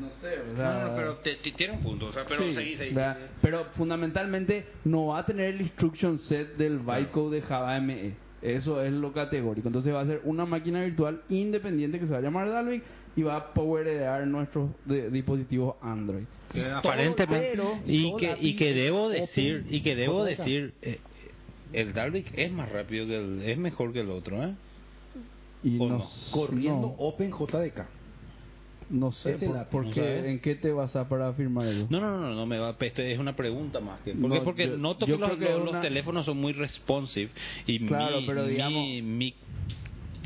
no sé, o sea, No, no, pero te, te- tiene un punto, o sea, pero sí, seguí, seguí. ¿verdad? Pero fundamentalmente no va a tener el instruction set del bytecode de Java ME. Eso es lo categórico. Entonces va a ser una máquina virtual independiente que se va a llamar Dalvik y va a powerear nuestros de- dispositivos Android. Que aparentemente pero- y todo que la y que debo open- decir y que debo open data. decir eh, el Dalvik es más rápido que el es mejor que el otro, ¿eh? Y ¿O no? nos- Corriendo no. OpenJDK. No sé, Ese por, lápiz. por No qué, sabes. ¿en qué te basas para afirmar eso? No, no, no, no, no me va, pues, esto es una pregunta más que porque No, porque yo- noto yo que los, creo que los- los una- teléfonos son muy responsive y Claro, mi, pero mi- digamos- mi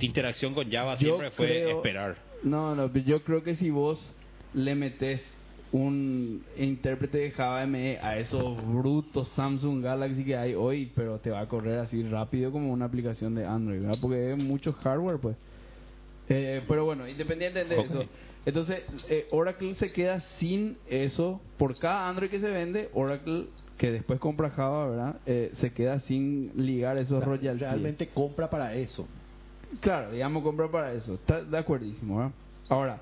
interacción con Java Yo siempre fue creo- esperar. No, no, pero yo creo que si vos le metes un intérprete de Java ME a esos brutos Samsung Galaxy que hay hoy, pero te va a correr así rápido como una aplicación de Android, ¿verdad? Porque es mucho hardware, pues. Eh, pero bueno, independiente de Ok. eso. Entonces, eh, Oracle se queda sin eso. Por cada Android que se vende, Oracle, que después compra Java, ¿verdad? Eh, se queda sin ligar esos O sea, royalties. realmente compra para eso. Claro, digamos, compra para eso. Está de acuerdísimo, ¿verdad? Ahora,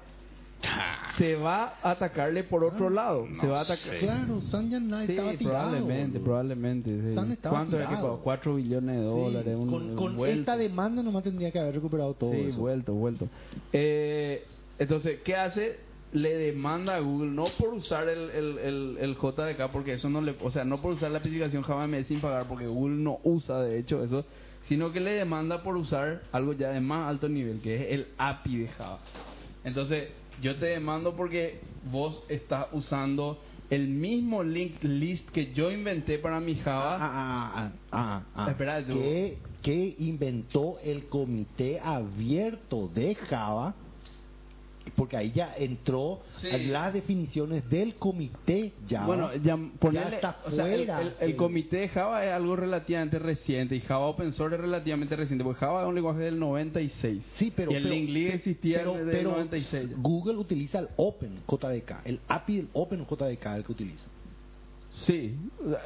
se va a atacarle Ah, por otro lado. se va a atacar. Claro, Sanjay Knight Sí, Ah, estaba tirado. probablemente, boludo. probablemente. sí. San estaba ¿Cuánto era que tirado. pagó? 4 billones de Sí, dólares. un- con un con vuelto. esta demanda nomás tendría que haber recuperado todo. Sí, eso. vuelto, vuelto. Eh, entonces, ¿qué hace? Le demanda a Google, no por usar el, el, el, el JDK, porque eso no le. O sea, no por usar la aplicación JavaME sin pagar, porque Google no usa, de hecho, eso. Sino que le demanda por usar algo ya de más alto nivel, que es el API de Java. Entonces, yo te demando porque vos estás usando el mismo linked list que yo inventé para mi Java. Ah, ah, ah, ah, ah. Espera, tú. que, que inventó el comité abierto de Java, porque ahí ya entró Sí. las definiciones del comité Java. Bueno, ya ponerle, está o sea, el- fuera el, el el- comité de Java es algo relativamente reciente y Java Open Source es relativamente reciente, porque Java es un lenguaje del 96. sí, pero y el pero- Link League existía pero- desde pero el 96. Google utiliza el Open JDK, el API del Open JDK el que utiliza. Sí,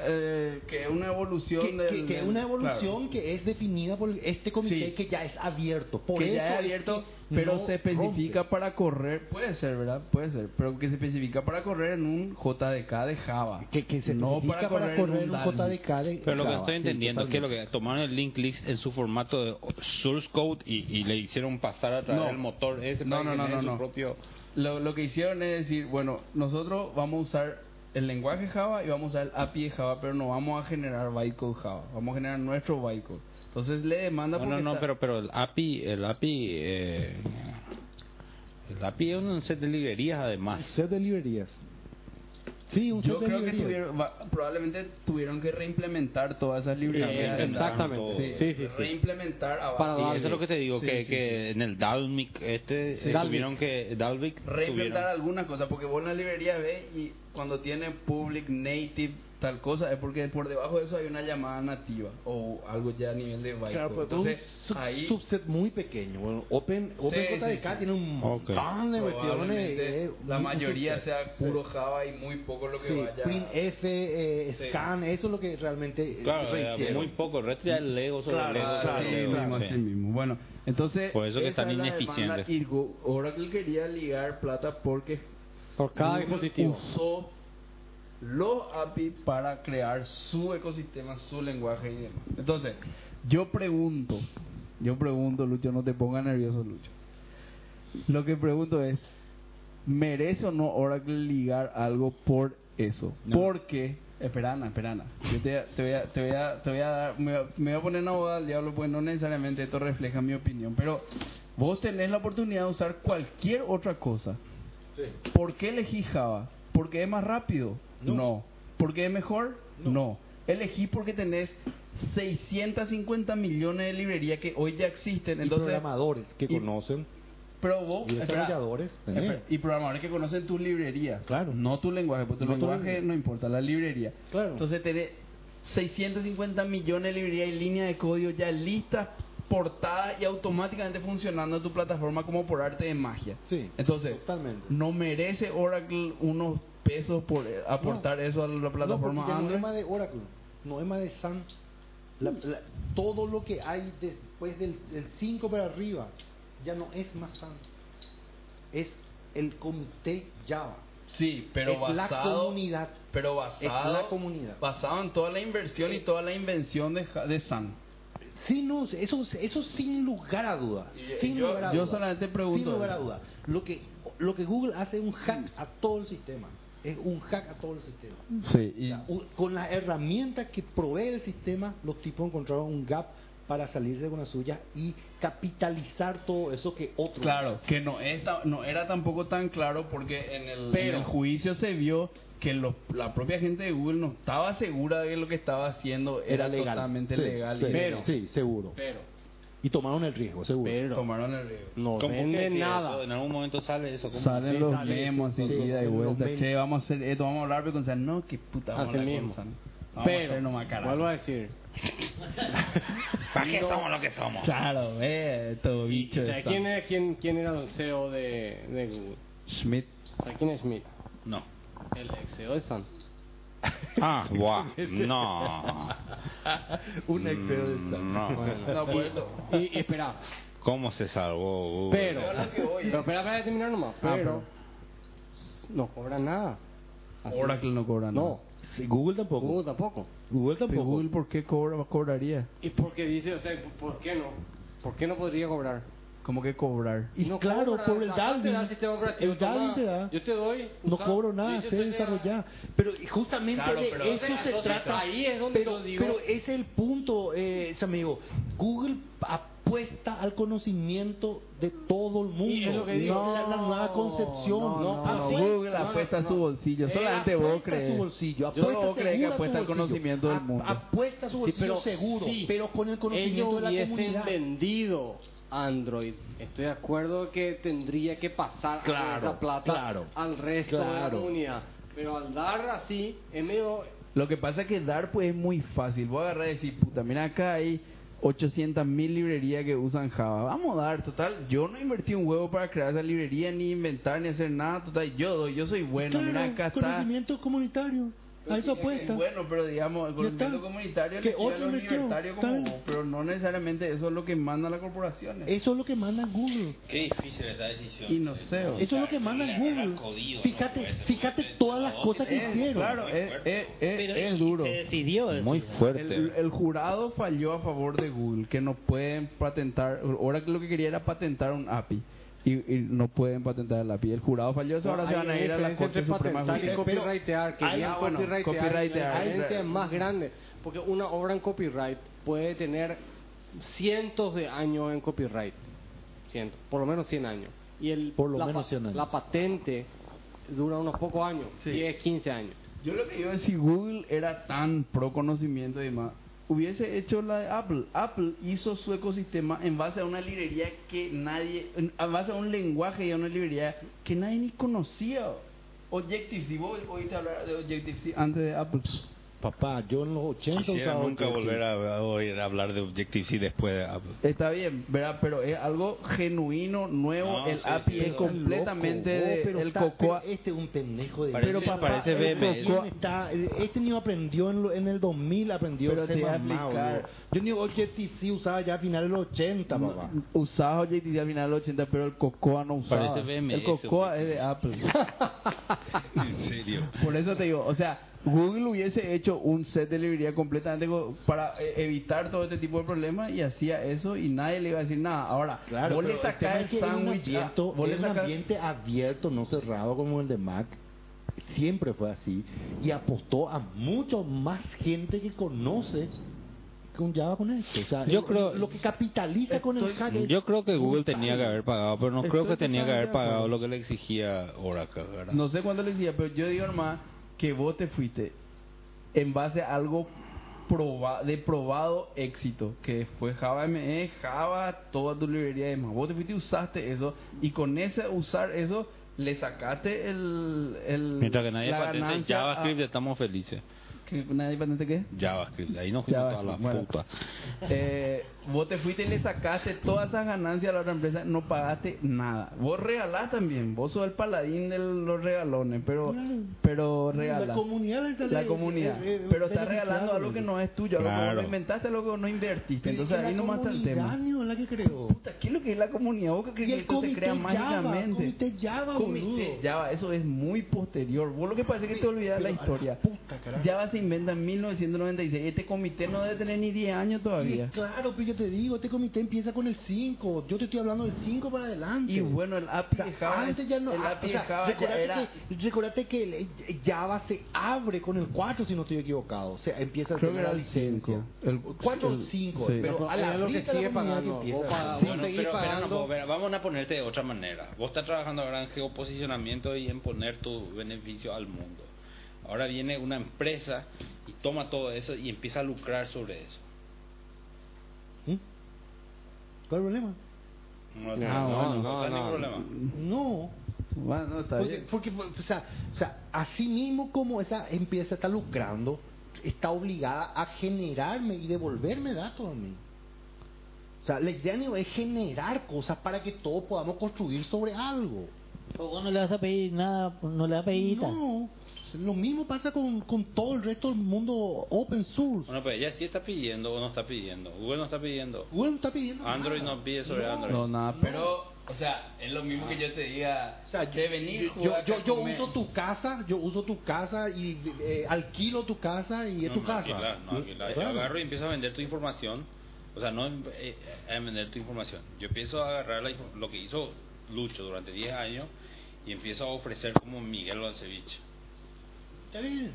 eh, que es una evolución Que, del- que- que es del- una claro. evolución que es definida por este comité Sí. que ya es abierto. Por que ya eso es es abierto, que pero no se especifica rompe. para correr, puede ser, ¿verdad? Puede ser, pero que se especifica para correr en un JDK de Java. que, que se no para especifica correr, en un Dalvik. JDK de Pero lo que Java, estoy sí, entendiendo es que lo totalmente. que tomaron el link list en su formato de source code y, y le hicieron pasar a través No. del motor ese No, para no, que no, genere no, su no. propio Lo, lo que hicieron es decir, bueno, nosotros vamos a usar el lenguaje Java y vamos a usar el API de Java, pero no vamos a generar bytecode Java, vamos a generar nuestro bytecode. Entonces le demanda No, porque no, no, está- pero pero el API, el API eh, el API es un set de librerías Un además. set de librerías. Sí, un yo set de creo que librerías. tuvieron, va- probablemente tuvieron que reimplementar todas esas librerías. Eh, exactamente. Todo. Sí, sí, sí. Reimplementar a Para Sí, Dalvik. eso es lo que te digo Sí, que, sí, que en el Dalvik este eh, Dalvik. tuvieron que Dalvik reinventar tuvieron- algunas cosas porque vos en la librería ves y cuando tiene public native tal cosa es porque por debajo de eso hay una llamada nativa o algo ya a nivel de bytecode Claro, pero pues, entonces un sub- ahí subset muy pequeño. Bueno, Open, Open JDK sí, sí. tiene un Ok. montón de cuestiones. probablemente eh, la un mayoría subset. sea Sí. puro Java y muy poco lo que Sí, vaya printf, eh, Sí. scan, eso es lo que realmente eh, Claro, eh, rehicieron. muy poco, el resto ya es Lego sobre Mm. Claro, Lego. Ah, sobre sí, Lego, mismo, sí. así mismo. Bueno, entonces. Por eso que esa están es la ineficientes. demanda, Y Go- Oracle quería ligar plata porque Por cada Google dispositivo. usó los API para crear su ecosistema, su lenguaje y demás. Entonces, yo pregunto, yo pregunto, Lucho, no te pongas nervioso, Lucho. Lo que pregunto es, ¿merece o no Oracle ligar algo por eso? Porque, espera, Ana, espera, Ana. Yo te, te voy a, te voy a- te voy a dar, me, voy a- me voy a poner una boda al diablo, porque no necesariamente esto refleja mi opinión, pero vos tenés la oportunidad de usar cualquier otra cosa. ¿Por qué elegí Java? ¿Porque es más rápido? No. ¿Porque es mejor? No. Elegí porque tenés 650 millones de librerías que hoy ya existen. Y Entonces, programadores que y- conocen pero vos, y espera, desarrolladores tenés. espera, y programadores que conocen tus librerías. Claro. No tu lenguaje, porque tu No tu lenguaje lenguaje. no importa, la librería. Claro. Entonces tenés 650 millones de librerías y líneas de código ya listas portadas y automáticamente funcionando tu plataforma como por arte de magia. Sí, Entonces, totalmente. no merece Oracle unos pesos por eh, aportar eso a la plataforma no, porque no Android. es más de Oracle, no es más de Sun. La- la- todo lo que hay después del 5 para arriba ya no es más Sun. Es el comité Java. Sí, pero es la basado comunidad. pero es basado la comunidad. basado en toda la inversión y toda la invención de, Ja- de Sun. Sí, no, eso, eso sin lugar a dudas. Y- Sin yo- lugar a yo dudas. solamente pregunto Sin lugar a eso. dudas. Lo que, lo que Google hace es un hack a todo el sistema. Es un hack a todo el sistema. Sí, O sea, u- con las herramientas que provee el sistema, los tipos encontraron un gap para salirse con la suya y capitalizar todo eso que otros. Claro, que no, es ta- no era tampoco tan claro porque en el, en el juicio se vio que los- la propia gente de Google no estaba segura de que lo que estaba haciendo era, totalmente Sí, legal. sí, y- pero- sí, seguro. pero Y tomaron el riesgo, seguro. tomaron el riesgo. no ¿Cómo que vende si nada. eso en algún momento sale eso. ¿Cómo? Salen los sale, memos sí, así, sí, ida y los vuelta. memes. Che, vamos a hacer esto, vamos a hablar pero con San. No, qué puta, vamos Así a hablar mismo. con San. Vamos a Pero, hacer nomás carajo. vuelvo a decir, ¿Para qué somos lo que somos? Claro, eh, todo bicho. o sea, de ¿quién, San. era, quién, quién era el CEO de, de Google? Schmidt. O sea, ¿quién es Smith? No. El ex CEO de Sun. Ah, guau. No. Un exceso de Mm, sal. No. No, por eso. Y, y espera, ¿Cómo se salvó? Google? pero, pero espera para terminar nomás, Ah, pero no cobran nada. Así- Oracle no cobra No, Sí, Google tampoco. Google Uh, tampoco. Google nada. Pero Google, ¿por qué cobra, cobraría? Y porque dice, o sea, ¿por qué no? ¿Por qué no podría cobrar? ¿Cómo que cobrar? Y No claro, cobra, por el acá te DALI. da el sistema operativo, el DALI toma, te da. Yo te doy. No usa, cobro nada, dice, sé te da- desarrollar. Pero justamente Claro, de pero- eso se Entonces, trata. ahí es donde pero, yo digo- pero ese es el punto, eh, amigo. Google apuesta al conocimiento de todo el mundo. Y es lo que digo. No, la, la nueva concepción. No, Ah, no, Apuesta- no, Google no, apuesta no. a su bolsillo, Eh, solamente vos apuesta a crees. su bolsillo, Yo apuesta no creo que segura a su apuesta al bolsillo. conocimiento del A- mundo. Apuesta a su Sí, bolsillo pero seguro, sí. pero con el conocimiento Ellos de la hubiesen comunidad. vendido Android. Estoy de acuerdo que tendría que pasar Claro, esa plata claro, al resto de la claro. comunidad. Pero al dar así, es medio. Lo que pasa es que dar pues es muy fácil. Voy a agarrar y decir, puta, mira acá hay 800 mil librerías que usan Java. Vamos a dar, total. Yo no invertí un huevo para crear esa librería, ni inventar, ni hacer nada. Total, yo doy, yo soy bueno. mira Claro, acá está. conocimiento comunitario. A eso apuesta. Bueno, pero digamos, el Ya está. conocimiento comunitario Que le sirve a otro los invirtió, libertarios está como bien. vos, pero no necesariamente eso es lo que manda las corporaciones. Eso es lo que manda Google. Qué difícil es la decisión. Y no sé, o Eso es lo que manda Google. Fíjate, fíjate todas las cosas que Es, hicieron. Claro, es, es, es, es duro. Se decidió eso. Muy fuerte. eh, El, el jurado falló a favor de Google, que no pueden patentar. Ahora lo que quería era patentar un API. Y, y no pueden patentar el API. El jurado falló, eso Pues ahora se van a ir a la Corte Suprema de Justicia. Justicia. copyrightear, que Ahí- ya ah, bueno, copyrightear, copyrightear. La diferencia es más grande. Porque una obra en copyright puede tener cientos de años en copyright. Cientos, por lo menos 100 años. Y el, Por lo la, menos pa- 100 años. la patente dura unos pocos años, Sí. 10, 15 años. Yo lo que yo si Google era tan pro conocimiento y demás, hubiese hecho la de Apple. Apple hizo su ecosistema en base a una librería que nadie, en a base a un lenguaje y a una librería que nadie ni conocía. Objective-C, vos oíste hablar de Objective-C antes de Apple. Papá, yo en los 80 Quisiera usaba nunca Objective. volver a, a oír hablar de Objective-C después de Apple. Está bien, ¿verdad? Pero es algo genuino, nuevo. No, el sí, API sí, es está completamente Loco, de vos, pero el está- cocoa. pero Este es un pendejo de. Parece- pero papá, parece el BMS. cocoa está- este niño aprendió en, lo- en el 2000, aprendió Pero ese te voy a mamá, explicar. boludo. Yo ni Objective-C este usaba ya a finales de los 80, papá. Usaba JTC al final del 80, pero el cocoa no usaba. Parece BMS, el cocoa güey. es de Apple. En serio. Por eso te digo, o sea, Google hubiese hecho un set de librería completamente co- para eh, evitar todo este tipo de problemas y hacía eso y nadie le iba a decir nada. Ahora, vos le pero el tema sacás es que el en un sándwich, a- abierto, vos le en un sacás- ambiente abierto, no cerrado como el de Mac. Siempre fue así. Y apostó a mucho más gente que conoce con Java con esto. O sea, Yo lo- creo- lo que capitaliza con el hack es- Yo creo que Google tenía que haber pagado, pero no creo Estoy que tenía que haber totalmente de pagado acuerdo. lo que le exigía Oracle, ¿verdad? No sé cuándo le decía, pero yo digo nomás que vos te fuiste en base a algo proba- de probado éxito, que fue Java ME, Java, toda tu librería y demás. Vos te fuiste y usaste eso, y con ese usar eso, le sacaste el. el Mientras que nadie la patente ganancia a- JavaScript, estamos felices. ¿Qué? ¿Una patente qué? JavaScript, ahí nos fuimos toda la JavaScript, bueno. puta. Eh, vos te fuiste y le sacaste todas esas ganancias a la otra empresa, no pagaste nada. Vos regalás también, vos sos el paladín de los regalones, pero, pero regalás. La comunidad le sale- La comunidad. eh, eh, pero estás beneficiado, regalando algo que no es tuyo, algo que vos Claro. no inventaste, algo que vos no invertiste. Pero es Entonces que ahí la nomás está el comunidad, tema. Neo, la que creó. Puta, ¿Qué es lo que es la comunidad? ¿Vos crees Y que el esto se comité crea Java, el mágicamente? comité Java, Comité boludo. Java, eso es muy posterior. Vos lo que parece que te olvidas la Pero a la historia. puta, carajo. Java se inventa en 1996. Este comité no debe tener ni 10 años Y todavía. claro, pero yo te digo, este comité empieza con el 5. Yo te estoy hablando del 5 para adelante. Y bueno, el O API sea, de Java, antes es- ya no. el ah, API o sea, de Java ya recordate, era que, recordate que el- eh, Java se abre con el 4, si no estoy equivocado. O sea, empieza Creo tema que era de la el cinco. licencia. El- 4 o el- 5. sí. Pero a Pero la es lo que brisa la sigue comunidad pagando. que empieza. Vos pagás- Sí, Bueno, seguís pero, espera, pagando. no, pero vamos a ponerte de otra manera. Vos estás trabajando ahora en geoposicionamiento y en poner tu beneficio al mundo. Ahora viene una empresa y toma todo eso y empieza a lucrar sobre eso. ¿Mm? ¿Cuál es el problema? No, No, no, bueno, no, no, causa no. ningún problema. No. Bueno, no, Mm. está Porque, bien. porque, o sea, o sea, así mismo como esa empresa está lucrando, está obligada a generarme y devolverme datos a mí. O sea, la idea no es generar cosas para que todos podamos construir sobre algo. Pues vos no le vas a pedir nada, no le vas a pedir guita. No, lo mismo pasa con, con todo el resto del mundo open source. Bueno, pero ella sí está pidiendo o no está pidiendo. Google no está pidiendo. Google no está pidiendo Android nada. no pues. pide sobre Android. No, nada, pero, o sea, es lo mismo que yo te diga, O sea, yo, de venir, yo, jugar, yo, yo comer. uso tu casa, yo uso tu casa y eh, alquilo tu casa y es No, tu no, casa. alquilar, no, alquilar. Yo Claro. agarro y empiezo a vender tu información. O sea, no eh, a vender tu información. Yo empiezo a agarrar la info- lo que hizo Lucho durante 10 años y empiezo a ofrecer como Miguel Balcevich. Está bien.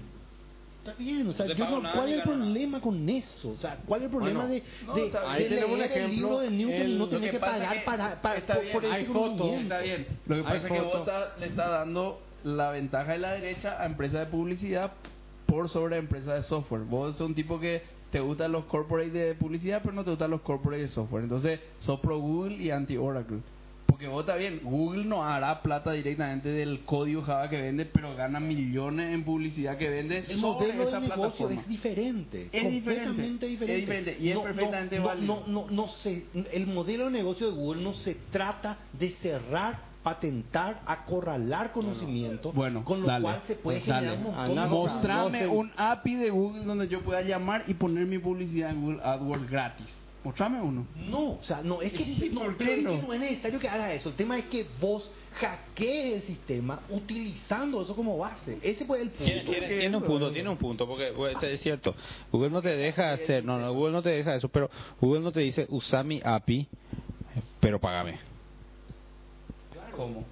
Está bien, o sea, No te yo pago no- nada, ¿cuál ni es el gano nada. problema con eso? O sea, ¿cuál es el problema Bueno, de, no, de, está bien. de Ahí tenemos un leer el ejemplo, libro de Newton el- y no lo Lo tener que, pasa pagar que para, para- está por, bien, por ese hay fotos, movimiento. está bien. Lo que Hay pasa es que vos fotos. está- le estás dando la ventaja de la derecha a empresas de publicidad por sobre empresas de software. Vos sos un tipo que te gustan los corporate de publicidad, pero no te gustan los corporate de software. Entonces, sos pro Google y anti Oracle. Porque vos está bien, Google no hará plata directamente del código Java que vende, pero gana millones en publicidad que vende El sobre modelo esa de negocio plataforma. es diferente. Es diferente, completamente diferente. es diferente, y es perfectamente no, válido. No, no, no se, el modelo de negocio de Google no se trata de cerrar patentar, acorralar conocimiento, Bueno, con lo dale, cual se puede pues, dale. generar un montón de Andá, problemas. Mostrame un API de Google donde yo pueda llamar y poner mi publicidad en Google AdWords gratis. Mostrame uno. No, o sea, no es que, Sí, no, ¿por pero qué es que no? no es necesario que hagas eso. El tema es que vos hackees el sistema utilizando eso como base. Ese fue el Tiene, punto. tiene- tiene un punto, tiene un punto, porque bueno, este es cierto. Google no te Ah, deja hacer, no, no, Google no te deja eso, pero Google no te dice usa mi API, pero págame. ¿Cómo?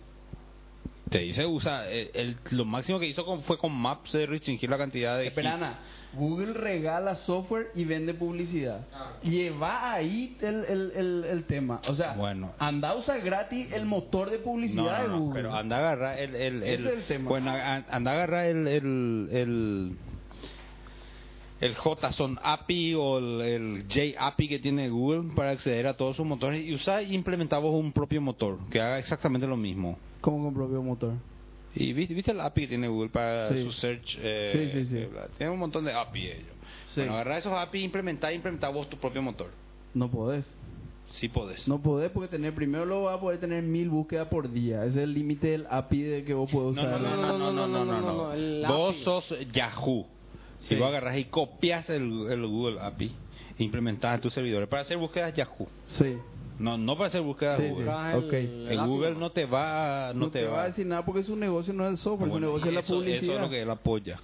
Te dice usa, eh, el, lo máximo que hizo con, fue con Maps de restringir la cantidad de. Espera, hits. Ana, Google regala software y vende publicidad. Lleva ahí el, el, el, el tema. O sea, Bueno. anda usa gratis el motor de No, publicidad no, de no, Google. pero anda a agarrar el, el, Ese el- es el tema. bueno, a- a- anda a agarrar el el el, el JSON API o el, el JAPI que tiene Google para acceder a todos sus motores y usar y implementar vos un propio motor que haga exactamente lo mismo. ¿Cómo con propio motor? Y viste, viste el API que tiene Google para Sí. su search. eh, Sí, sí, sí. eh, bla, tiene un montón de API ellos. Sí. Bueno, agarrar esos API, implementar, implementar vos tu propio motor. No podés. Si podés. No podés porque tener primero lo vas a poder tener mil búsquedas por día. Ese es el límite del API de que vos podés No, usar. no, no, no, no, no, no, no, no, el Vos API. sos Yahoo. Sí. Si vos agarras y copias el, el Google API, implementas en tus servidores para hacer búsquedas Yahoo. Sí. No, no para hacer búsquedas Sí, Google. sí. El- Ok. el El API, Google ¿no? no te va, no, No, te, va a decir nada porque su negocio no es el software, Bueno, su negocio es la eso, publicidad. eso es lo que él apoya.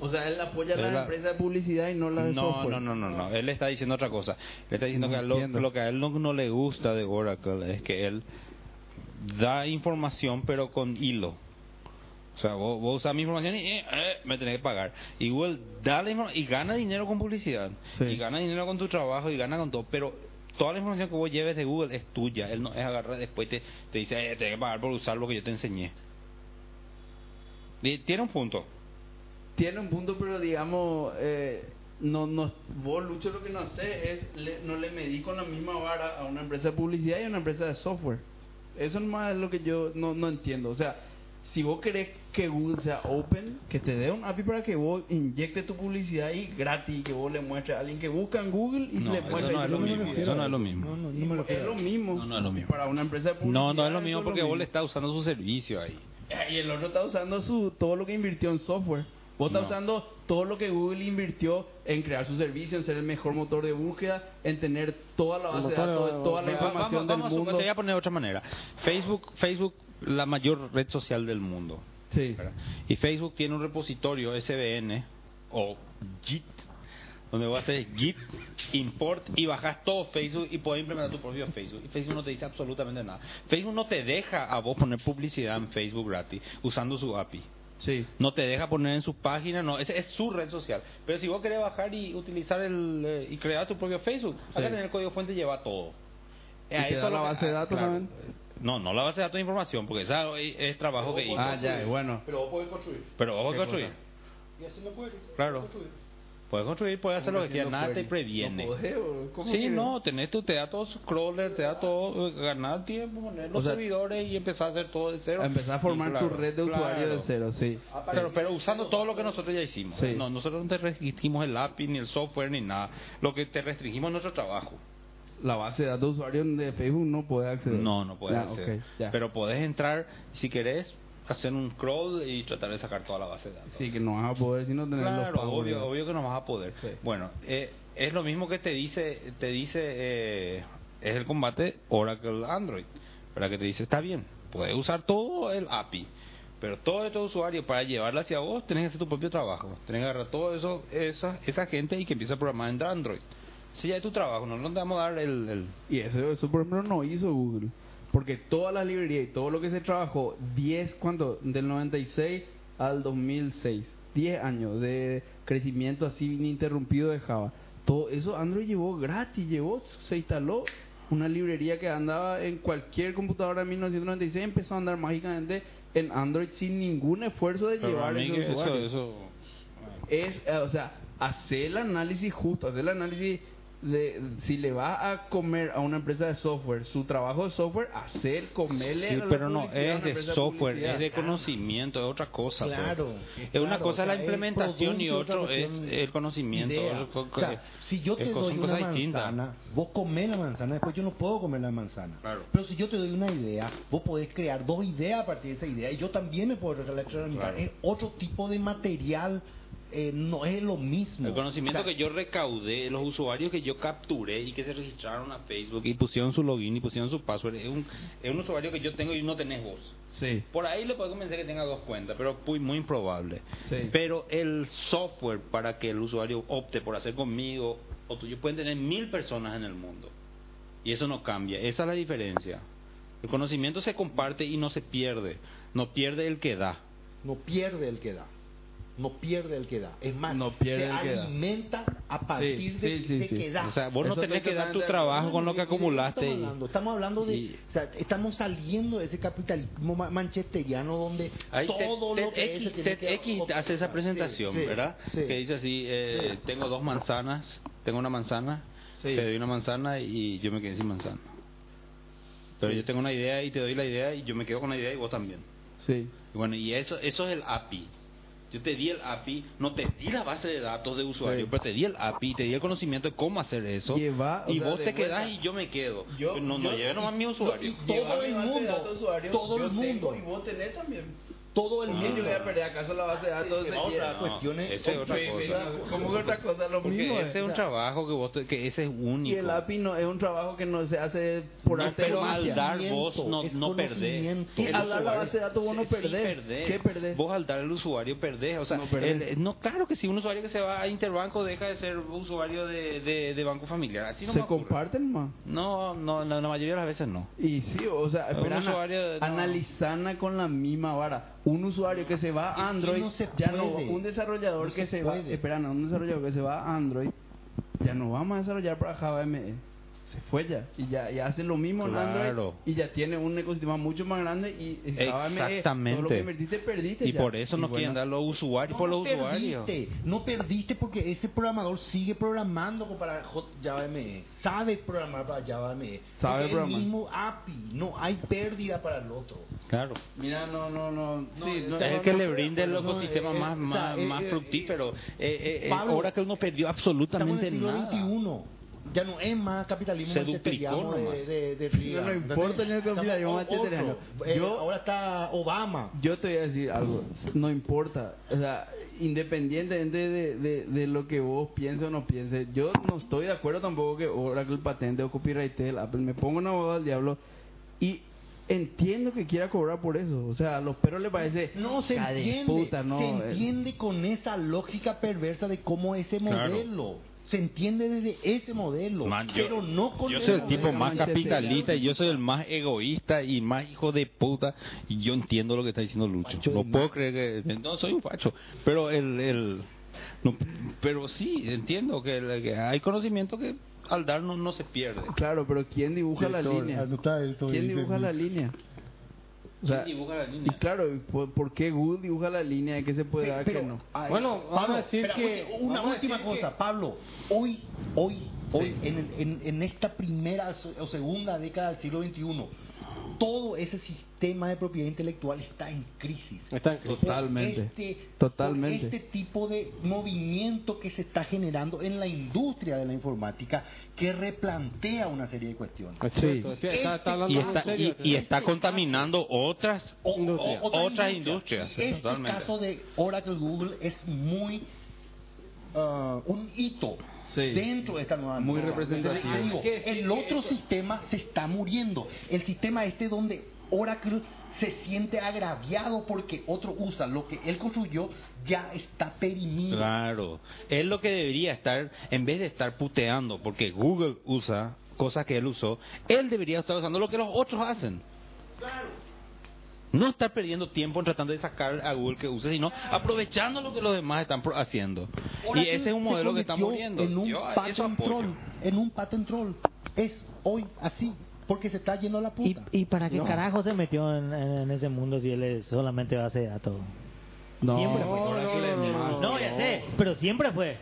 O sea, él apoya a Es las la- empresas de publicidad y no las de No, software. no, no, no, no. Él está diciendo otra cosa. Él está diciendo No que a lo, entiendo. lo que a él no, no le gusta de Oracle es que él da información pero con hilo. O sea, vos, vos usas mi información y eh, eh, me tenés que pagar. Y Google da la informa- y gana dinero con publicidad. Sí. Y gana dinero con tu trabajo y gana con todo. Pero toda la información que vos lleves de Google es tuya. Él no es agarrar después te, te dice, eh, tenés que pagar por usar lo que yo te enseñé. Y Tiene un punto. Tiene un punto, pero digamos, eh, no, no, vos, Lucho, lo que no sé es, le- no le medí con la misma vara a una empresa de publicidad y a una empresa de software. Eso nomás es lo que yo no, no entiendo. O sea, si vos querés que Google sea open, que te dé un API para que vos inyectes tu publicidad ahí gratis, que vos le muestres a alguien que busca en Google y No, le eso muestra. no y es te lo mismo. Eso no es lo No, mismo. no, no me lo Es quiero. lo mismo. No, no es lo mismo. Para una empresa de publicidad. No, no es lo mismo eso porque vos mismo. le estás usando su servicio ahí. Eh, Y el otro está usando su todo lo que invirtió en software. Vos estás No. usando todo lo que Google invirtió en crear su servicio, en ser el mejor motor de búsqueda, en tener toda la base de motor de- datos, toda la Va- Vamos, información del vamos a suponer- mundo. te voy a poner de otra manera. Facebook, Facebook, la mayor red social del mundo. Sí. ¿verdad? Y Facebook tiene un repositorio SVN o Git, donde vos haces Git, import y bajas todo Facebook y puedes implementar tu propio Facebook. Y Facebook no te dice absolutamente nada. Facebook no te deja a vos poner publicidad en Facebook gratis usando su API. Sí. No te deja poner en su página, no, esa es su red social. Pero si vos querés bajar y utilizar el, eh, y crear tu propio Facebook, acá tenés el código fuente y lleva todo. ¿Y te da es la lo que- ah, eh, base de datos también? No, no la base de datos de información, porque esa es es trabajo que hizo. Ah, ya, bueno. Pero vos podés construir. Pero vos puedes ¿Qué construir. Y así no puedes. Claro. Construir. Puedes construir, puedes hacer lo que quieras, Haciendo nada te queries. previene. No podés, bro. ¿Cómo Sí, que- no, tenés tu, te da todo su crawler, te da todo, eh, ganar tiempo, poner los sea, servidores y empezar a hacer todo de cero. Empezar a formar Y claro, tu red de usuarios claro. Ah, de cero, sí. Pero, pero usando todo lo que nosotros ya hicimos. Sí. No, nosotros no te restringimos el API, ni el software, ni nada. Lo que te restringimos es nuestro trabajo. La base de datos de usuarios de Facebook no puede acceder. No, no puedes Ya, hacer. ok, ya. Pero podés entrar, si querés, hacer un crawl y tratar de sacar toda la base de datos. Sí, que no vas a poder si no tenés los Claro, pagos, obvio, ¿verdad? obvio que no vas a poder. Sí. Bueno, eh, es lo mismo que te dice, te dice eh, es el combate Oracle Android, para que te dice está bien, puedes usar todo el API, pero todos estos usuarios para llevarla hacia vos tenés que hacer tu propio trabajo, tenés que agarrar todo eso, esa, esa gente y que empiece a programar en Android. Si ya es tu trabajo, no, no te vamos a dar el, el- Y eso, eso por ejemplo no hizo Google. Porque todas las librerías y todo lo que se trabajó, 10, ¿cuánto? Del 96 al 2006. 10 años de crecimiento así ininterrumpido de Java. Todo eso Android llevó gratis, llevó, se instaló una librería que andaba en cualquier computadora en 1996, empezó a andar mágicamente en Android sin ningún esfuerzo de Pero a llevar mí esos que eso- usuarios eso- es, eh, o sea, hacer el análisis justo, hacer el análisis de si le va a comer a una empresa de software su trabajo de software, hacer, comerle. Sí, a la pero no, publicidad a es una de empresa de software, publicidad. es de conocimiento, es otra cosa. pues. Claro, Es una claro, cosa o sea, la es implementación y producto, otro otra es cuestión, el conocimiento. idea. otro co- O sea, si yo te es co- doy son una cosas manzana, distintas. Vos comés la manzana, después yo no puedo comer la manzana. Claro. Pero si yo te doy una idea, vos podés crear dos ideas a partir de esa idea y yo también me puedo retroalimentar. Claro. Es otro tipo de material, eh, no es lo mismo. El conocimiento O sea, que yo recaudé, los usuarios que yo capturé y que se registraron a Facebook y pusieron su login y pusieron su password, es un, es un usuario que yo tengo y no tenés vos. Sí, Por ahí le puedo convencer que tenga dos cuentas, pero muy, muy improbable. Sí. Pero el software para que el usuario opte por hacer conmigo o tuyo pueden tener mil personas en el mundo. Y eso no cambia. Esa es la diferencia. El conocimiento se comparte y no se pierde. No pierde el que da. No pierde el que da. No pierde el que da. Es más, No pierde se el que da. alimenta a partir de, sí, sí, de sí. que da. O sea, vos Eso no tenés estoy que dar totalmente tu de trabajo No, con no, lo que no, no, acumulaste. Estamos y- hablando, estamos hablando de. y- o sea, estamos saliendo de ese capitalismo ma- manchesteriano donde Ahí todo Ted- lo que Ted es, X, se tiene Ted que- X hace esa presentación, Sí, sí, ¿verdad? sí. Que dice así, eh, tengo dos manzanas, tengo una manzana, Sí. te doy una manzana y yo me quedé sin manzana. Pero yo tengo una idea y te doy la idea y yo me quedo con la idea y vos también. sí. Y bueno, y eso, eso es el API. Yo te di el API, no te di la base de datos de usuario, Sí. pero te di el API, te di el conocimiento de cómo hacer eso. Lleva, o y sea, vos de te vuelta. quedás y yo me quedo. Yo- no, no yo- lleve nomás mi usuario. Todo Llevame el base de mundo, datos de usuarios, todo yo el tengo mundo. Y vos tenés también. Ah. Todo el ¿Por qué mundo. yo voy a perder acaso la base de datos de otra quién? No, cuestión es- esa es otra Sí, cosa. sí, ¿Cómo que otra cosa? Lo Porque mismo ese es un o sea, trabajo que vos te- que ese es único. Y el API no, es un trabajo que no se hace por No, hacer pero magia. al dar vos conocimiento, no, es no perdés. conocimiento. Y El al dar la usuario- base de datos vos no sí, sí perdés. ¿Qué perdés? Vos al dar al usuario perdés. O sea, No perdés. el- no, claro que si un usuario que se va a Interbanco deja de ser usuario de, de, de Banco Familiar. Así no se me ocurre. comparten más. No, no, la, la mayoría de las veces no. Y sí, o sea, Un pero usuario, no. analizana con la misma vara. Un usuario que se va Es que a Android, no se ya no, puede. un desarrollador No que se se, va, puede. espera, no, un desarrollador que se va a Android, ya no vamos a desarrollar para Java ME. se fue ya. Y ya, ya hace lo mismo en Android. Claro. Y ya tiene un ecosistema mucho más grande y estaba, me, Exactamente. Todo lo que invertiste, perdiste. Y ya. por eso Y no bueno, quieren dar los usuarios por los usuarios. perdiste, no perdiste porque ese programador sigue programando con- para J- Java ME, sabe programar para Java ME, Sabe porque es el programar. mismo API, no hay pérdida para el otro. Claro. Mira, no, no, no. sí, no, es pues, el no, que no, le no, brinde el no, ecosistema eh, más, eh, o sea, más, eh, más eh, fructífero. Eh, eh, Pablo, ahora que uno perdió Estamos en absolutamente el siglo nada. XXI, ya no es más capitalismo Se duplicó manchesteriano de, nomás. de, de No, Reagan, no importa ¿entendés? el capitalismo Estamos con manchesteriano. otro. Eh, Yo- ahora está Obama. Yo te voy a decir algo, no importa, o sea, independientemente de, de, de lo que vos pienses o no pienses, yo no estoy de acuerdo tampoco que Oracle patente o copyright del Apple, me pongo una boda al diablo y entiendo que quiera cobrar por eso, o sea, a los perros les parece... No se "Hija de entiende, puta, no, se eh". entiende con esa lógica perversa de cómo ese Claro. modelo. Se entiende desde ese modelo, Man, yo- pero no con Yo ese soy el modelo. tipo más Manchester, capitalista ya. y yo soy el más egoísta y más hijo de puta. Y yo entiendo lo que está diciendo Lucho. no puedo creer que. eh, No, soy un facho. Pero el. el no, pero sí, entiendo que, el- que hay conocimiento que al dar no, no se pierde. Claro, pero ¿quién dibuja la línea? ¿Quién dibuja la línea? O sea, ¿Quién dibuja la línea? y claro, ¿por, por qué Good dibuja la línea de qué se puede Pe- dar, pero- que no? ay, Bueno, vamos a decir espera, que- oye, Una vamos a última decir cosa, Pablo. Hoy, hoy, hoy, en, el- en- en esta primera so- o segunda década del siglo XXI, todo ese sistema de propiedad intelectual está en crisis. Está en Por crisis. Totalmente, este- totalmente. por este tipo de movimiento que se está generando en la industria de la informática que replantea una serie de cuestiones. pues, Sí. Está, está hablando y muy está, Eh, serio. y- y está contaminando otras O- o- Industria. otras industria. industrias, Y Este totalmente. caso de Oracle Google es muy ah, un hito Sí. dentro de esta nueva Muy norma. representativo. Entonces, digo, Hay que decir el que otro esto- sistema se está muriendo. El sistema este donde Oracle se siente agraviado porque otro usa lo que él construyó ya está perimido. Claro, es lo que debería estar, en vez de estar puteando, porque Google usa cosas que él usó, él debería estar usando lo que los otros hacen. No estar perdiendo tiempo en tratando de sacar a Google que use, sino aprovechando lo que los demás están pro- haciendo. Y Oracle ese es un se modelo que convirtió estamos viendo. En un Yo a eso patent apoyo. troll, en un patent troll. Es hoy así porque se está yendo a la ¿Y, puta. y para qué carajo se metió en, en- en ese mundo si él es solamente base de datos? No, Siempre fue. Oracle es más. No, ya sé, pero siempre fue.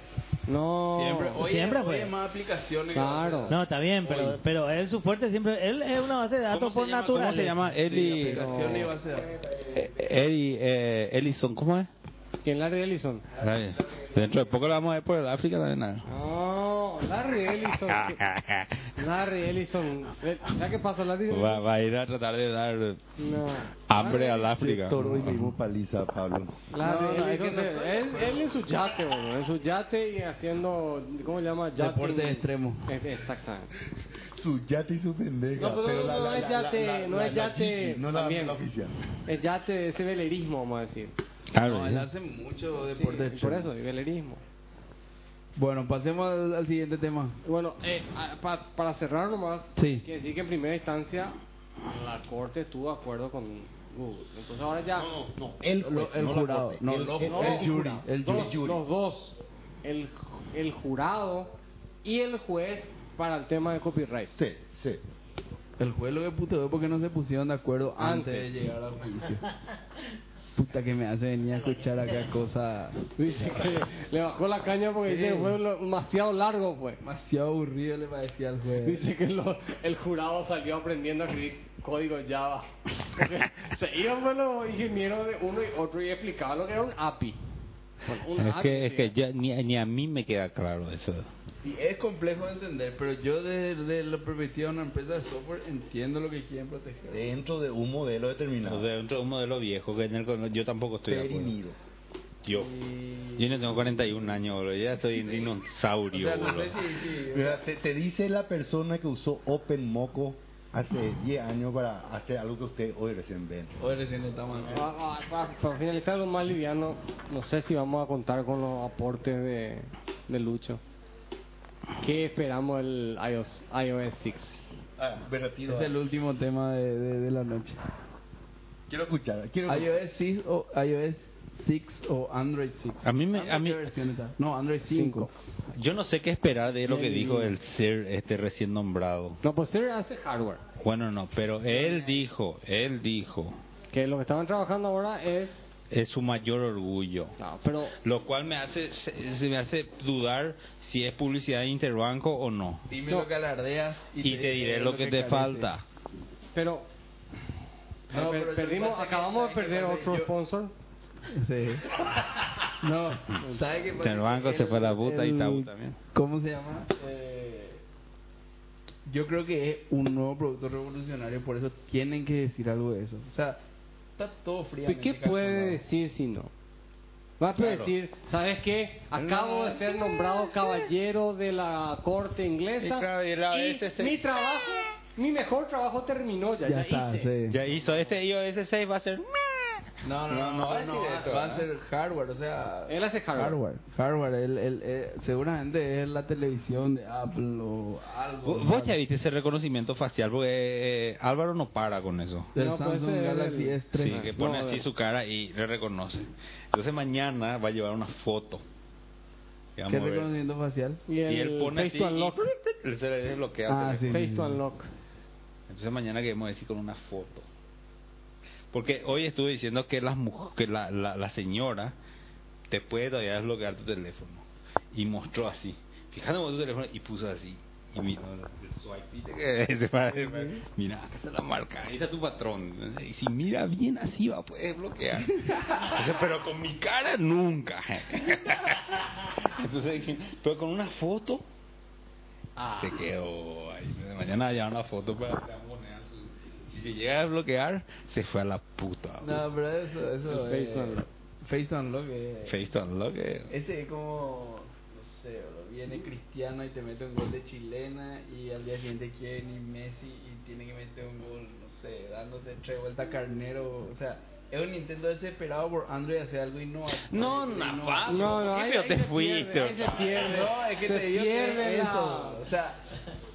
No. Siempre, hoy, Siempre hoy fue. es más aplicaciones. que Claro. otras. No, está bien, pero, pero él su fuerte siempre, él es una base de datos ¿Cómo se por llama- cómo se naturaleza. Eh, llama? Sí, Eli, aplicaciones y base de datos. eh, Eli- eh, Ellison, ¿cómo es? ¿Quién Larry Ellison? Ay, Dentro de poco la vamos a ver por el África también. ¿no? No, Larry Ellison. Larry Ellison. eh, ¿Sabes qué pasa, Larry? Va, va a ir a tratar de dar No. hambre al África. paliza, Pablo. Larry No, no, es Ellison. que no- se- él, él en su yate, boludo, En su yate y haciendo. ¿Cómo se llama? Yachting. Deporte extremo. Eh, Exactamente. Su yate y su pendeja. No, pero no, no, es yate, no es yate, chiqui, no la- también. la oficial. El yate, ese velerismo, vamos a decir. Claro, No, sí. él hace mucho Sí, deporte. de por show. eso, el velerismo. Bueno, pasemos al, al siguiente tema. Bueno, eh, a- pa- para cerrar nomás, Sí. quiere decir que en primera instancia la corte estuvo de acuerdo con Google. Entonces ahora ya. No, el, Lo- el jurado. No, el, lo- el- no, el el jury, jurado. el dos, jury. los dos, el, ju- el jurado y el juez para el tema de copyright. Sí, sí. El juez lo que puto es porque no se pusieron de acuerdo antes, Antes. de llegar al juicio. Puta que me hace venir a escuchar acá cosas Dice que le bajó la caña porque Sí. dice que fue lo- demasiado largo, pues. demasiado aburridas le parecía al juez. Dice que lo- el jurado salió aprendiendo a escribir código Java. Porque se iban pues, los ingenieros de uno y otro y explicaban lo que era un API. Bueno, Pues, un Es API, que, es que sí. ya ni, ni a mí me queda claro eso. Y es complejo de entender, pero yo desde de la perspectiva de una empresa de software entiendo lo que quieren proteger. Dentro de un modelo determinado. O sea, dentro de un modelo viejo que en el cual yo tampoco estoy de acuerdo. Perimido. Yo. Yo no tengo 41 años, bro. Yo ya estoy en O dinosaurio, sea, no bro. sé si... si- Mira, te, te dice la persona que usó Open Moco hace 10 años para hacer algo que usted hoy recién ven. Hoy recién estamos acá. Ah, ah, Para, para finalizar lo más liviano, no sé si vamos a contar con los aportes de, de Lucho. ¿Qué esperamos el iOS, iOS 6? Ah, me retiro. Es el último tema de, de- de la noche. Quiero escuchar. Quiero escuchar. iOS 6 o iOS 6 o Android 6. A mí me- a Android, mí- ¿qué versión está? No, Android 5. Yo no sé qué esperar de lo que dijo el ser este recién nombrado. No, pues Sir hace hardware. Bueno, no, pero él dijo, él dijo, Que lo que estaban trabajando ahora es. es su mayor orgullo. No, pero. Lo cual me hace, se, se me hace dudar si es publicidad de interbanco o no. Dime No. lo que alardeas Y te diré lo que te carece. falta. Pero. No, per- pero lo que perdimos, pasa es que- acabamos de ¿sabes qué perder pasa? otro Yo- sponsor. Sí. No, ¿sabes qué pasa? Interbanco se fue a la puta y El- Itaú también. ¿Cómo se llama? Eh, yo creo que es un nuevo producto revolucionario, por eso tienen que decir algo de eso. O sea, está todo frío. este ¿Y qué puede decir si no? Va a Claro. decir, ¿sabes qué? Acabo de ser nombrado caballero de la corte inglesa. Y caballero, y este, este. mi trabajo, mi mejor trabajo terminó ya. Ya, ya está, hice. sí. Ya hizo este iOS 6 va a ser No, no, no, no, va a no, decir va, eso, va ¿verdad? a ser hardware, o sea... Él hace hardware. Hardware, hardware, él, él- él- seguramente es la televisión de Apple o algo. Vos vos ya ¿verdad? viste ese reconocimiento facial porque eh, Álvaro no para con eso. Del No, pues, Samsung ese era Galaxy el- S3. Sí, que pone No, así de- su cara y le reconoce. Entonces mañana va a llevar una foto. Y vamos ¿Qué a ver. reconocimiento facial? Y, Y él pone Face así to y- Unlock. él se le desbloquea. el Ah, sí. teléfono. Face to Unlock. Entonces mañana que vamos a decir con una foto. Porque hoy estuve diciendo que, las muj- que la, la, la señora te puede todavía desbloquear tu teléfono. Y mostró así. Fijando en tu teléfono y puso así. Y miró el swipe. y te- se para- se para. Mira, acá está la marca. Ahí está tu patrón. Y si mira bien así va, puedes desbloquear. Entonces, pero con mi cara nunca. Entonces, dije, pero con una foto se quedó ahí. Mañana ya una foto para que la moneda su- Si se llega a desbloquear, se fue a la puta. No, pero eso... eso El Face eh, to Unlock. Face to Unlock es... Face to unlock, eh. Ese es como, no sé, bro, viene Cristiano y te mete un gol de chilena y al día siguiente quieren ir Messi y tiene que meter un gol, no sé, dándote tres vueltas a carnero, o sea, es un intento desesperado por Android de hacer algo innovador. No, innovador. Navarro. No, no, ¿Por qué ahí- medio ahí te se fuiste? pierde, ahí se pierde. No, es que Se te digo que pierde es la- eso, o sea,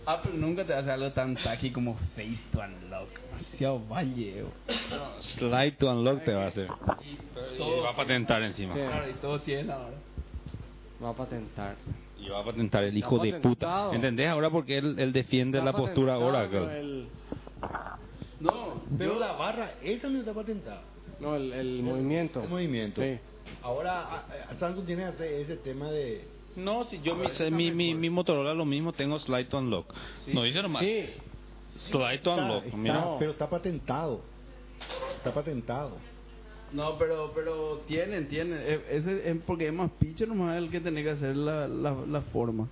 Apple nunca te hace algo tan tacky como Face to Unlock, demasiado valle, bro. Slide to unlock te va a hacer. Y va a patentar encima. Sí. Claro, y todos tienen ahora. Va a patentar. Y va a patentar el hijo Está de patentado. puta. ¿Entendés ahora porque él, él defiende la Está postura ahora? patentado El, No, Pero la barra, esa no está patentada. no, el, el movimiento. El movimiento. Sí. Ahora, a- a- Samsung tiene ese, ese tema de. No, si yo mi, mi, mi, mi Motorola lo mismo, tengo slide to unlock. No dice nomás. Sí, Slide to Está- unlock. está- Mira. Pero está patentado. Está patentado. No, pero, pero tienen, tienen. E- Ese es porque es más picho nomás el que tiene que hacer la, la, la forma.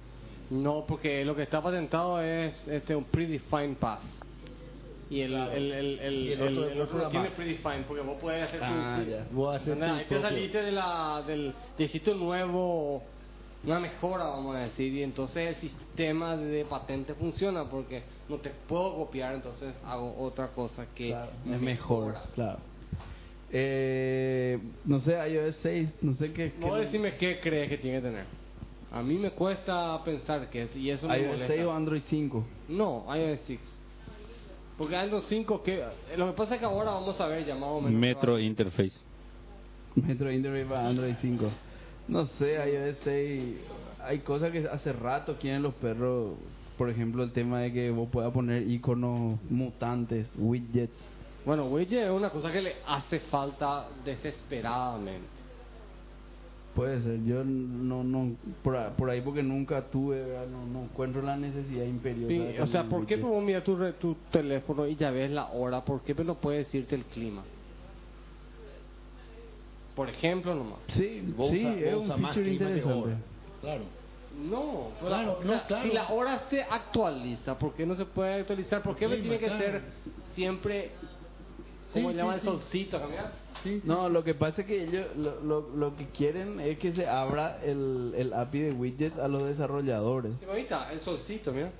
No, porque lo que está patentado es este un predefined path. Y el, el, el, el, Y el el- otro- el el otro no la tiene más. predefined, porque vos podés hacer Ah, tu... ya. Vos haces ¿Entendés? tu Ahí te propio. saliste de la, del, del sitio nuevo, una mejora, vamos a decir, y entonces el sistema de patente funciona, porque no te puedo copiar, entonces hago otra cosa que me es mejor, claro. Eh, no sé, iOS 6, no sé qué. No qué- decime qué crees que tiene que tener. A mí me cuesta pensar que es, y eso me iOS molesta. 6 o Android 5. No, iOS 6. Porque Android 5, que lo que pasa es que ahora vamos a ver ya más o menos. Metro Interface. Metro Interface para Android 5. No sé, iOS 6. Hay cosas que hace rato quieren los perros. Por ejemplo, el tema de que vos puedas poner iconos mutantes, widgets. Bueno, widget es una cosa que le hace falta desesperadamente. Puede ser, yo no, no, por, a- por ahí porque nunca tuve, ¿verdad? no, no encuentro la necesidad imperiosa. Sí, de o sea, poner ¿por qué pues widgets. vos miras tu, re- tu teléfono y ya ves la hora? ¿Por qué pues no puede decirte el clima? Por ejemplo, nomás. Sí, Vos sí, usa- es vos un usa más feature clima que interesante. hora. Claro. No, Claro, o no, sea, claro. si la hora se actualiza, ¿por qué no se puede actualizar? ¿Por qué me Sí, tiene que claro. ser siempre, como Sí, le llaman sí, el sí. solcito, ¿verdad? No, lo que pasa es que ellos lo, lo, lo que quieren es que se abra el, el API de widgets a los desarrolladores. Sí, bonita, el solcito, mira.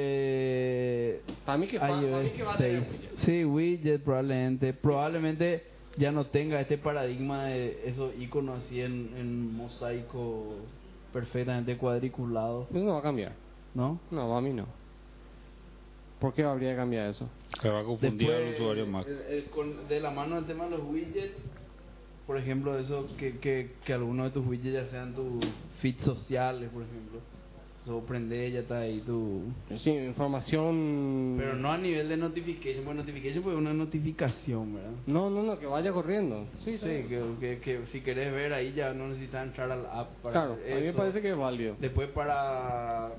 Eh, Para mí que, fa- para mí iOS que va a tener 6. widget. Sí, widget probablemente. Probablemente ya no tenga este paradigma de esos iconos así en, en mosaico perfectamente cuadriculado, Eso no va a cambiar. ¿no? No, a mí no. ¿Por qué habría que cambiar eso? Que va a confundir al Después, usuario Mac. eh, eh, con- de la mano el tema de los widgets, por ejemplo, eso que, que, que alguno de tus widgets ya sean tus feeds sociales, por ejemplo. Eso prende, ya está ahí tu... Sí, información... Pero no a nivel de notification, porque notification pues es una notificación, ¿verdad? No, no, no, que vaya corriendo. Sí, que, que, que si querés ver ahí ya no necesitas entrar al app para Claro, hacer a mí me eso. parece que es válido. Después para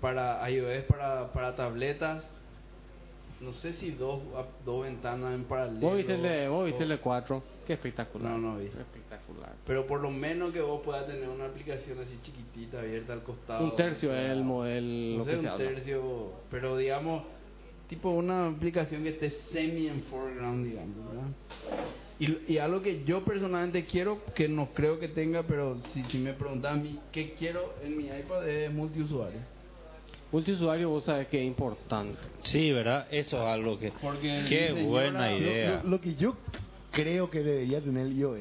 para iOS, para, para tabletas, no sé si dos, ap- dos ventanas en paralelo. Vos viste el de, vos viste el o- de 4, qué espectacular. No, no vi. Espectacular. Pero por lo menos que vos puedas tener una aplicación así chiquitita abierta al costado. Un tercio o sea, es el modelo No sé, que se un habla. tercio, pero digamos, tipo una aplicación que esté semi en foreground, digamos, ¿verdad? Y, y algo que yo personalmente quiero, que no creo que tenga, pero si, si me preguntan a mí qué quiero en mi iPad es multiusuario. Multiusuario vos sabés que es importante. Sí, ¿verdad? Eso es algo que... Porque Qué mi señora- buena lo- idea. Lo, lo que yo creo que debería tener el iOS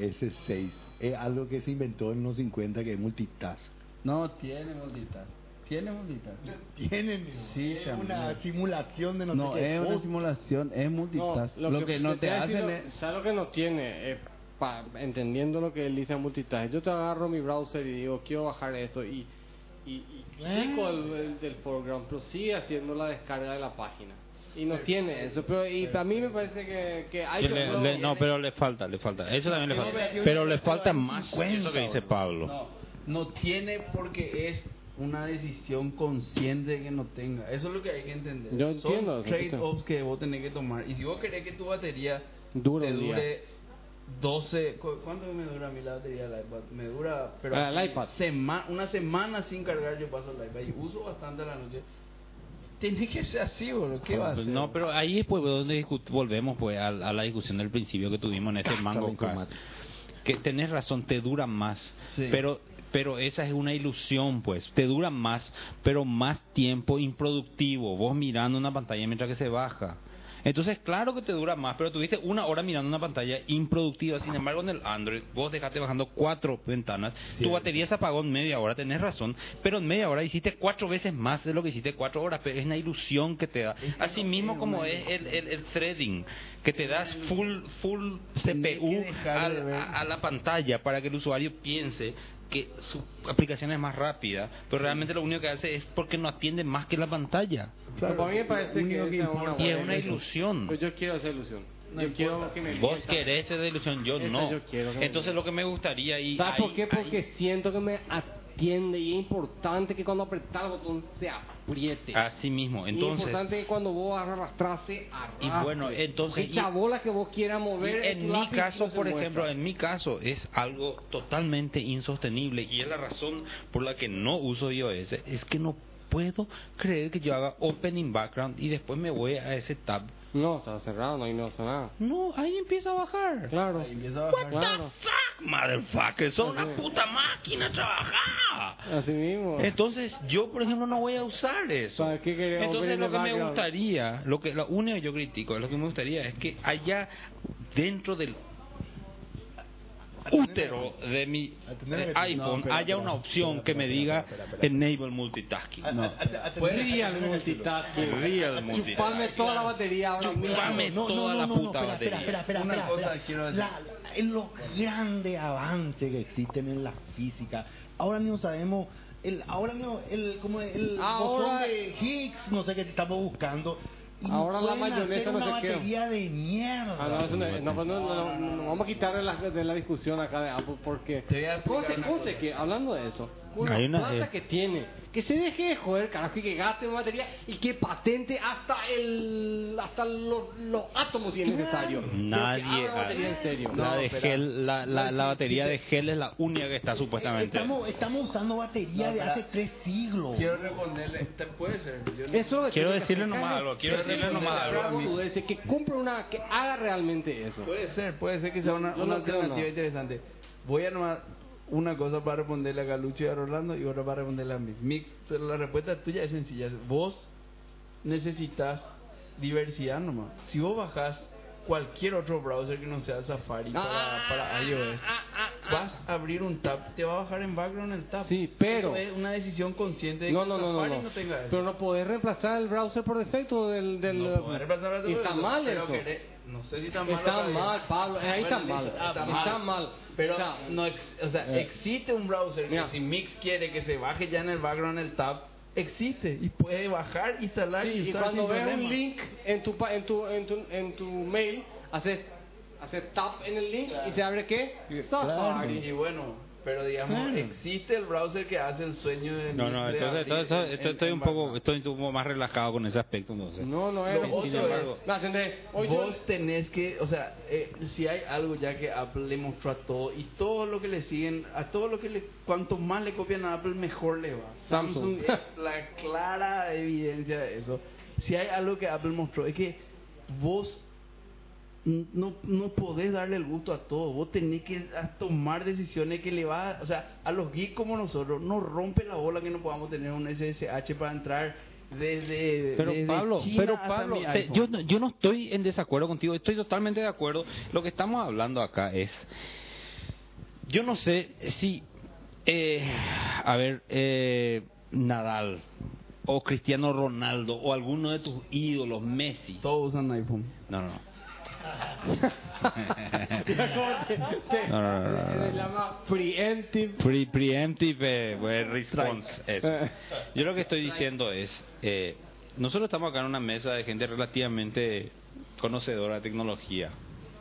6 es algo que se inventó en los 50 que es multitask. No, tiene multitask. Tiene multitask. Tienen Sí, es Shamil. una simulación de no, No, sé qué. es una cosa. simulación, es multitask. lo, que, no te, voy a decir hacen lo- es... ¿Sabes lo que no tiene? Eh, pa- entendiendo lo que él dice en multitask. Yo te agarro mi browser y digo, quiero bajar esto y, y, y clico el, el del foreground, pero sigue haciendo la descarga de la página. Y no tiene eso. Pero y para mí me parece que, que hay Que le- le- no, pero le falta, le falta. Eso también le falta. Pero le falta más eso que dice Pablo. No, no tiene porque es una decisión consciente que no tenga. Eso es lo que hay que entender. Yo Son entiendo, te entiendo. trade-offs que vos tenés que tomar. Y si vos querés que tu batería Dure te un día. dure 12... ¿cu- ¿Cuánto me dura a mí la batería del iPad? Me dura... Pero Ah, el iPad. sema- una semana sin cargar yo paso el iPad y uso bastante a la noche. Tiene que ser así, boludo. Ah, ¿Qué va a ser? No, pero ahí es pues donde discu- volvemos pues a, a la discusión del principio que tuvimos en este Mango Cast. Que tenés razón, te dura más, Sí. pero pero esa es una ilusión, pues. Te dura más, pero más tiempo improductivo, vos mirando una pantalla mientras que se baja. Entonces, claro que te dura más, pero tuviste una hora mirando una pantalla improductiva. Sin embargo, en el Android, vos dejaste bajando cuatro ventanas. Tu batería se apagó en media hora, tenés razón, pero en media hora hiciste cuatro veces más de lo que hiciste cuatro horas. Pero es una ilusión que te da. Así mismo como es el, el, el threading, que te das full, full CPU al- a, a la pantalla para que el usuario piense que su aplicación es más rápida, pero realmente lo único que hace es porque no atiende más que la pantalla. Pero para mí me parece que, esa es una Y es buena una ilusión. ilusión. Pero yo quiero esa ilusión. No yo importa. quiero que me Vos mientan. querés esa ilusión, yo Esa no. yo quiero que me Entonces lo que me gustaría y ¿Sabes ahí- por qué? ahí- Porque siento que me atiende y es importante que cuando apretar el botón se apriete. así mismo. Y es Entonces importante que cuando vos arrastras, se arrastre. Y bueno, entonces- Porque esa y- bola que vos quieras mover. Y en tu mi lápiz caso, no se por muestra. ejemplo, en mi caso es algo totalmente insostenible y es la razón por la que no uso iOS, es que no puedo creer que yo haga opening background y después me voy a ese tab. No, está cerrado, no hay no hace nada. No, ahí empieza a bajar. Claro. Ahí empieza a bajar. Claro. Fuck, motherfucker, son Así una es. puta máquina trabajada. Así Oh. mismo. Entonces, yo por ejemplo no voy a usar eso. ¿Para qué querés Entonces, opening lo que me background? gustaría, lo que lo único que yo critico, lo que me gustaría es que allá dentro del útero de mi Atendeme eh, que- iPhone no, espera, haya espera, una opción espera, que me espera, diga espera, espera, espera. enable multitasking. Real multitasking. Real multitasking. Chupame toda la batería ahora mismo. Chupame toda la puta espera, batería. espera, espera, espera, Una espera, cosa espera. quiero decir. La- eh, la- en los grandes avances que existen en la física. Ahora no sabemos el ahora no el como el Ahora- botón de Higgs, no sé qué estamos buscando. Y Ahora la pueden mayonesa hacer no una se queda. batería de Ah, no, mierda. eso no, no, no, no, no, no, no, vamos a quitarle la, de la discusión acá de Apple porque Te voy a explicar Conste, una conste cosa. que hablando de eso con Hay la una- plata eh. que tiene que se deje de joder carajo y que gaste en batería y que patente hasta el hasta los, los átomos si es necesario Pero que Nadie abra batería en serio la de espera. gel, la, la, la batería de gel es la única que está Eh, supuestamente. Estamos, estamos usando batería No, de espera. hace tres siglos. Quiero responderle, te- puede ser. yo no- Eso es lo que Quiero tiene que decirle hacer. nomás algo, quiero Pero decirle nomás pero algo. tú dices que compre una que haga realmente eso Puede ser, puede ser que sea una, No, no una creo, alternativa no. interesante. Voy a armar una cosa para responderle a Galucho y a Rolando y otra para responderle a mí. Mi- la respuesta tuya es sencilla. Vos necesitas diversidad nomás. Si vos bajás cualquier otro browser que no sea Safari para, para iOS, ah, ah, vas a abrir un tab, te va a bajar en background el tab. Sí, pero- Eso es una decisión consciente de No, que no, el no, no, Safari no. tenga eso. Pero no podés reemplazar el browser por defecto del... del No podés reemplazar a tu y está producto, mal pero eso. querés- no sé si está mal. Está otra vez. mal, Pablo. eh, Ahí está Bueno, mal. listo, Está mal. Pero O sea, no ex- o sea, eh. existe un browser Mira. que si Mix quiere que se baje ya en el background el tab, existe y puede bajar, instalar Sí, y y usar cuando sin ves problema. un link en tu, pa- en tu, en tu, en tu mail, haces, haces tap en el link y se abre qué? Safari. Y bueno, pero digamos, existe el browser que hace el sueño de No, Mix no, de entonces, abrir entonces en- estoy, en- estoy en un poco background. estoy un poco más relajado con ese aspecto entonces. No, no es. Lo Sin otro embargo, es- ¿Me entendés? Hoy yo- Vos tenés que, o sea, eh, si hay algo ya que Apple le mostró a todo y todo lo que le siguen, a todo lo que le, cuanto más le copian a Apple, mejor le va. Samsung. es la clara evidencia de eso. Si hay algo que Apple mostró es que vos n- no, no podés darle el gusto a todo, vos tenés que a- tomar decisiones que le va, o sea, a los geeks como nosotros, no rompe la bola que no podamos tener un SSH para entrar desde Pero desde Pablo, China pero hasta Pablo, mi te- iPhone. yo, no- yo no estoy en desacuerdo contigo, estoy totalmente de acuerdo. Lo que estamos hablando acá es, yo no sé si, eh, a ver, eh, Nadal o Cristiano Ronaldo o alguno de tus ídolos, Messi. Todos usan iPhone. No, no, no. Te- No, no, no, no, no. Se llama preemptive. Pre preemptive eh, well, response. Eso. Eh. Yo lo que estoy diciendo es, eh, nosotros estamos acá en una mesa de gente relativamente conocedora de tecnología,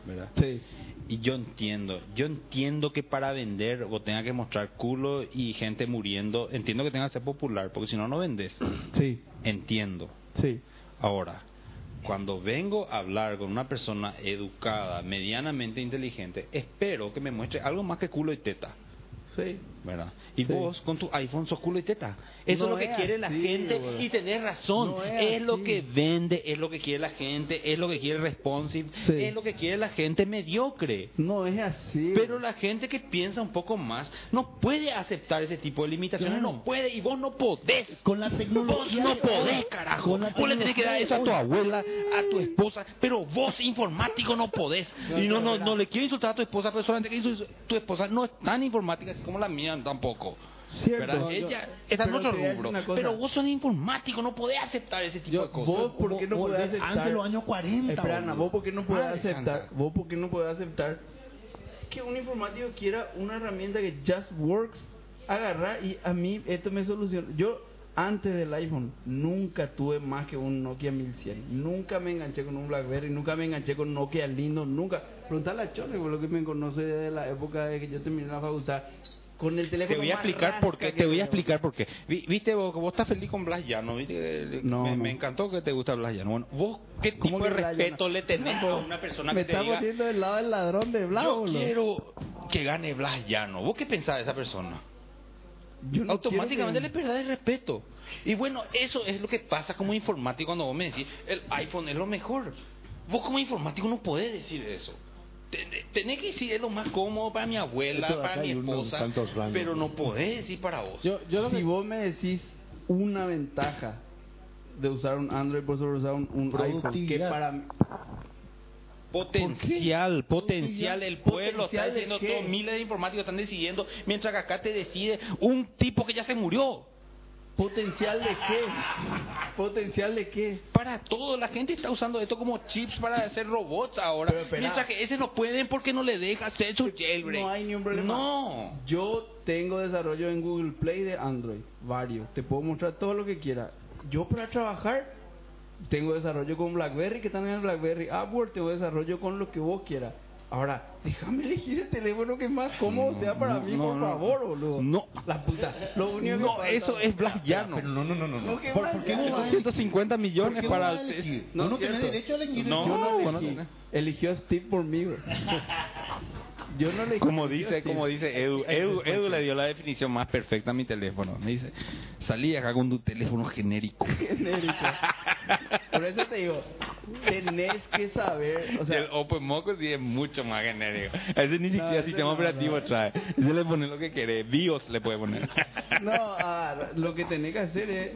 ¿verdad? Sí. Y yo entiendo, yo entiendo que para vender o tenga que mostrar culo y gente muriendo, entiendo que tenga que ser popular, porque si no, no vendes. Sí, Entiendo. sí. Ahora, cuando vengo a hablar con una persona educada, medianamente inteligente, espero que me muestre algo más que culo y teta. Sí. ¿verdad? Y Sí. vos con tu iPhone sos culo y teta. Eso No es lo que es quiere la así, gente boludo. y tenés razón. No es es lo así. que vende, es lo que quiere la gente, es lo que quiere el responsive, Sí. es lo que quiere la gente mediocre. No es así. Pero la gente que piensa un poco más no puede aceptar ese tipo de limitaciones, Claro. no puede y vos no podés. Con la Vos tecnología. no de hoy, podés, carajo. Con la Vos le tenés que dar tecnología eso a de tu hoy. abuela, a tu esposa, pero vos informático no podés. Y no, no, no le quiero insultar a tu esposa, pero solamente que insu- tu esposa no es tan informática así como la mía tampoco. Cierto. ¿Verdad? Yo- Ella está en pero otro te voy a decir rubro. una cosa. Pero vos sos informático, no podés aceptar ese tipo de cosas. vos por qué no Volver podés aceptar Antes los años 40. Espera, Ana, boludo. vos por qué no podés Madre aceptar, santa. vos por qué no podés aceptar que un informático quiera una herramienta que just works, agarrar y a mí esto me soluciona. Yo antes del iPhone nunca tuve más que un Nokia 1100. Nunca me enganché con un BlackBerry, nunca me enganché con Nokia lindo, nunca. Preguntale a Chole, por lo que me conoce de la época de que yo terminé la facultad con el teléfono Te voy a más explicar por qué, rasca te que voy a tengo. explicar por qué. Vi- Viste vos que vos estás feliz con Blas Llano, viste que- No, no. me, me encantó que te gusta Blas Llano. Bueno, vos qué ¿Cómo tipo de que Blas respeto Llano? le tenés a una persona me que te está diga poniendo del lado del ladrón de Blau. Yo quiero que gane Blas Llano. ¿Vos qué pensás de esa persona? Automáticamente le perdés el respeto. Y bueno, eso es lo que pasa como informático cuando vos me decís, el iPhone es lo mejor. Vos como informático no podés decir eso. Te- te- Tenés que decir es lo más cómodo para mi abuela, Esto de para acá mi hay uno, esposa, tantos rangos. pero no podés decir para vos. Yo, yo lo si que- vos me decís una ventaja de usar un Android por sobre usar un, un iPhone, que Productividad. para mí- Potencial, potencial, el pueblo ¿Potencial está de diciendo qué? todo, miles de informáticos están decidiendo, mientras que acá te decide un tipo que ya se murió. potencial de qué, potencial de qué. Para todo, la gente está usando esto como chips para hacer robots ahora. Pero espera. mientras que ese no pueden porque no le deja hacer su jailbreak. No hay ni un problema. No. Yo tengo desarrollo en Google Play de Android, varios. Te puedo mostrar todo lo que quiera. Yo para trabajar tengo desarrollo con BlackBerry, que están en el BlackBerry Upward, tengo desarrollo con lo que vos quieras. Ahora, déjame elegir el teléfono que más cómodo sea para mí, no, por no. favor, boludo. No. La puta. Lo único No, que eso es Black Llano. Pero no, no, no, no. no. No, que ¿Por, Blas por qué Llano. vos vas a- 150 ¿Por millones qué vos para... vas a elegir? No, No, no tenés cierto. derecho a elegir. No. Yo no vos elegí. tenés. Eligió a Steve por mí, bro. Yo no elegí. Como eligió dice, Steve. como dice Edu, Edu, Edu le dio la definición más perfecta a mi teléfono. Me dice, salí acá con tu teléfono genérico. Genérico. Por eso te digo, tenés que saber, o Y sea, el Open Moco sí es mucho más genérico. Ese ni siquiera ese sistema no, operativo no. trae. Ese le pone lo que quiere. BIOS le puede poner. no, ah, lo que tenés que hacer es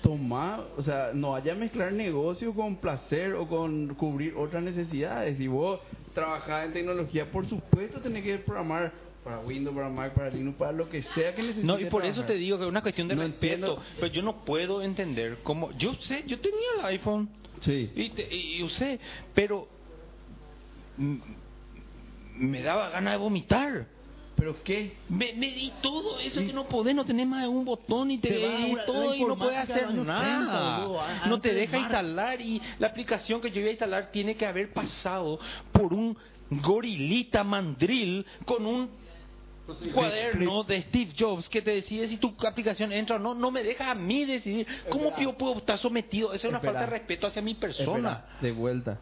tomar, o sea, no vaya a mezclar negocio con placer o con cubrir otras necesidades. Si vos trabajás en tecnología, por supuesto tenés que programar para Windows, para Mac, para Linux, para lo que sea que necesites. No, y por eso trabajar. te digo que es una cuestión de No respeto. entiendo. Pero yo no puedo entender cómo. Yo sé, yo tenía el iPhone Sí. y, te- y usé, pero. mm, Me daba ganas de vomitar. ¿Pero qué? Me, me di todo eso que no podés, no tenés más de un botón y te, Te va y una- la todo y no podés informática de los hacer años nada. 30, boludo, a- no antes te de deja Marx. instalar y la aplicación que yo iba a instalar tiene que haber pasado por un gorilita mandril con un cuaderno de Steve Jobs que te decide si tu aplicación entra o no, no me deja a mí decidir cómo yo puedo estar sometido. Esa es una Espera. falta de respeto hacia mi persona. Espera, de vuelta.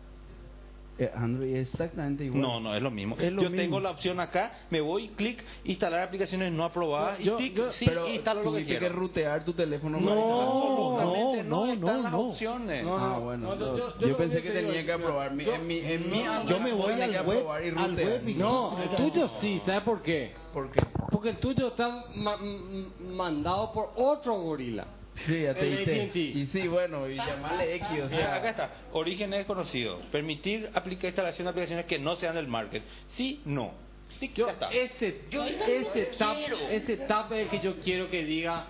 Eh, Android es exactamente igual. No, no, es lo mismo. Es lo yo mismo. tengo la opción acá, me voy, clic, instalar aplicaciones no aprobadas, y Yo- clic, yo- sí, pero instalo lo que tuviste que quiero. rutear tu teléfono. para instalar. No, absolutamente no, no, no, están las no. opciones. No, Ah, bueno, no, yo- entonces, yo- yo, yo lo pensé que que te digo, tenía que yo- aprobar mi, yo- en mi, en mi no, Android yo me voy tenía al que web- aprobar y al rutear. web y- No, el tuyo sí, ¿sabes por qué? ¿Por qué? Porque el tuyo está ma- m- mandado por otro gorila. Sí, ya te El diste. AT&T. Y sí, bueno, y llamarle X, o Mira, sea, acá está, orígenes desconocidos, permitir aplica instalación de aplicaciones que no sean del market. Sí, no. Tic, Yo, ya está. ese, Yo ese, no tap, quiero. ese tap es el que yo quiero que diga,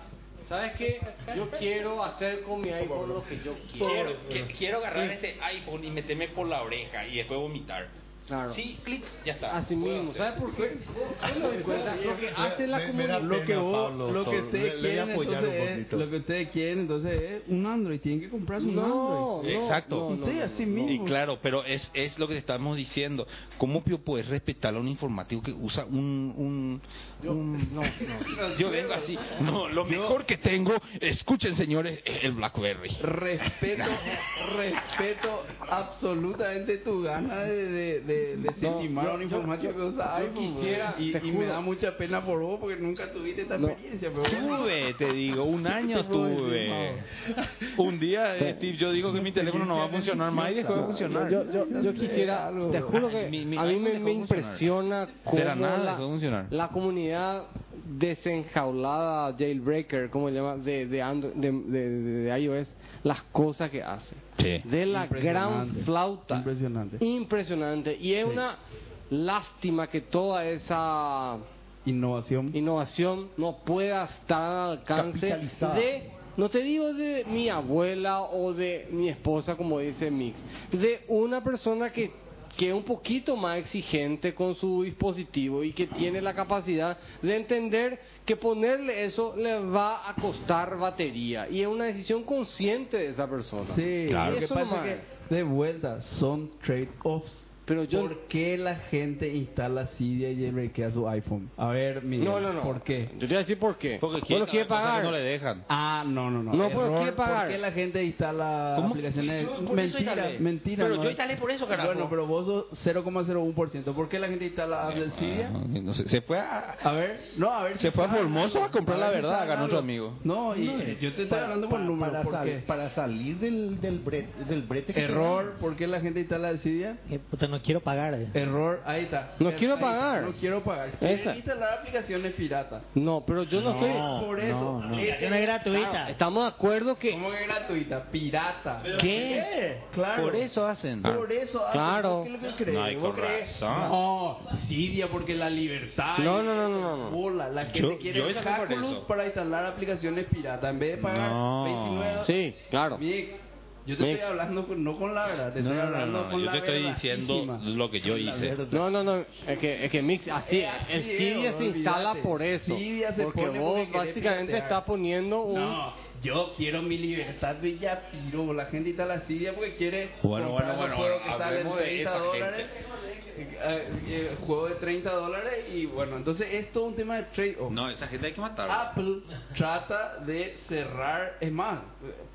¿sabes qué? Yo quiero hacer con mi iPhone lo que yo quiero. Quiero, que- quiero agarrar este iPhone y meterme por la oreja y después vomitar. Claro. Sí, clic, ya está. Así Puedo mismo, hacer. ¿sabes por qué? Vos no das cuenta lo que Ah, hace la comunidad. lo que vos, lo que ustedes te quieren, entonces es, lo que ustedes quieren, entonces es un Android, tienen que comprarse un No, Android. no, Exacto. no, no, Sí, no, así no. mismo. Y claro, pero es, es lo que te estamos diciendo. ¿Cómo pio puedes respetar a un informático que usa un... un, un- yo, vengo así. No, lo mejor que tengo, escuchen señores, es el BlackBerry. Respeto, respeto absolutamente tu gana de, de, de, de estimar a un informático que usa yo iPhone, quisiera, güey. te y, y me juro. da mucha pena por vos porque nunca tuviste esta experiencia, pero bueno. Tuve, te digo, un año tuve. Un día, eh, Steve, yo digo que mi teléfono no va a funcionar más y dejó de funcionar. Yo, yo- yo quisiera, te juro que Mi- mi a mí iPhone me, dejó me de funcionar. impresiona cómo De la nada la, dejó de funcionar. la comunidad desenjaulada, jailbreaker, como le llama, de, de, Andro- de, de- de iOS, las cosas que hace. Sí. De la gran Impresionante. flauta. Impresionante. Impresionante. Y es Sí. una lástima que toda esa Innovación. innovación no pueda estar al alcance Capitalizada. de, no te digo de mi abuela o de mi esposa, como dice Mix, de una persona que, que es un poquito más exigente con su dispositivo y que tiene la capacidad de entender que ponerle eso le va a costar batería. Y es una decisión consciente de esa persona. Sí, Claro. lo que Eso pasa nomás. es que, de vuelta, son trade-offs. Pero yo- ¿Por qué la gente instala Cydia y jailbreakea su iPhone? A ver, Miguel, No, no, no. ¿por qué? Yo te voy a decir por qué. Porque Vos quieren lo quiere cosas que pagar. No le dejan. Ah, no, no, no. No, Error. ¿por qué pagar? ¿Por qué la gente instala ¿Cómo? aplicaciones? Yo, ¿por qué soy mentira, tal? mentira. Pero no yo es- instalé por eso, carajo. Bueno, pero vos sos 0,01%. ¿Por qué la gente instala apps del Cydia? Ah, No sé, se fue a, A ver, no, a ver. Se fue a está Formosa ganando. a comprar la ver si verdad, está ganó otro ganando. amigo. No, y, eh, yo te estoy hablando por números. Para, ¿por sal- qué? para salir del, del, bre- del brete que te Error, ¿por qué la gente instala el Cydia? Eh, Que, puta, no quiero pagar. eh. Error, ahí está. No Ahí quiero está, pagar. No quiero pagar. Esa. Quieren instalar aplicaciones pirata. No, pero yo Ah, no, estoy... Por eso. no, no. ese- Aplicación es gratuita. Estamos de acuerdo que ¿Cómo que gratuita? Pirata. ¿Qué? Claro. Por eso hacen. Por eso. hacen- Claro. ¿Qué es lo que crees? No, y ¿Vos con crees? razón. No, Siria, porque la libertad. No, y no, no, no, no, no. Bola. La gente Yo- quiere yo el también por Haculus eso. para instalar aplicaciones pirata. En vez de pagar No. 29 Sí, claro. Mix, yo te Mix. estoy hablando con- no con la verdad. Te No, estoy no, no, hablando no, con Yo la te estoy verdadísima. diciendo lo que yo hice. No, no, no, es que, es que Mix, así, Es así, el Cydia eh, se instala olvídate. por eso. Cydia se Porque pone vos porque querés básicamente piratear. estás poniendo un... No, yo quiero mi libertad de ya piro. La gente está la Siria porque quiere Bueno, comprar bueno, un bueno, juego bueno, que sale en hablemos de 30 esa dólares. eh, eh, juego de 30 dólares y bueno, entonces es todo un tema de trade-off. No, esa gente hay que matarla. Apple trata de cerrar, es más,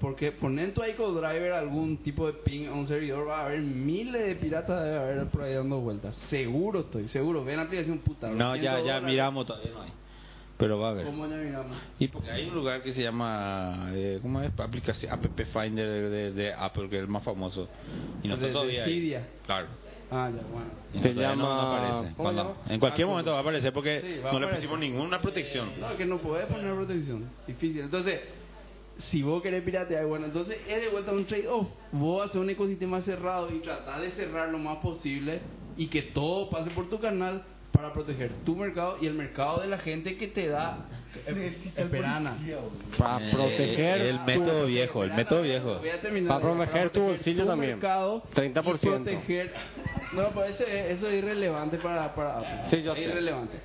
porque poner en tu iCloud Driver algún tipo de ping a un servidor va a haber miles de piratas debe haber por ahí dando vueltas. Seguro estoy, seguro. Ven la aplicación puta. No, 200 ya, ya dólares. miramos, todavía no hay. Pero va a haber. ¿Cómo ya miramos? Y porque hay un lugar que se llama, eh, ¿cómo es? Aplicación, App Finder de, de- de Apple, que es el más famoso. Y no De- está de todavía ahí. Cydia. Claro. Ah, ya, bueno. Y Se no, todavía no- no llama- aparece. ¿cómo Cuando- llama? En cualquier momento va a aparecer porque Sí, va a no le aparecer. pusimos ninguna protección. No, que no podés poner protección. Difícil. Entonces, si vos querés piratear, bueno, entonces es de vuelta un trade-off. Vos haces un ecosistema cerrado y tratás de cerrar lo más posible y que todo pase por tu canal para proteger tu mercado y el mercado de la gente que te da eh, esperana. Para Eh, proteger el método viejo, el método viejo. Voy a terminar. Para proteger tu bolsillo también. mercado y 30%. proteger- No, pero eso es, eso es irrelevante para, para Apple. Sí, yo Es sé. irrelevante.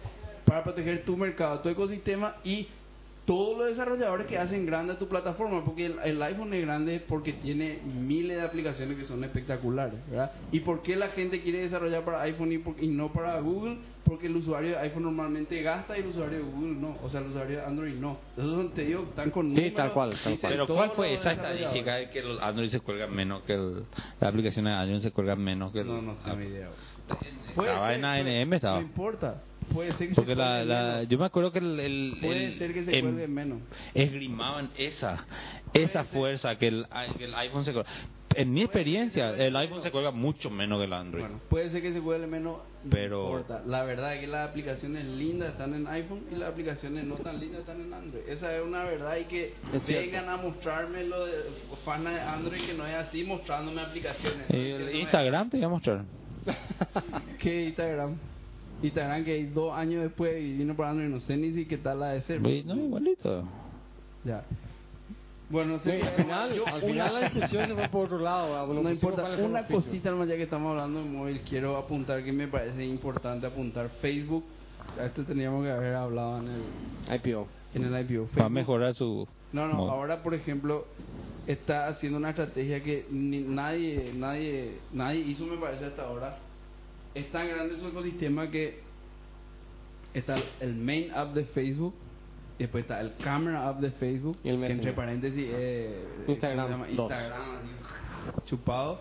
Para proteger tu mercado, tu ecosistema y todos los desarrolladores que hacen grande tu plataforma, porque el, el iPhone es grande porque tiene miles de aplicaciones que son espectaculares, ¿verdad? ¿Y por qué la gente quiere desarrollar para iPhone y, por- y no para Google? Porque el usuario de iPhone normalmente gasta y el usuario de Google no, o sea, el usuario de Android no. Esos son, te digo, están con Sí, números, tal cual, tal dicen cual. Pero todos ¿cuál fue los esa desarrolladores. estadística de que los ah, Android se cuelgan menos que el- las aplicaciones de Android se cuelgan menos que el- No, no tengo idea. Puede Estaba ser, en puede- ANM, estaba. No importa. Puede ser que Porque se la, cuelgue la- menos. yo me acuerdo que el, el- Puede el- ser que se em- cuelgue menos. esgrimaban esa esa fuerza que el, i- que el iPhone se cuelga. En mi experiencia, el iPhone se cuelga mucho menos que el Android. Bueno, puede ser que se cuelgue menos, no Pero- importa. La verdad es que las aplicaciones lindas están en iPhone y las aplicaciones no tan lindas están en Android. Esa es una verdad y que Es cierto. vengan a mostrarme lo de fana de Android que no es así mostrándome aplicaciones. Y No, el que no Instagram te voy a mostrar. es- ¿Qué Instagram? Instagram que dos años después y vino para Android, no sé ni si qué tal la de ser. Ve, No, igualito. Ya. Bueno, no sé, Sí, al final, al final la discusión se fue por otro lado. ¿verdad? Nos ah, No pusimos importa, cuáles son una los features. cosita nomás ya que estamos hablando de móvil, quiero apuntar que me parece importante apuntar Facebook. A esto teníamos que haber hablado en el, IPO. en el IPO. Para Facebook- mejorar su... No, no, modo. ahora por ejemplo está haciendo una estrategia que ni- nadie, nadie, nadie hizo me parece hasta ahora. Es tan grande su ecosistema que está el main app de Facebook, y después está el camera app de Facebook, Y el que entre Messenger. paréntesis eh, Instagram, ¿cómo se llama? dos. Instagram, así, chupado.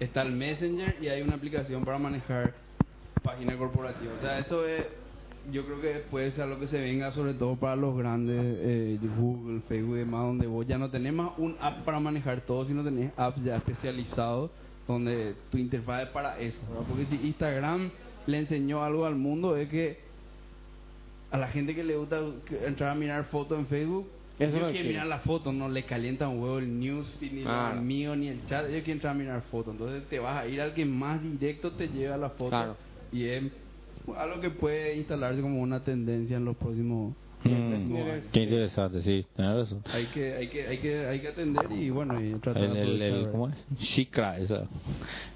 Está el Messenger y hay una aplicación para manejar página corporativa. O sea, eso es, yo creo que puede ser lo que se venga, sobre todo para los grandes, eh, Google, Facebook y demás, donde vos ya no tenés más un app para manejar todo, sino tenés apps ya especializados donde tu interfaz es para eso. ¿verdad? Porque si Instagram le enseñó algo al mundo es que a la gente que le gusta que- entrar a mirar fotos en Facebook, Eso ellos no quieren quieren. mirar las fotos, no le calienta un huevo el newsfeed, ni Claro. el mío, ni el chat, ellos quieren entrar a mirar fotos. Entonces te vas a ir al que más directo te lleva la foto. Claro. Y es algo que puede instalarse como una tendencia en los próximos... Mm, qué interesante, sí, tenés razón. Hay que, hay que, hay que, hay que atender y bueno, y tratar El, de el, el- aprovechar, ¿Cómo es? Shikra, esa.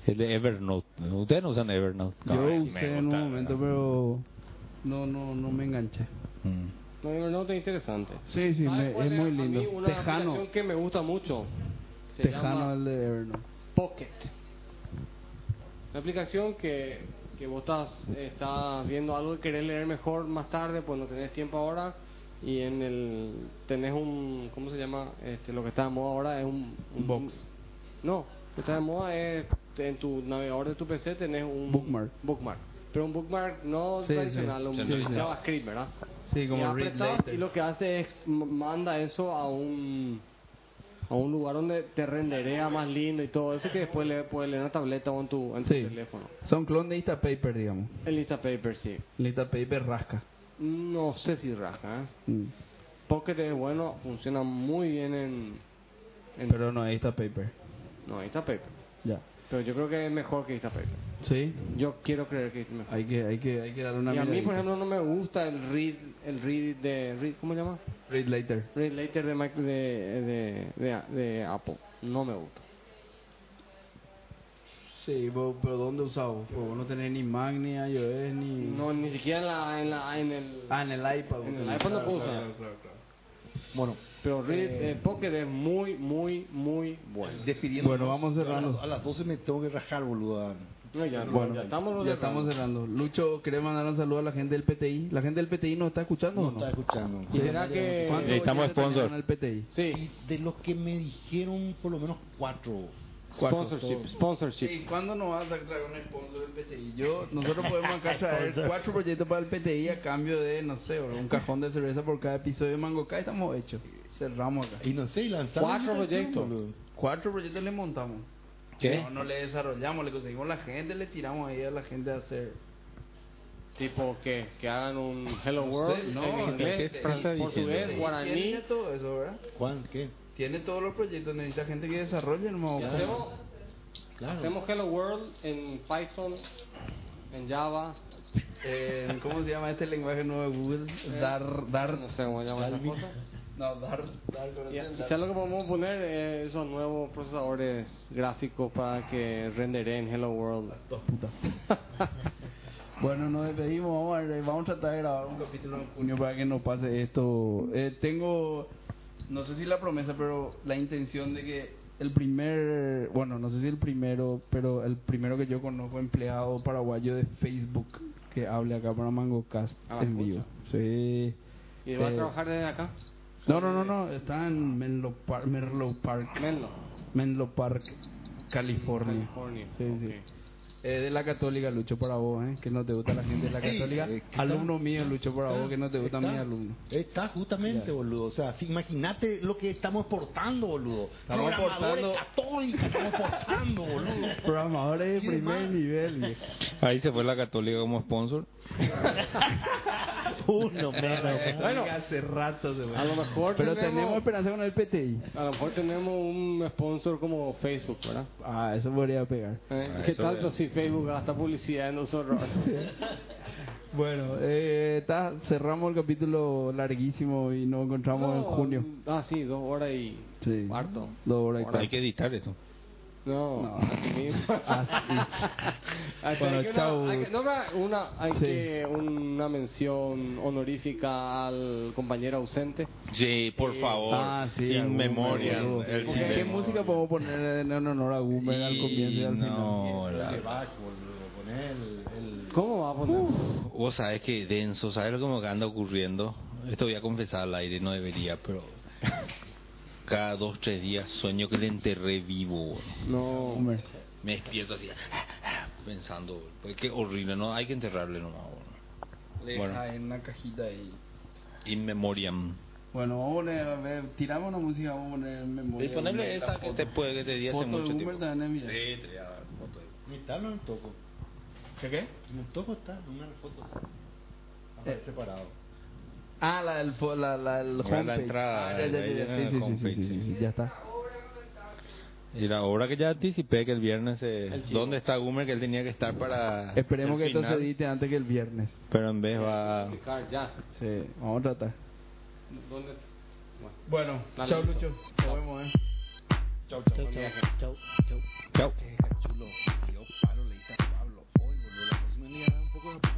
El de Evernote. Ustedes no usan Evernote. ¿verdad? Ay, Yo me usé en gusta, un momento, ¿verdad? pero no, no, no me enganché. Mm. No, no, no, está interesante. Sí, sí, ¿Sabes me- cuál es muy A mí lindo. una Tejano, aplicación que me gusta mucho. Se Tejano llama el de Evernote. Pocket. Una aplicación que, que vos estás, estás viendo algo que querés leer mejor más tarde, pues no tenés tiempo ahora. Y en el. tenés un. ¿Cómo se llama? Este, lo que está de moda ahora es un. un Box. No, lo que está de moda es. En tu navegador de tu PC tenés un. Bookmark. Bookmark. Pero un bookmark no Sí, tradicional, sí. un Sí, sí. JavaScript, ¿verdad? Sí, y, como Read apretás, Later. y lo que hace es m- manda eso a un a un lugar donde te renderea más lindo y todo eso que después le puedes leer en una tableta o en tu, en tu Sí. teléfono. Son clon de Instapaper, digamos. El Instapaper sí. Instapaper rasca. No sé si rasca, ¿eh? Mm. Pocket es bueno, funciona muy bien en, en Pero no es Instapaper. no Instapaper. Ya. Pero yo creo que es mejor que Instapaper. Sí, Yo quiero creer que es mejor. hay que, hay que, hay que darle una Y a mí, miradita. por ejemplo, no me gusta el read, el read de, read, ¿cómo se llama? Read Later. Read Later de, Mac- de, de, de, de Apple. No me gusta. Sí, vos- pero ¿dónde usado? Pues vos no tenés ni Mac, ni iOS, ni... No, ni siquiera en, la, en, la, en el... Ah, en el iPad. vos En el tenés. iPad no Claro, puedo claro, usar. claro, claro. Bueno, Pero Reed, eh, Pocket es muy, muy, muy bueno. despidiendo. Bueno, vamos cerrando. A las, a las 12 me tengo que rajar, boludo. Ah, No, ya, Bueno, ya estamos los ya de- estamos cerrando. Lucho, ¿querés mandar un saludo a la gente del PTI? ¿La gente del PTI nos está escuchando No o no? está escuchando. ¿Y será que...? ¿Cuántos Necesitamos oyentes sponsor. tenían al PTI? Sí, Y de los que me dijeron, por lo menos cuatro. Cuatro. sponsorship, sponsorship. Sí, ¿cuándo nos vas a traer un sponsor del PTI? Yo, nosotros podemos acá traer cuatro proyectos para el PTI a cambio de, no sé, un cajón de cerveza por cada episodio de Mango Kai, estamos hechos. Cerramos acá. Y no sé, y lanzaron. Cuatro una canción, proyectos. boludo. Cuatro proyectos le montamos. ¿Qué? No, no le desarrollamos, le conseguimos la gente, le tiramos ahí a la gente a hacer. Tipo que, que hagan un Hello No sé, World no, en ¿qué inglés, estás en portugués, ¿Tiene guaraní. ya todo eso, ¿verdad? ¿Cuál? ¿Qué? Tiene todos los proyectos, necesita gente que desarrolle, hermano. Y hacemos, Ah. hacemos Hello World en Python, en Java, Eh, ¿Cómo se llama este lenguaje nuevo de Google? Dar, dar, Eh, no sé cómo se llama esa cosa. no, dar, dar, Y quizás lo que podemos poner es esos nuevos procesadores gráficos para que renderen Hello World. Dos putas. Bueno, nos despedimos, vamos a, ver, eh, vamos a tratar de grabar un capítulo en junio para que no pase esto. Eh, tengo, no sé si la promesa, pero la intención de que el primer, bueno, no sé si el primero, pero el primero que yo conozco empleado paraguayo de Facebook que hable acá para MangoCast Ah, en pucha. vivo. Sí. ¿Y va a Eh, trabajar desde acá? No, no, no, no, está en Menlo, Par- Merlo Park, Menlo, Menlo Park, California. California. Sí, sí. Ok. Eh, de la católica, lucho para vos, ¿eh? que no te gusta la gente de la católica. alumno mío, lucho para vos, que no te gusta mi alumno. Está justamente, boludo. O sea, imagínate lo que estamos exportando, boludo. Estamos Programadores exportando- católicos estamos exportando, boludo. Programadores de ¿Qué primer más? nivel. viejo. Ahí se fue la Católica como sponsor. Uno menos. Eh, ¿no? bueno, hace rato se fue. A lo mejor Pero tenemos- tenemos esperanza con el PTI. A lo mejor tenemos un sponsor como Facebook, ¿verdad? Ah, eso podría pegar. ¿Eh? Ah, ¿Qué eso tal veo. si Facebook gasta publicidad en nosotros? Bueno, eh, ta- cerramos el capítulo larguísimo y nos encontramos en No, junio. Ah, sí, dos horas y Sí. cuarto. Dos horas y Hay cuarto. que editar eso. No, No. Ah, así mismo. Hay que- Bueno, hay que una- chao. hay que- no, una, una- hay Sí. que una mención honorífica al compañero ausente. Sí, por favor. Ah, sí, In algún memoriam. boludo. El ¿Qué, sin qué memoriam. música podemos poner en honor a Google al comienzo y al Y final? no, la- ¿Cómo va a poner? Vos sabés que denso, ¿sabes lo que me anda ocurriendo? Esto voy a confesar al aire, no debería, pero cada dos, tres días sueño que le enterré vivo. boludo. no, Homer. Me despierto así, pensando, boludo, pues qué horrible, no hay que enterrarle nomás. boludo. Le Bueno. deja en una cajita ahí. In memoriam. Bueno, vamos a poner, a ver, tiramos una música, vamos a poner en memoria. Y ponerle La esa que foto. te puede que te di hace Foto de mucho tiempo. Google también, mira. Sí, te voy a dar foto de- Mi tabla en el toco. ¿Qué qué? Pues En el toco está, en una foto. Aparece separado. Ah, la del fo- la, la del La homepage. entrada, Ah, ya, ya, ahí ya, en sí, el sí, sí, homepage, sí, sí, sí. sí, ya está. Y la obra que ya anticipé que el viernes. eh, El chivo. ¿Dónde está Gumer? Que él tenía que estar para. Esperemos el que esto se final, edite antes que el viernes. Pero en vez va. explicar ya. Sí, vamos a tratar. ¿Dónde? Bueno, Dale, chao listo. Lucho. Nos vemos, eh. Chau, chau, chau, chau. Chao. Qué cachulo. Yo palo le hice a Pablo. Hoy, boludo, la próxima le voy a dar un poco de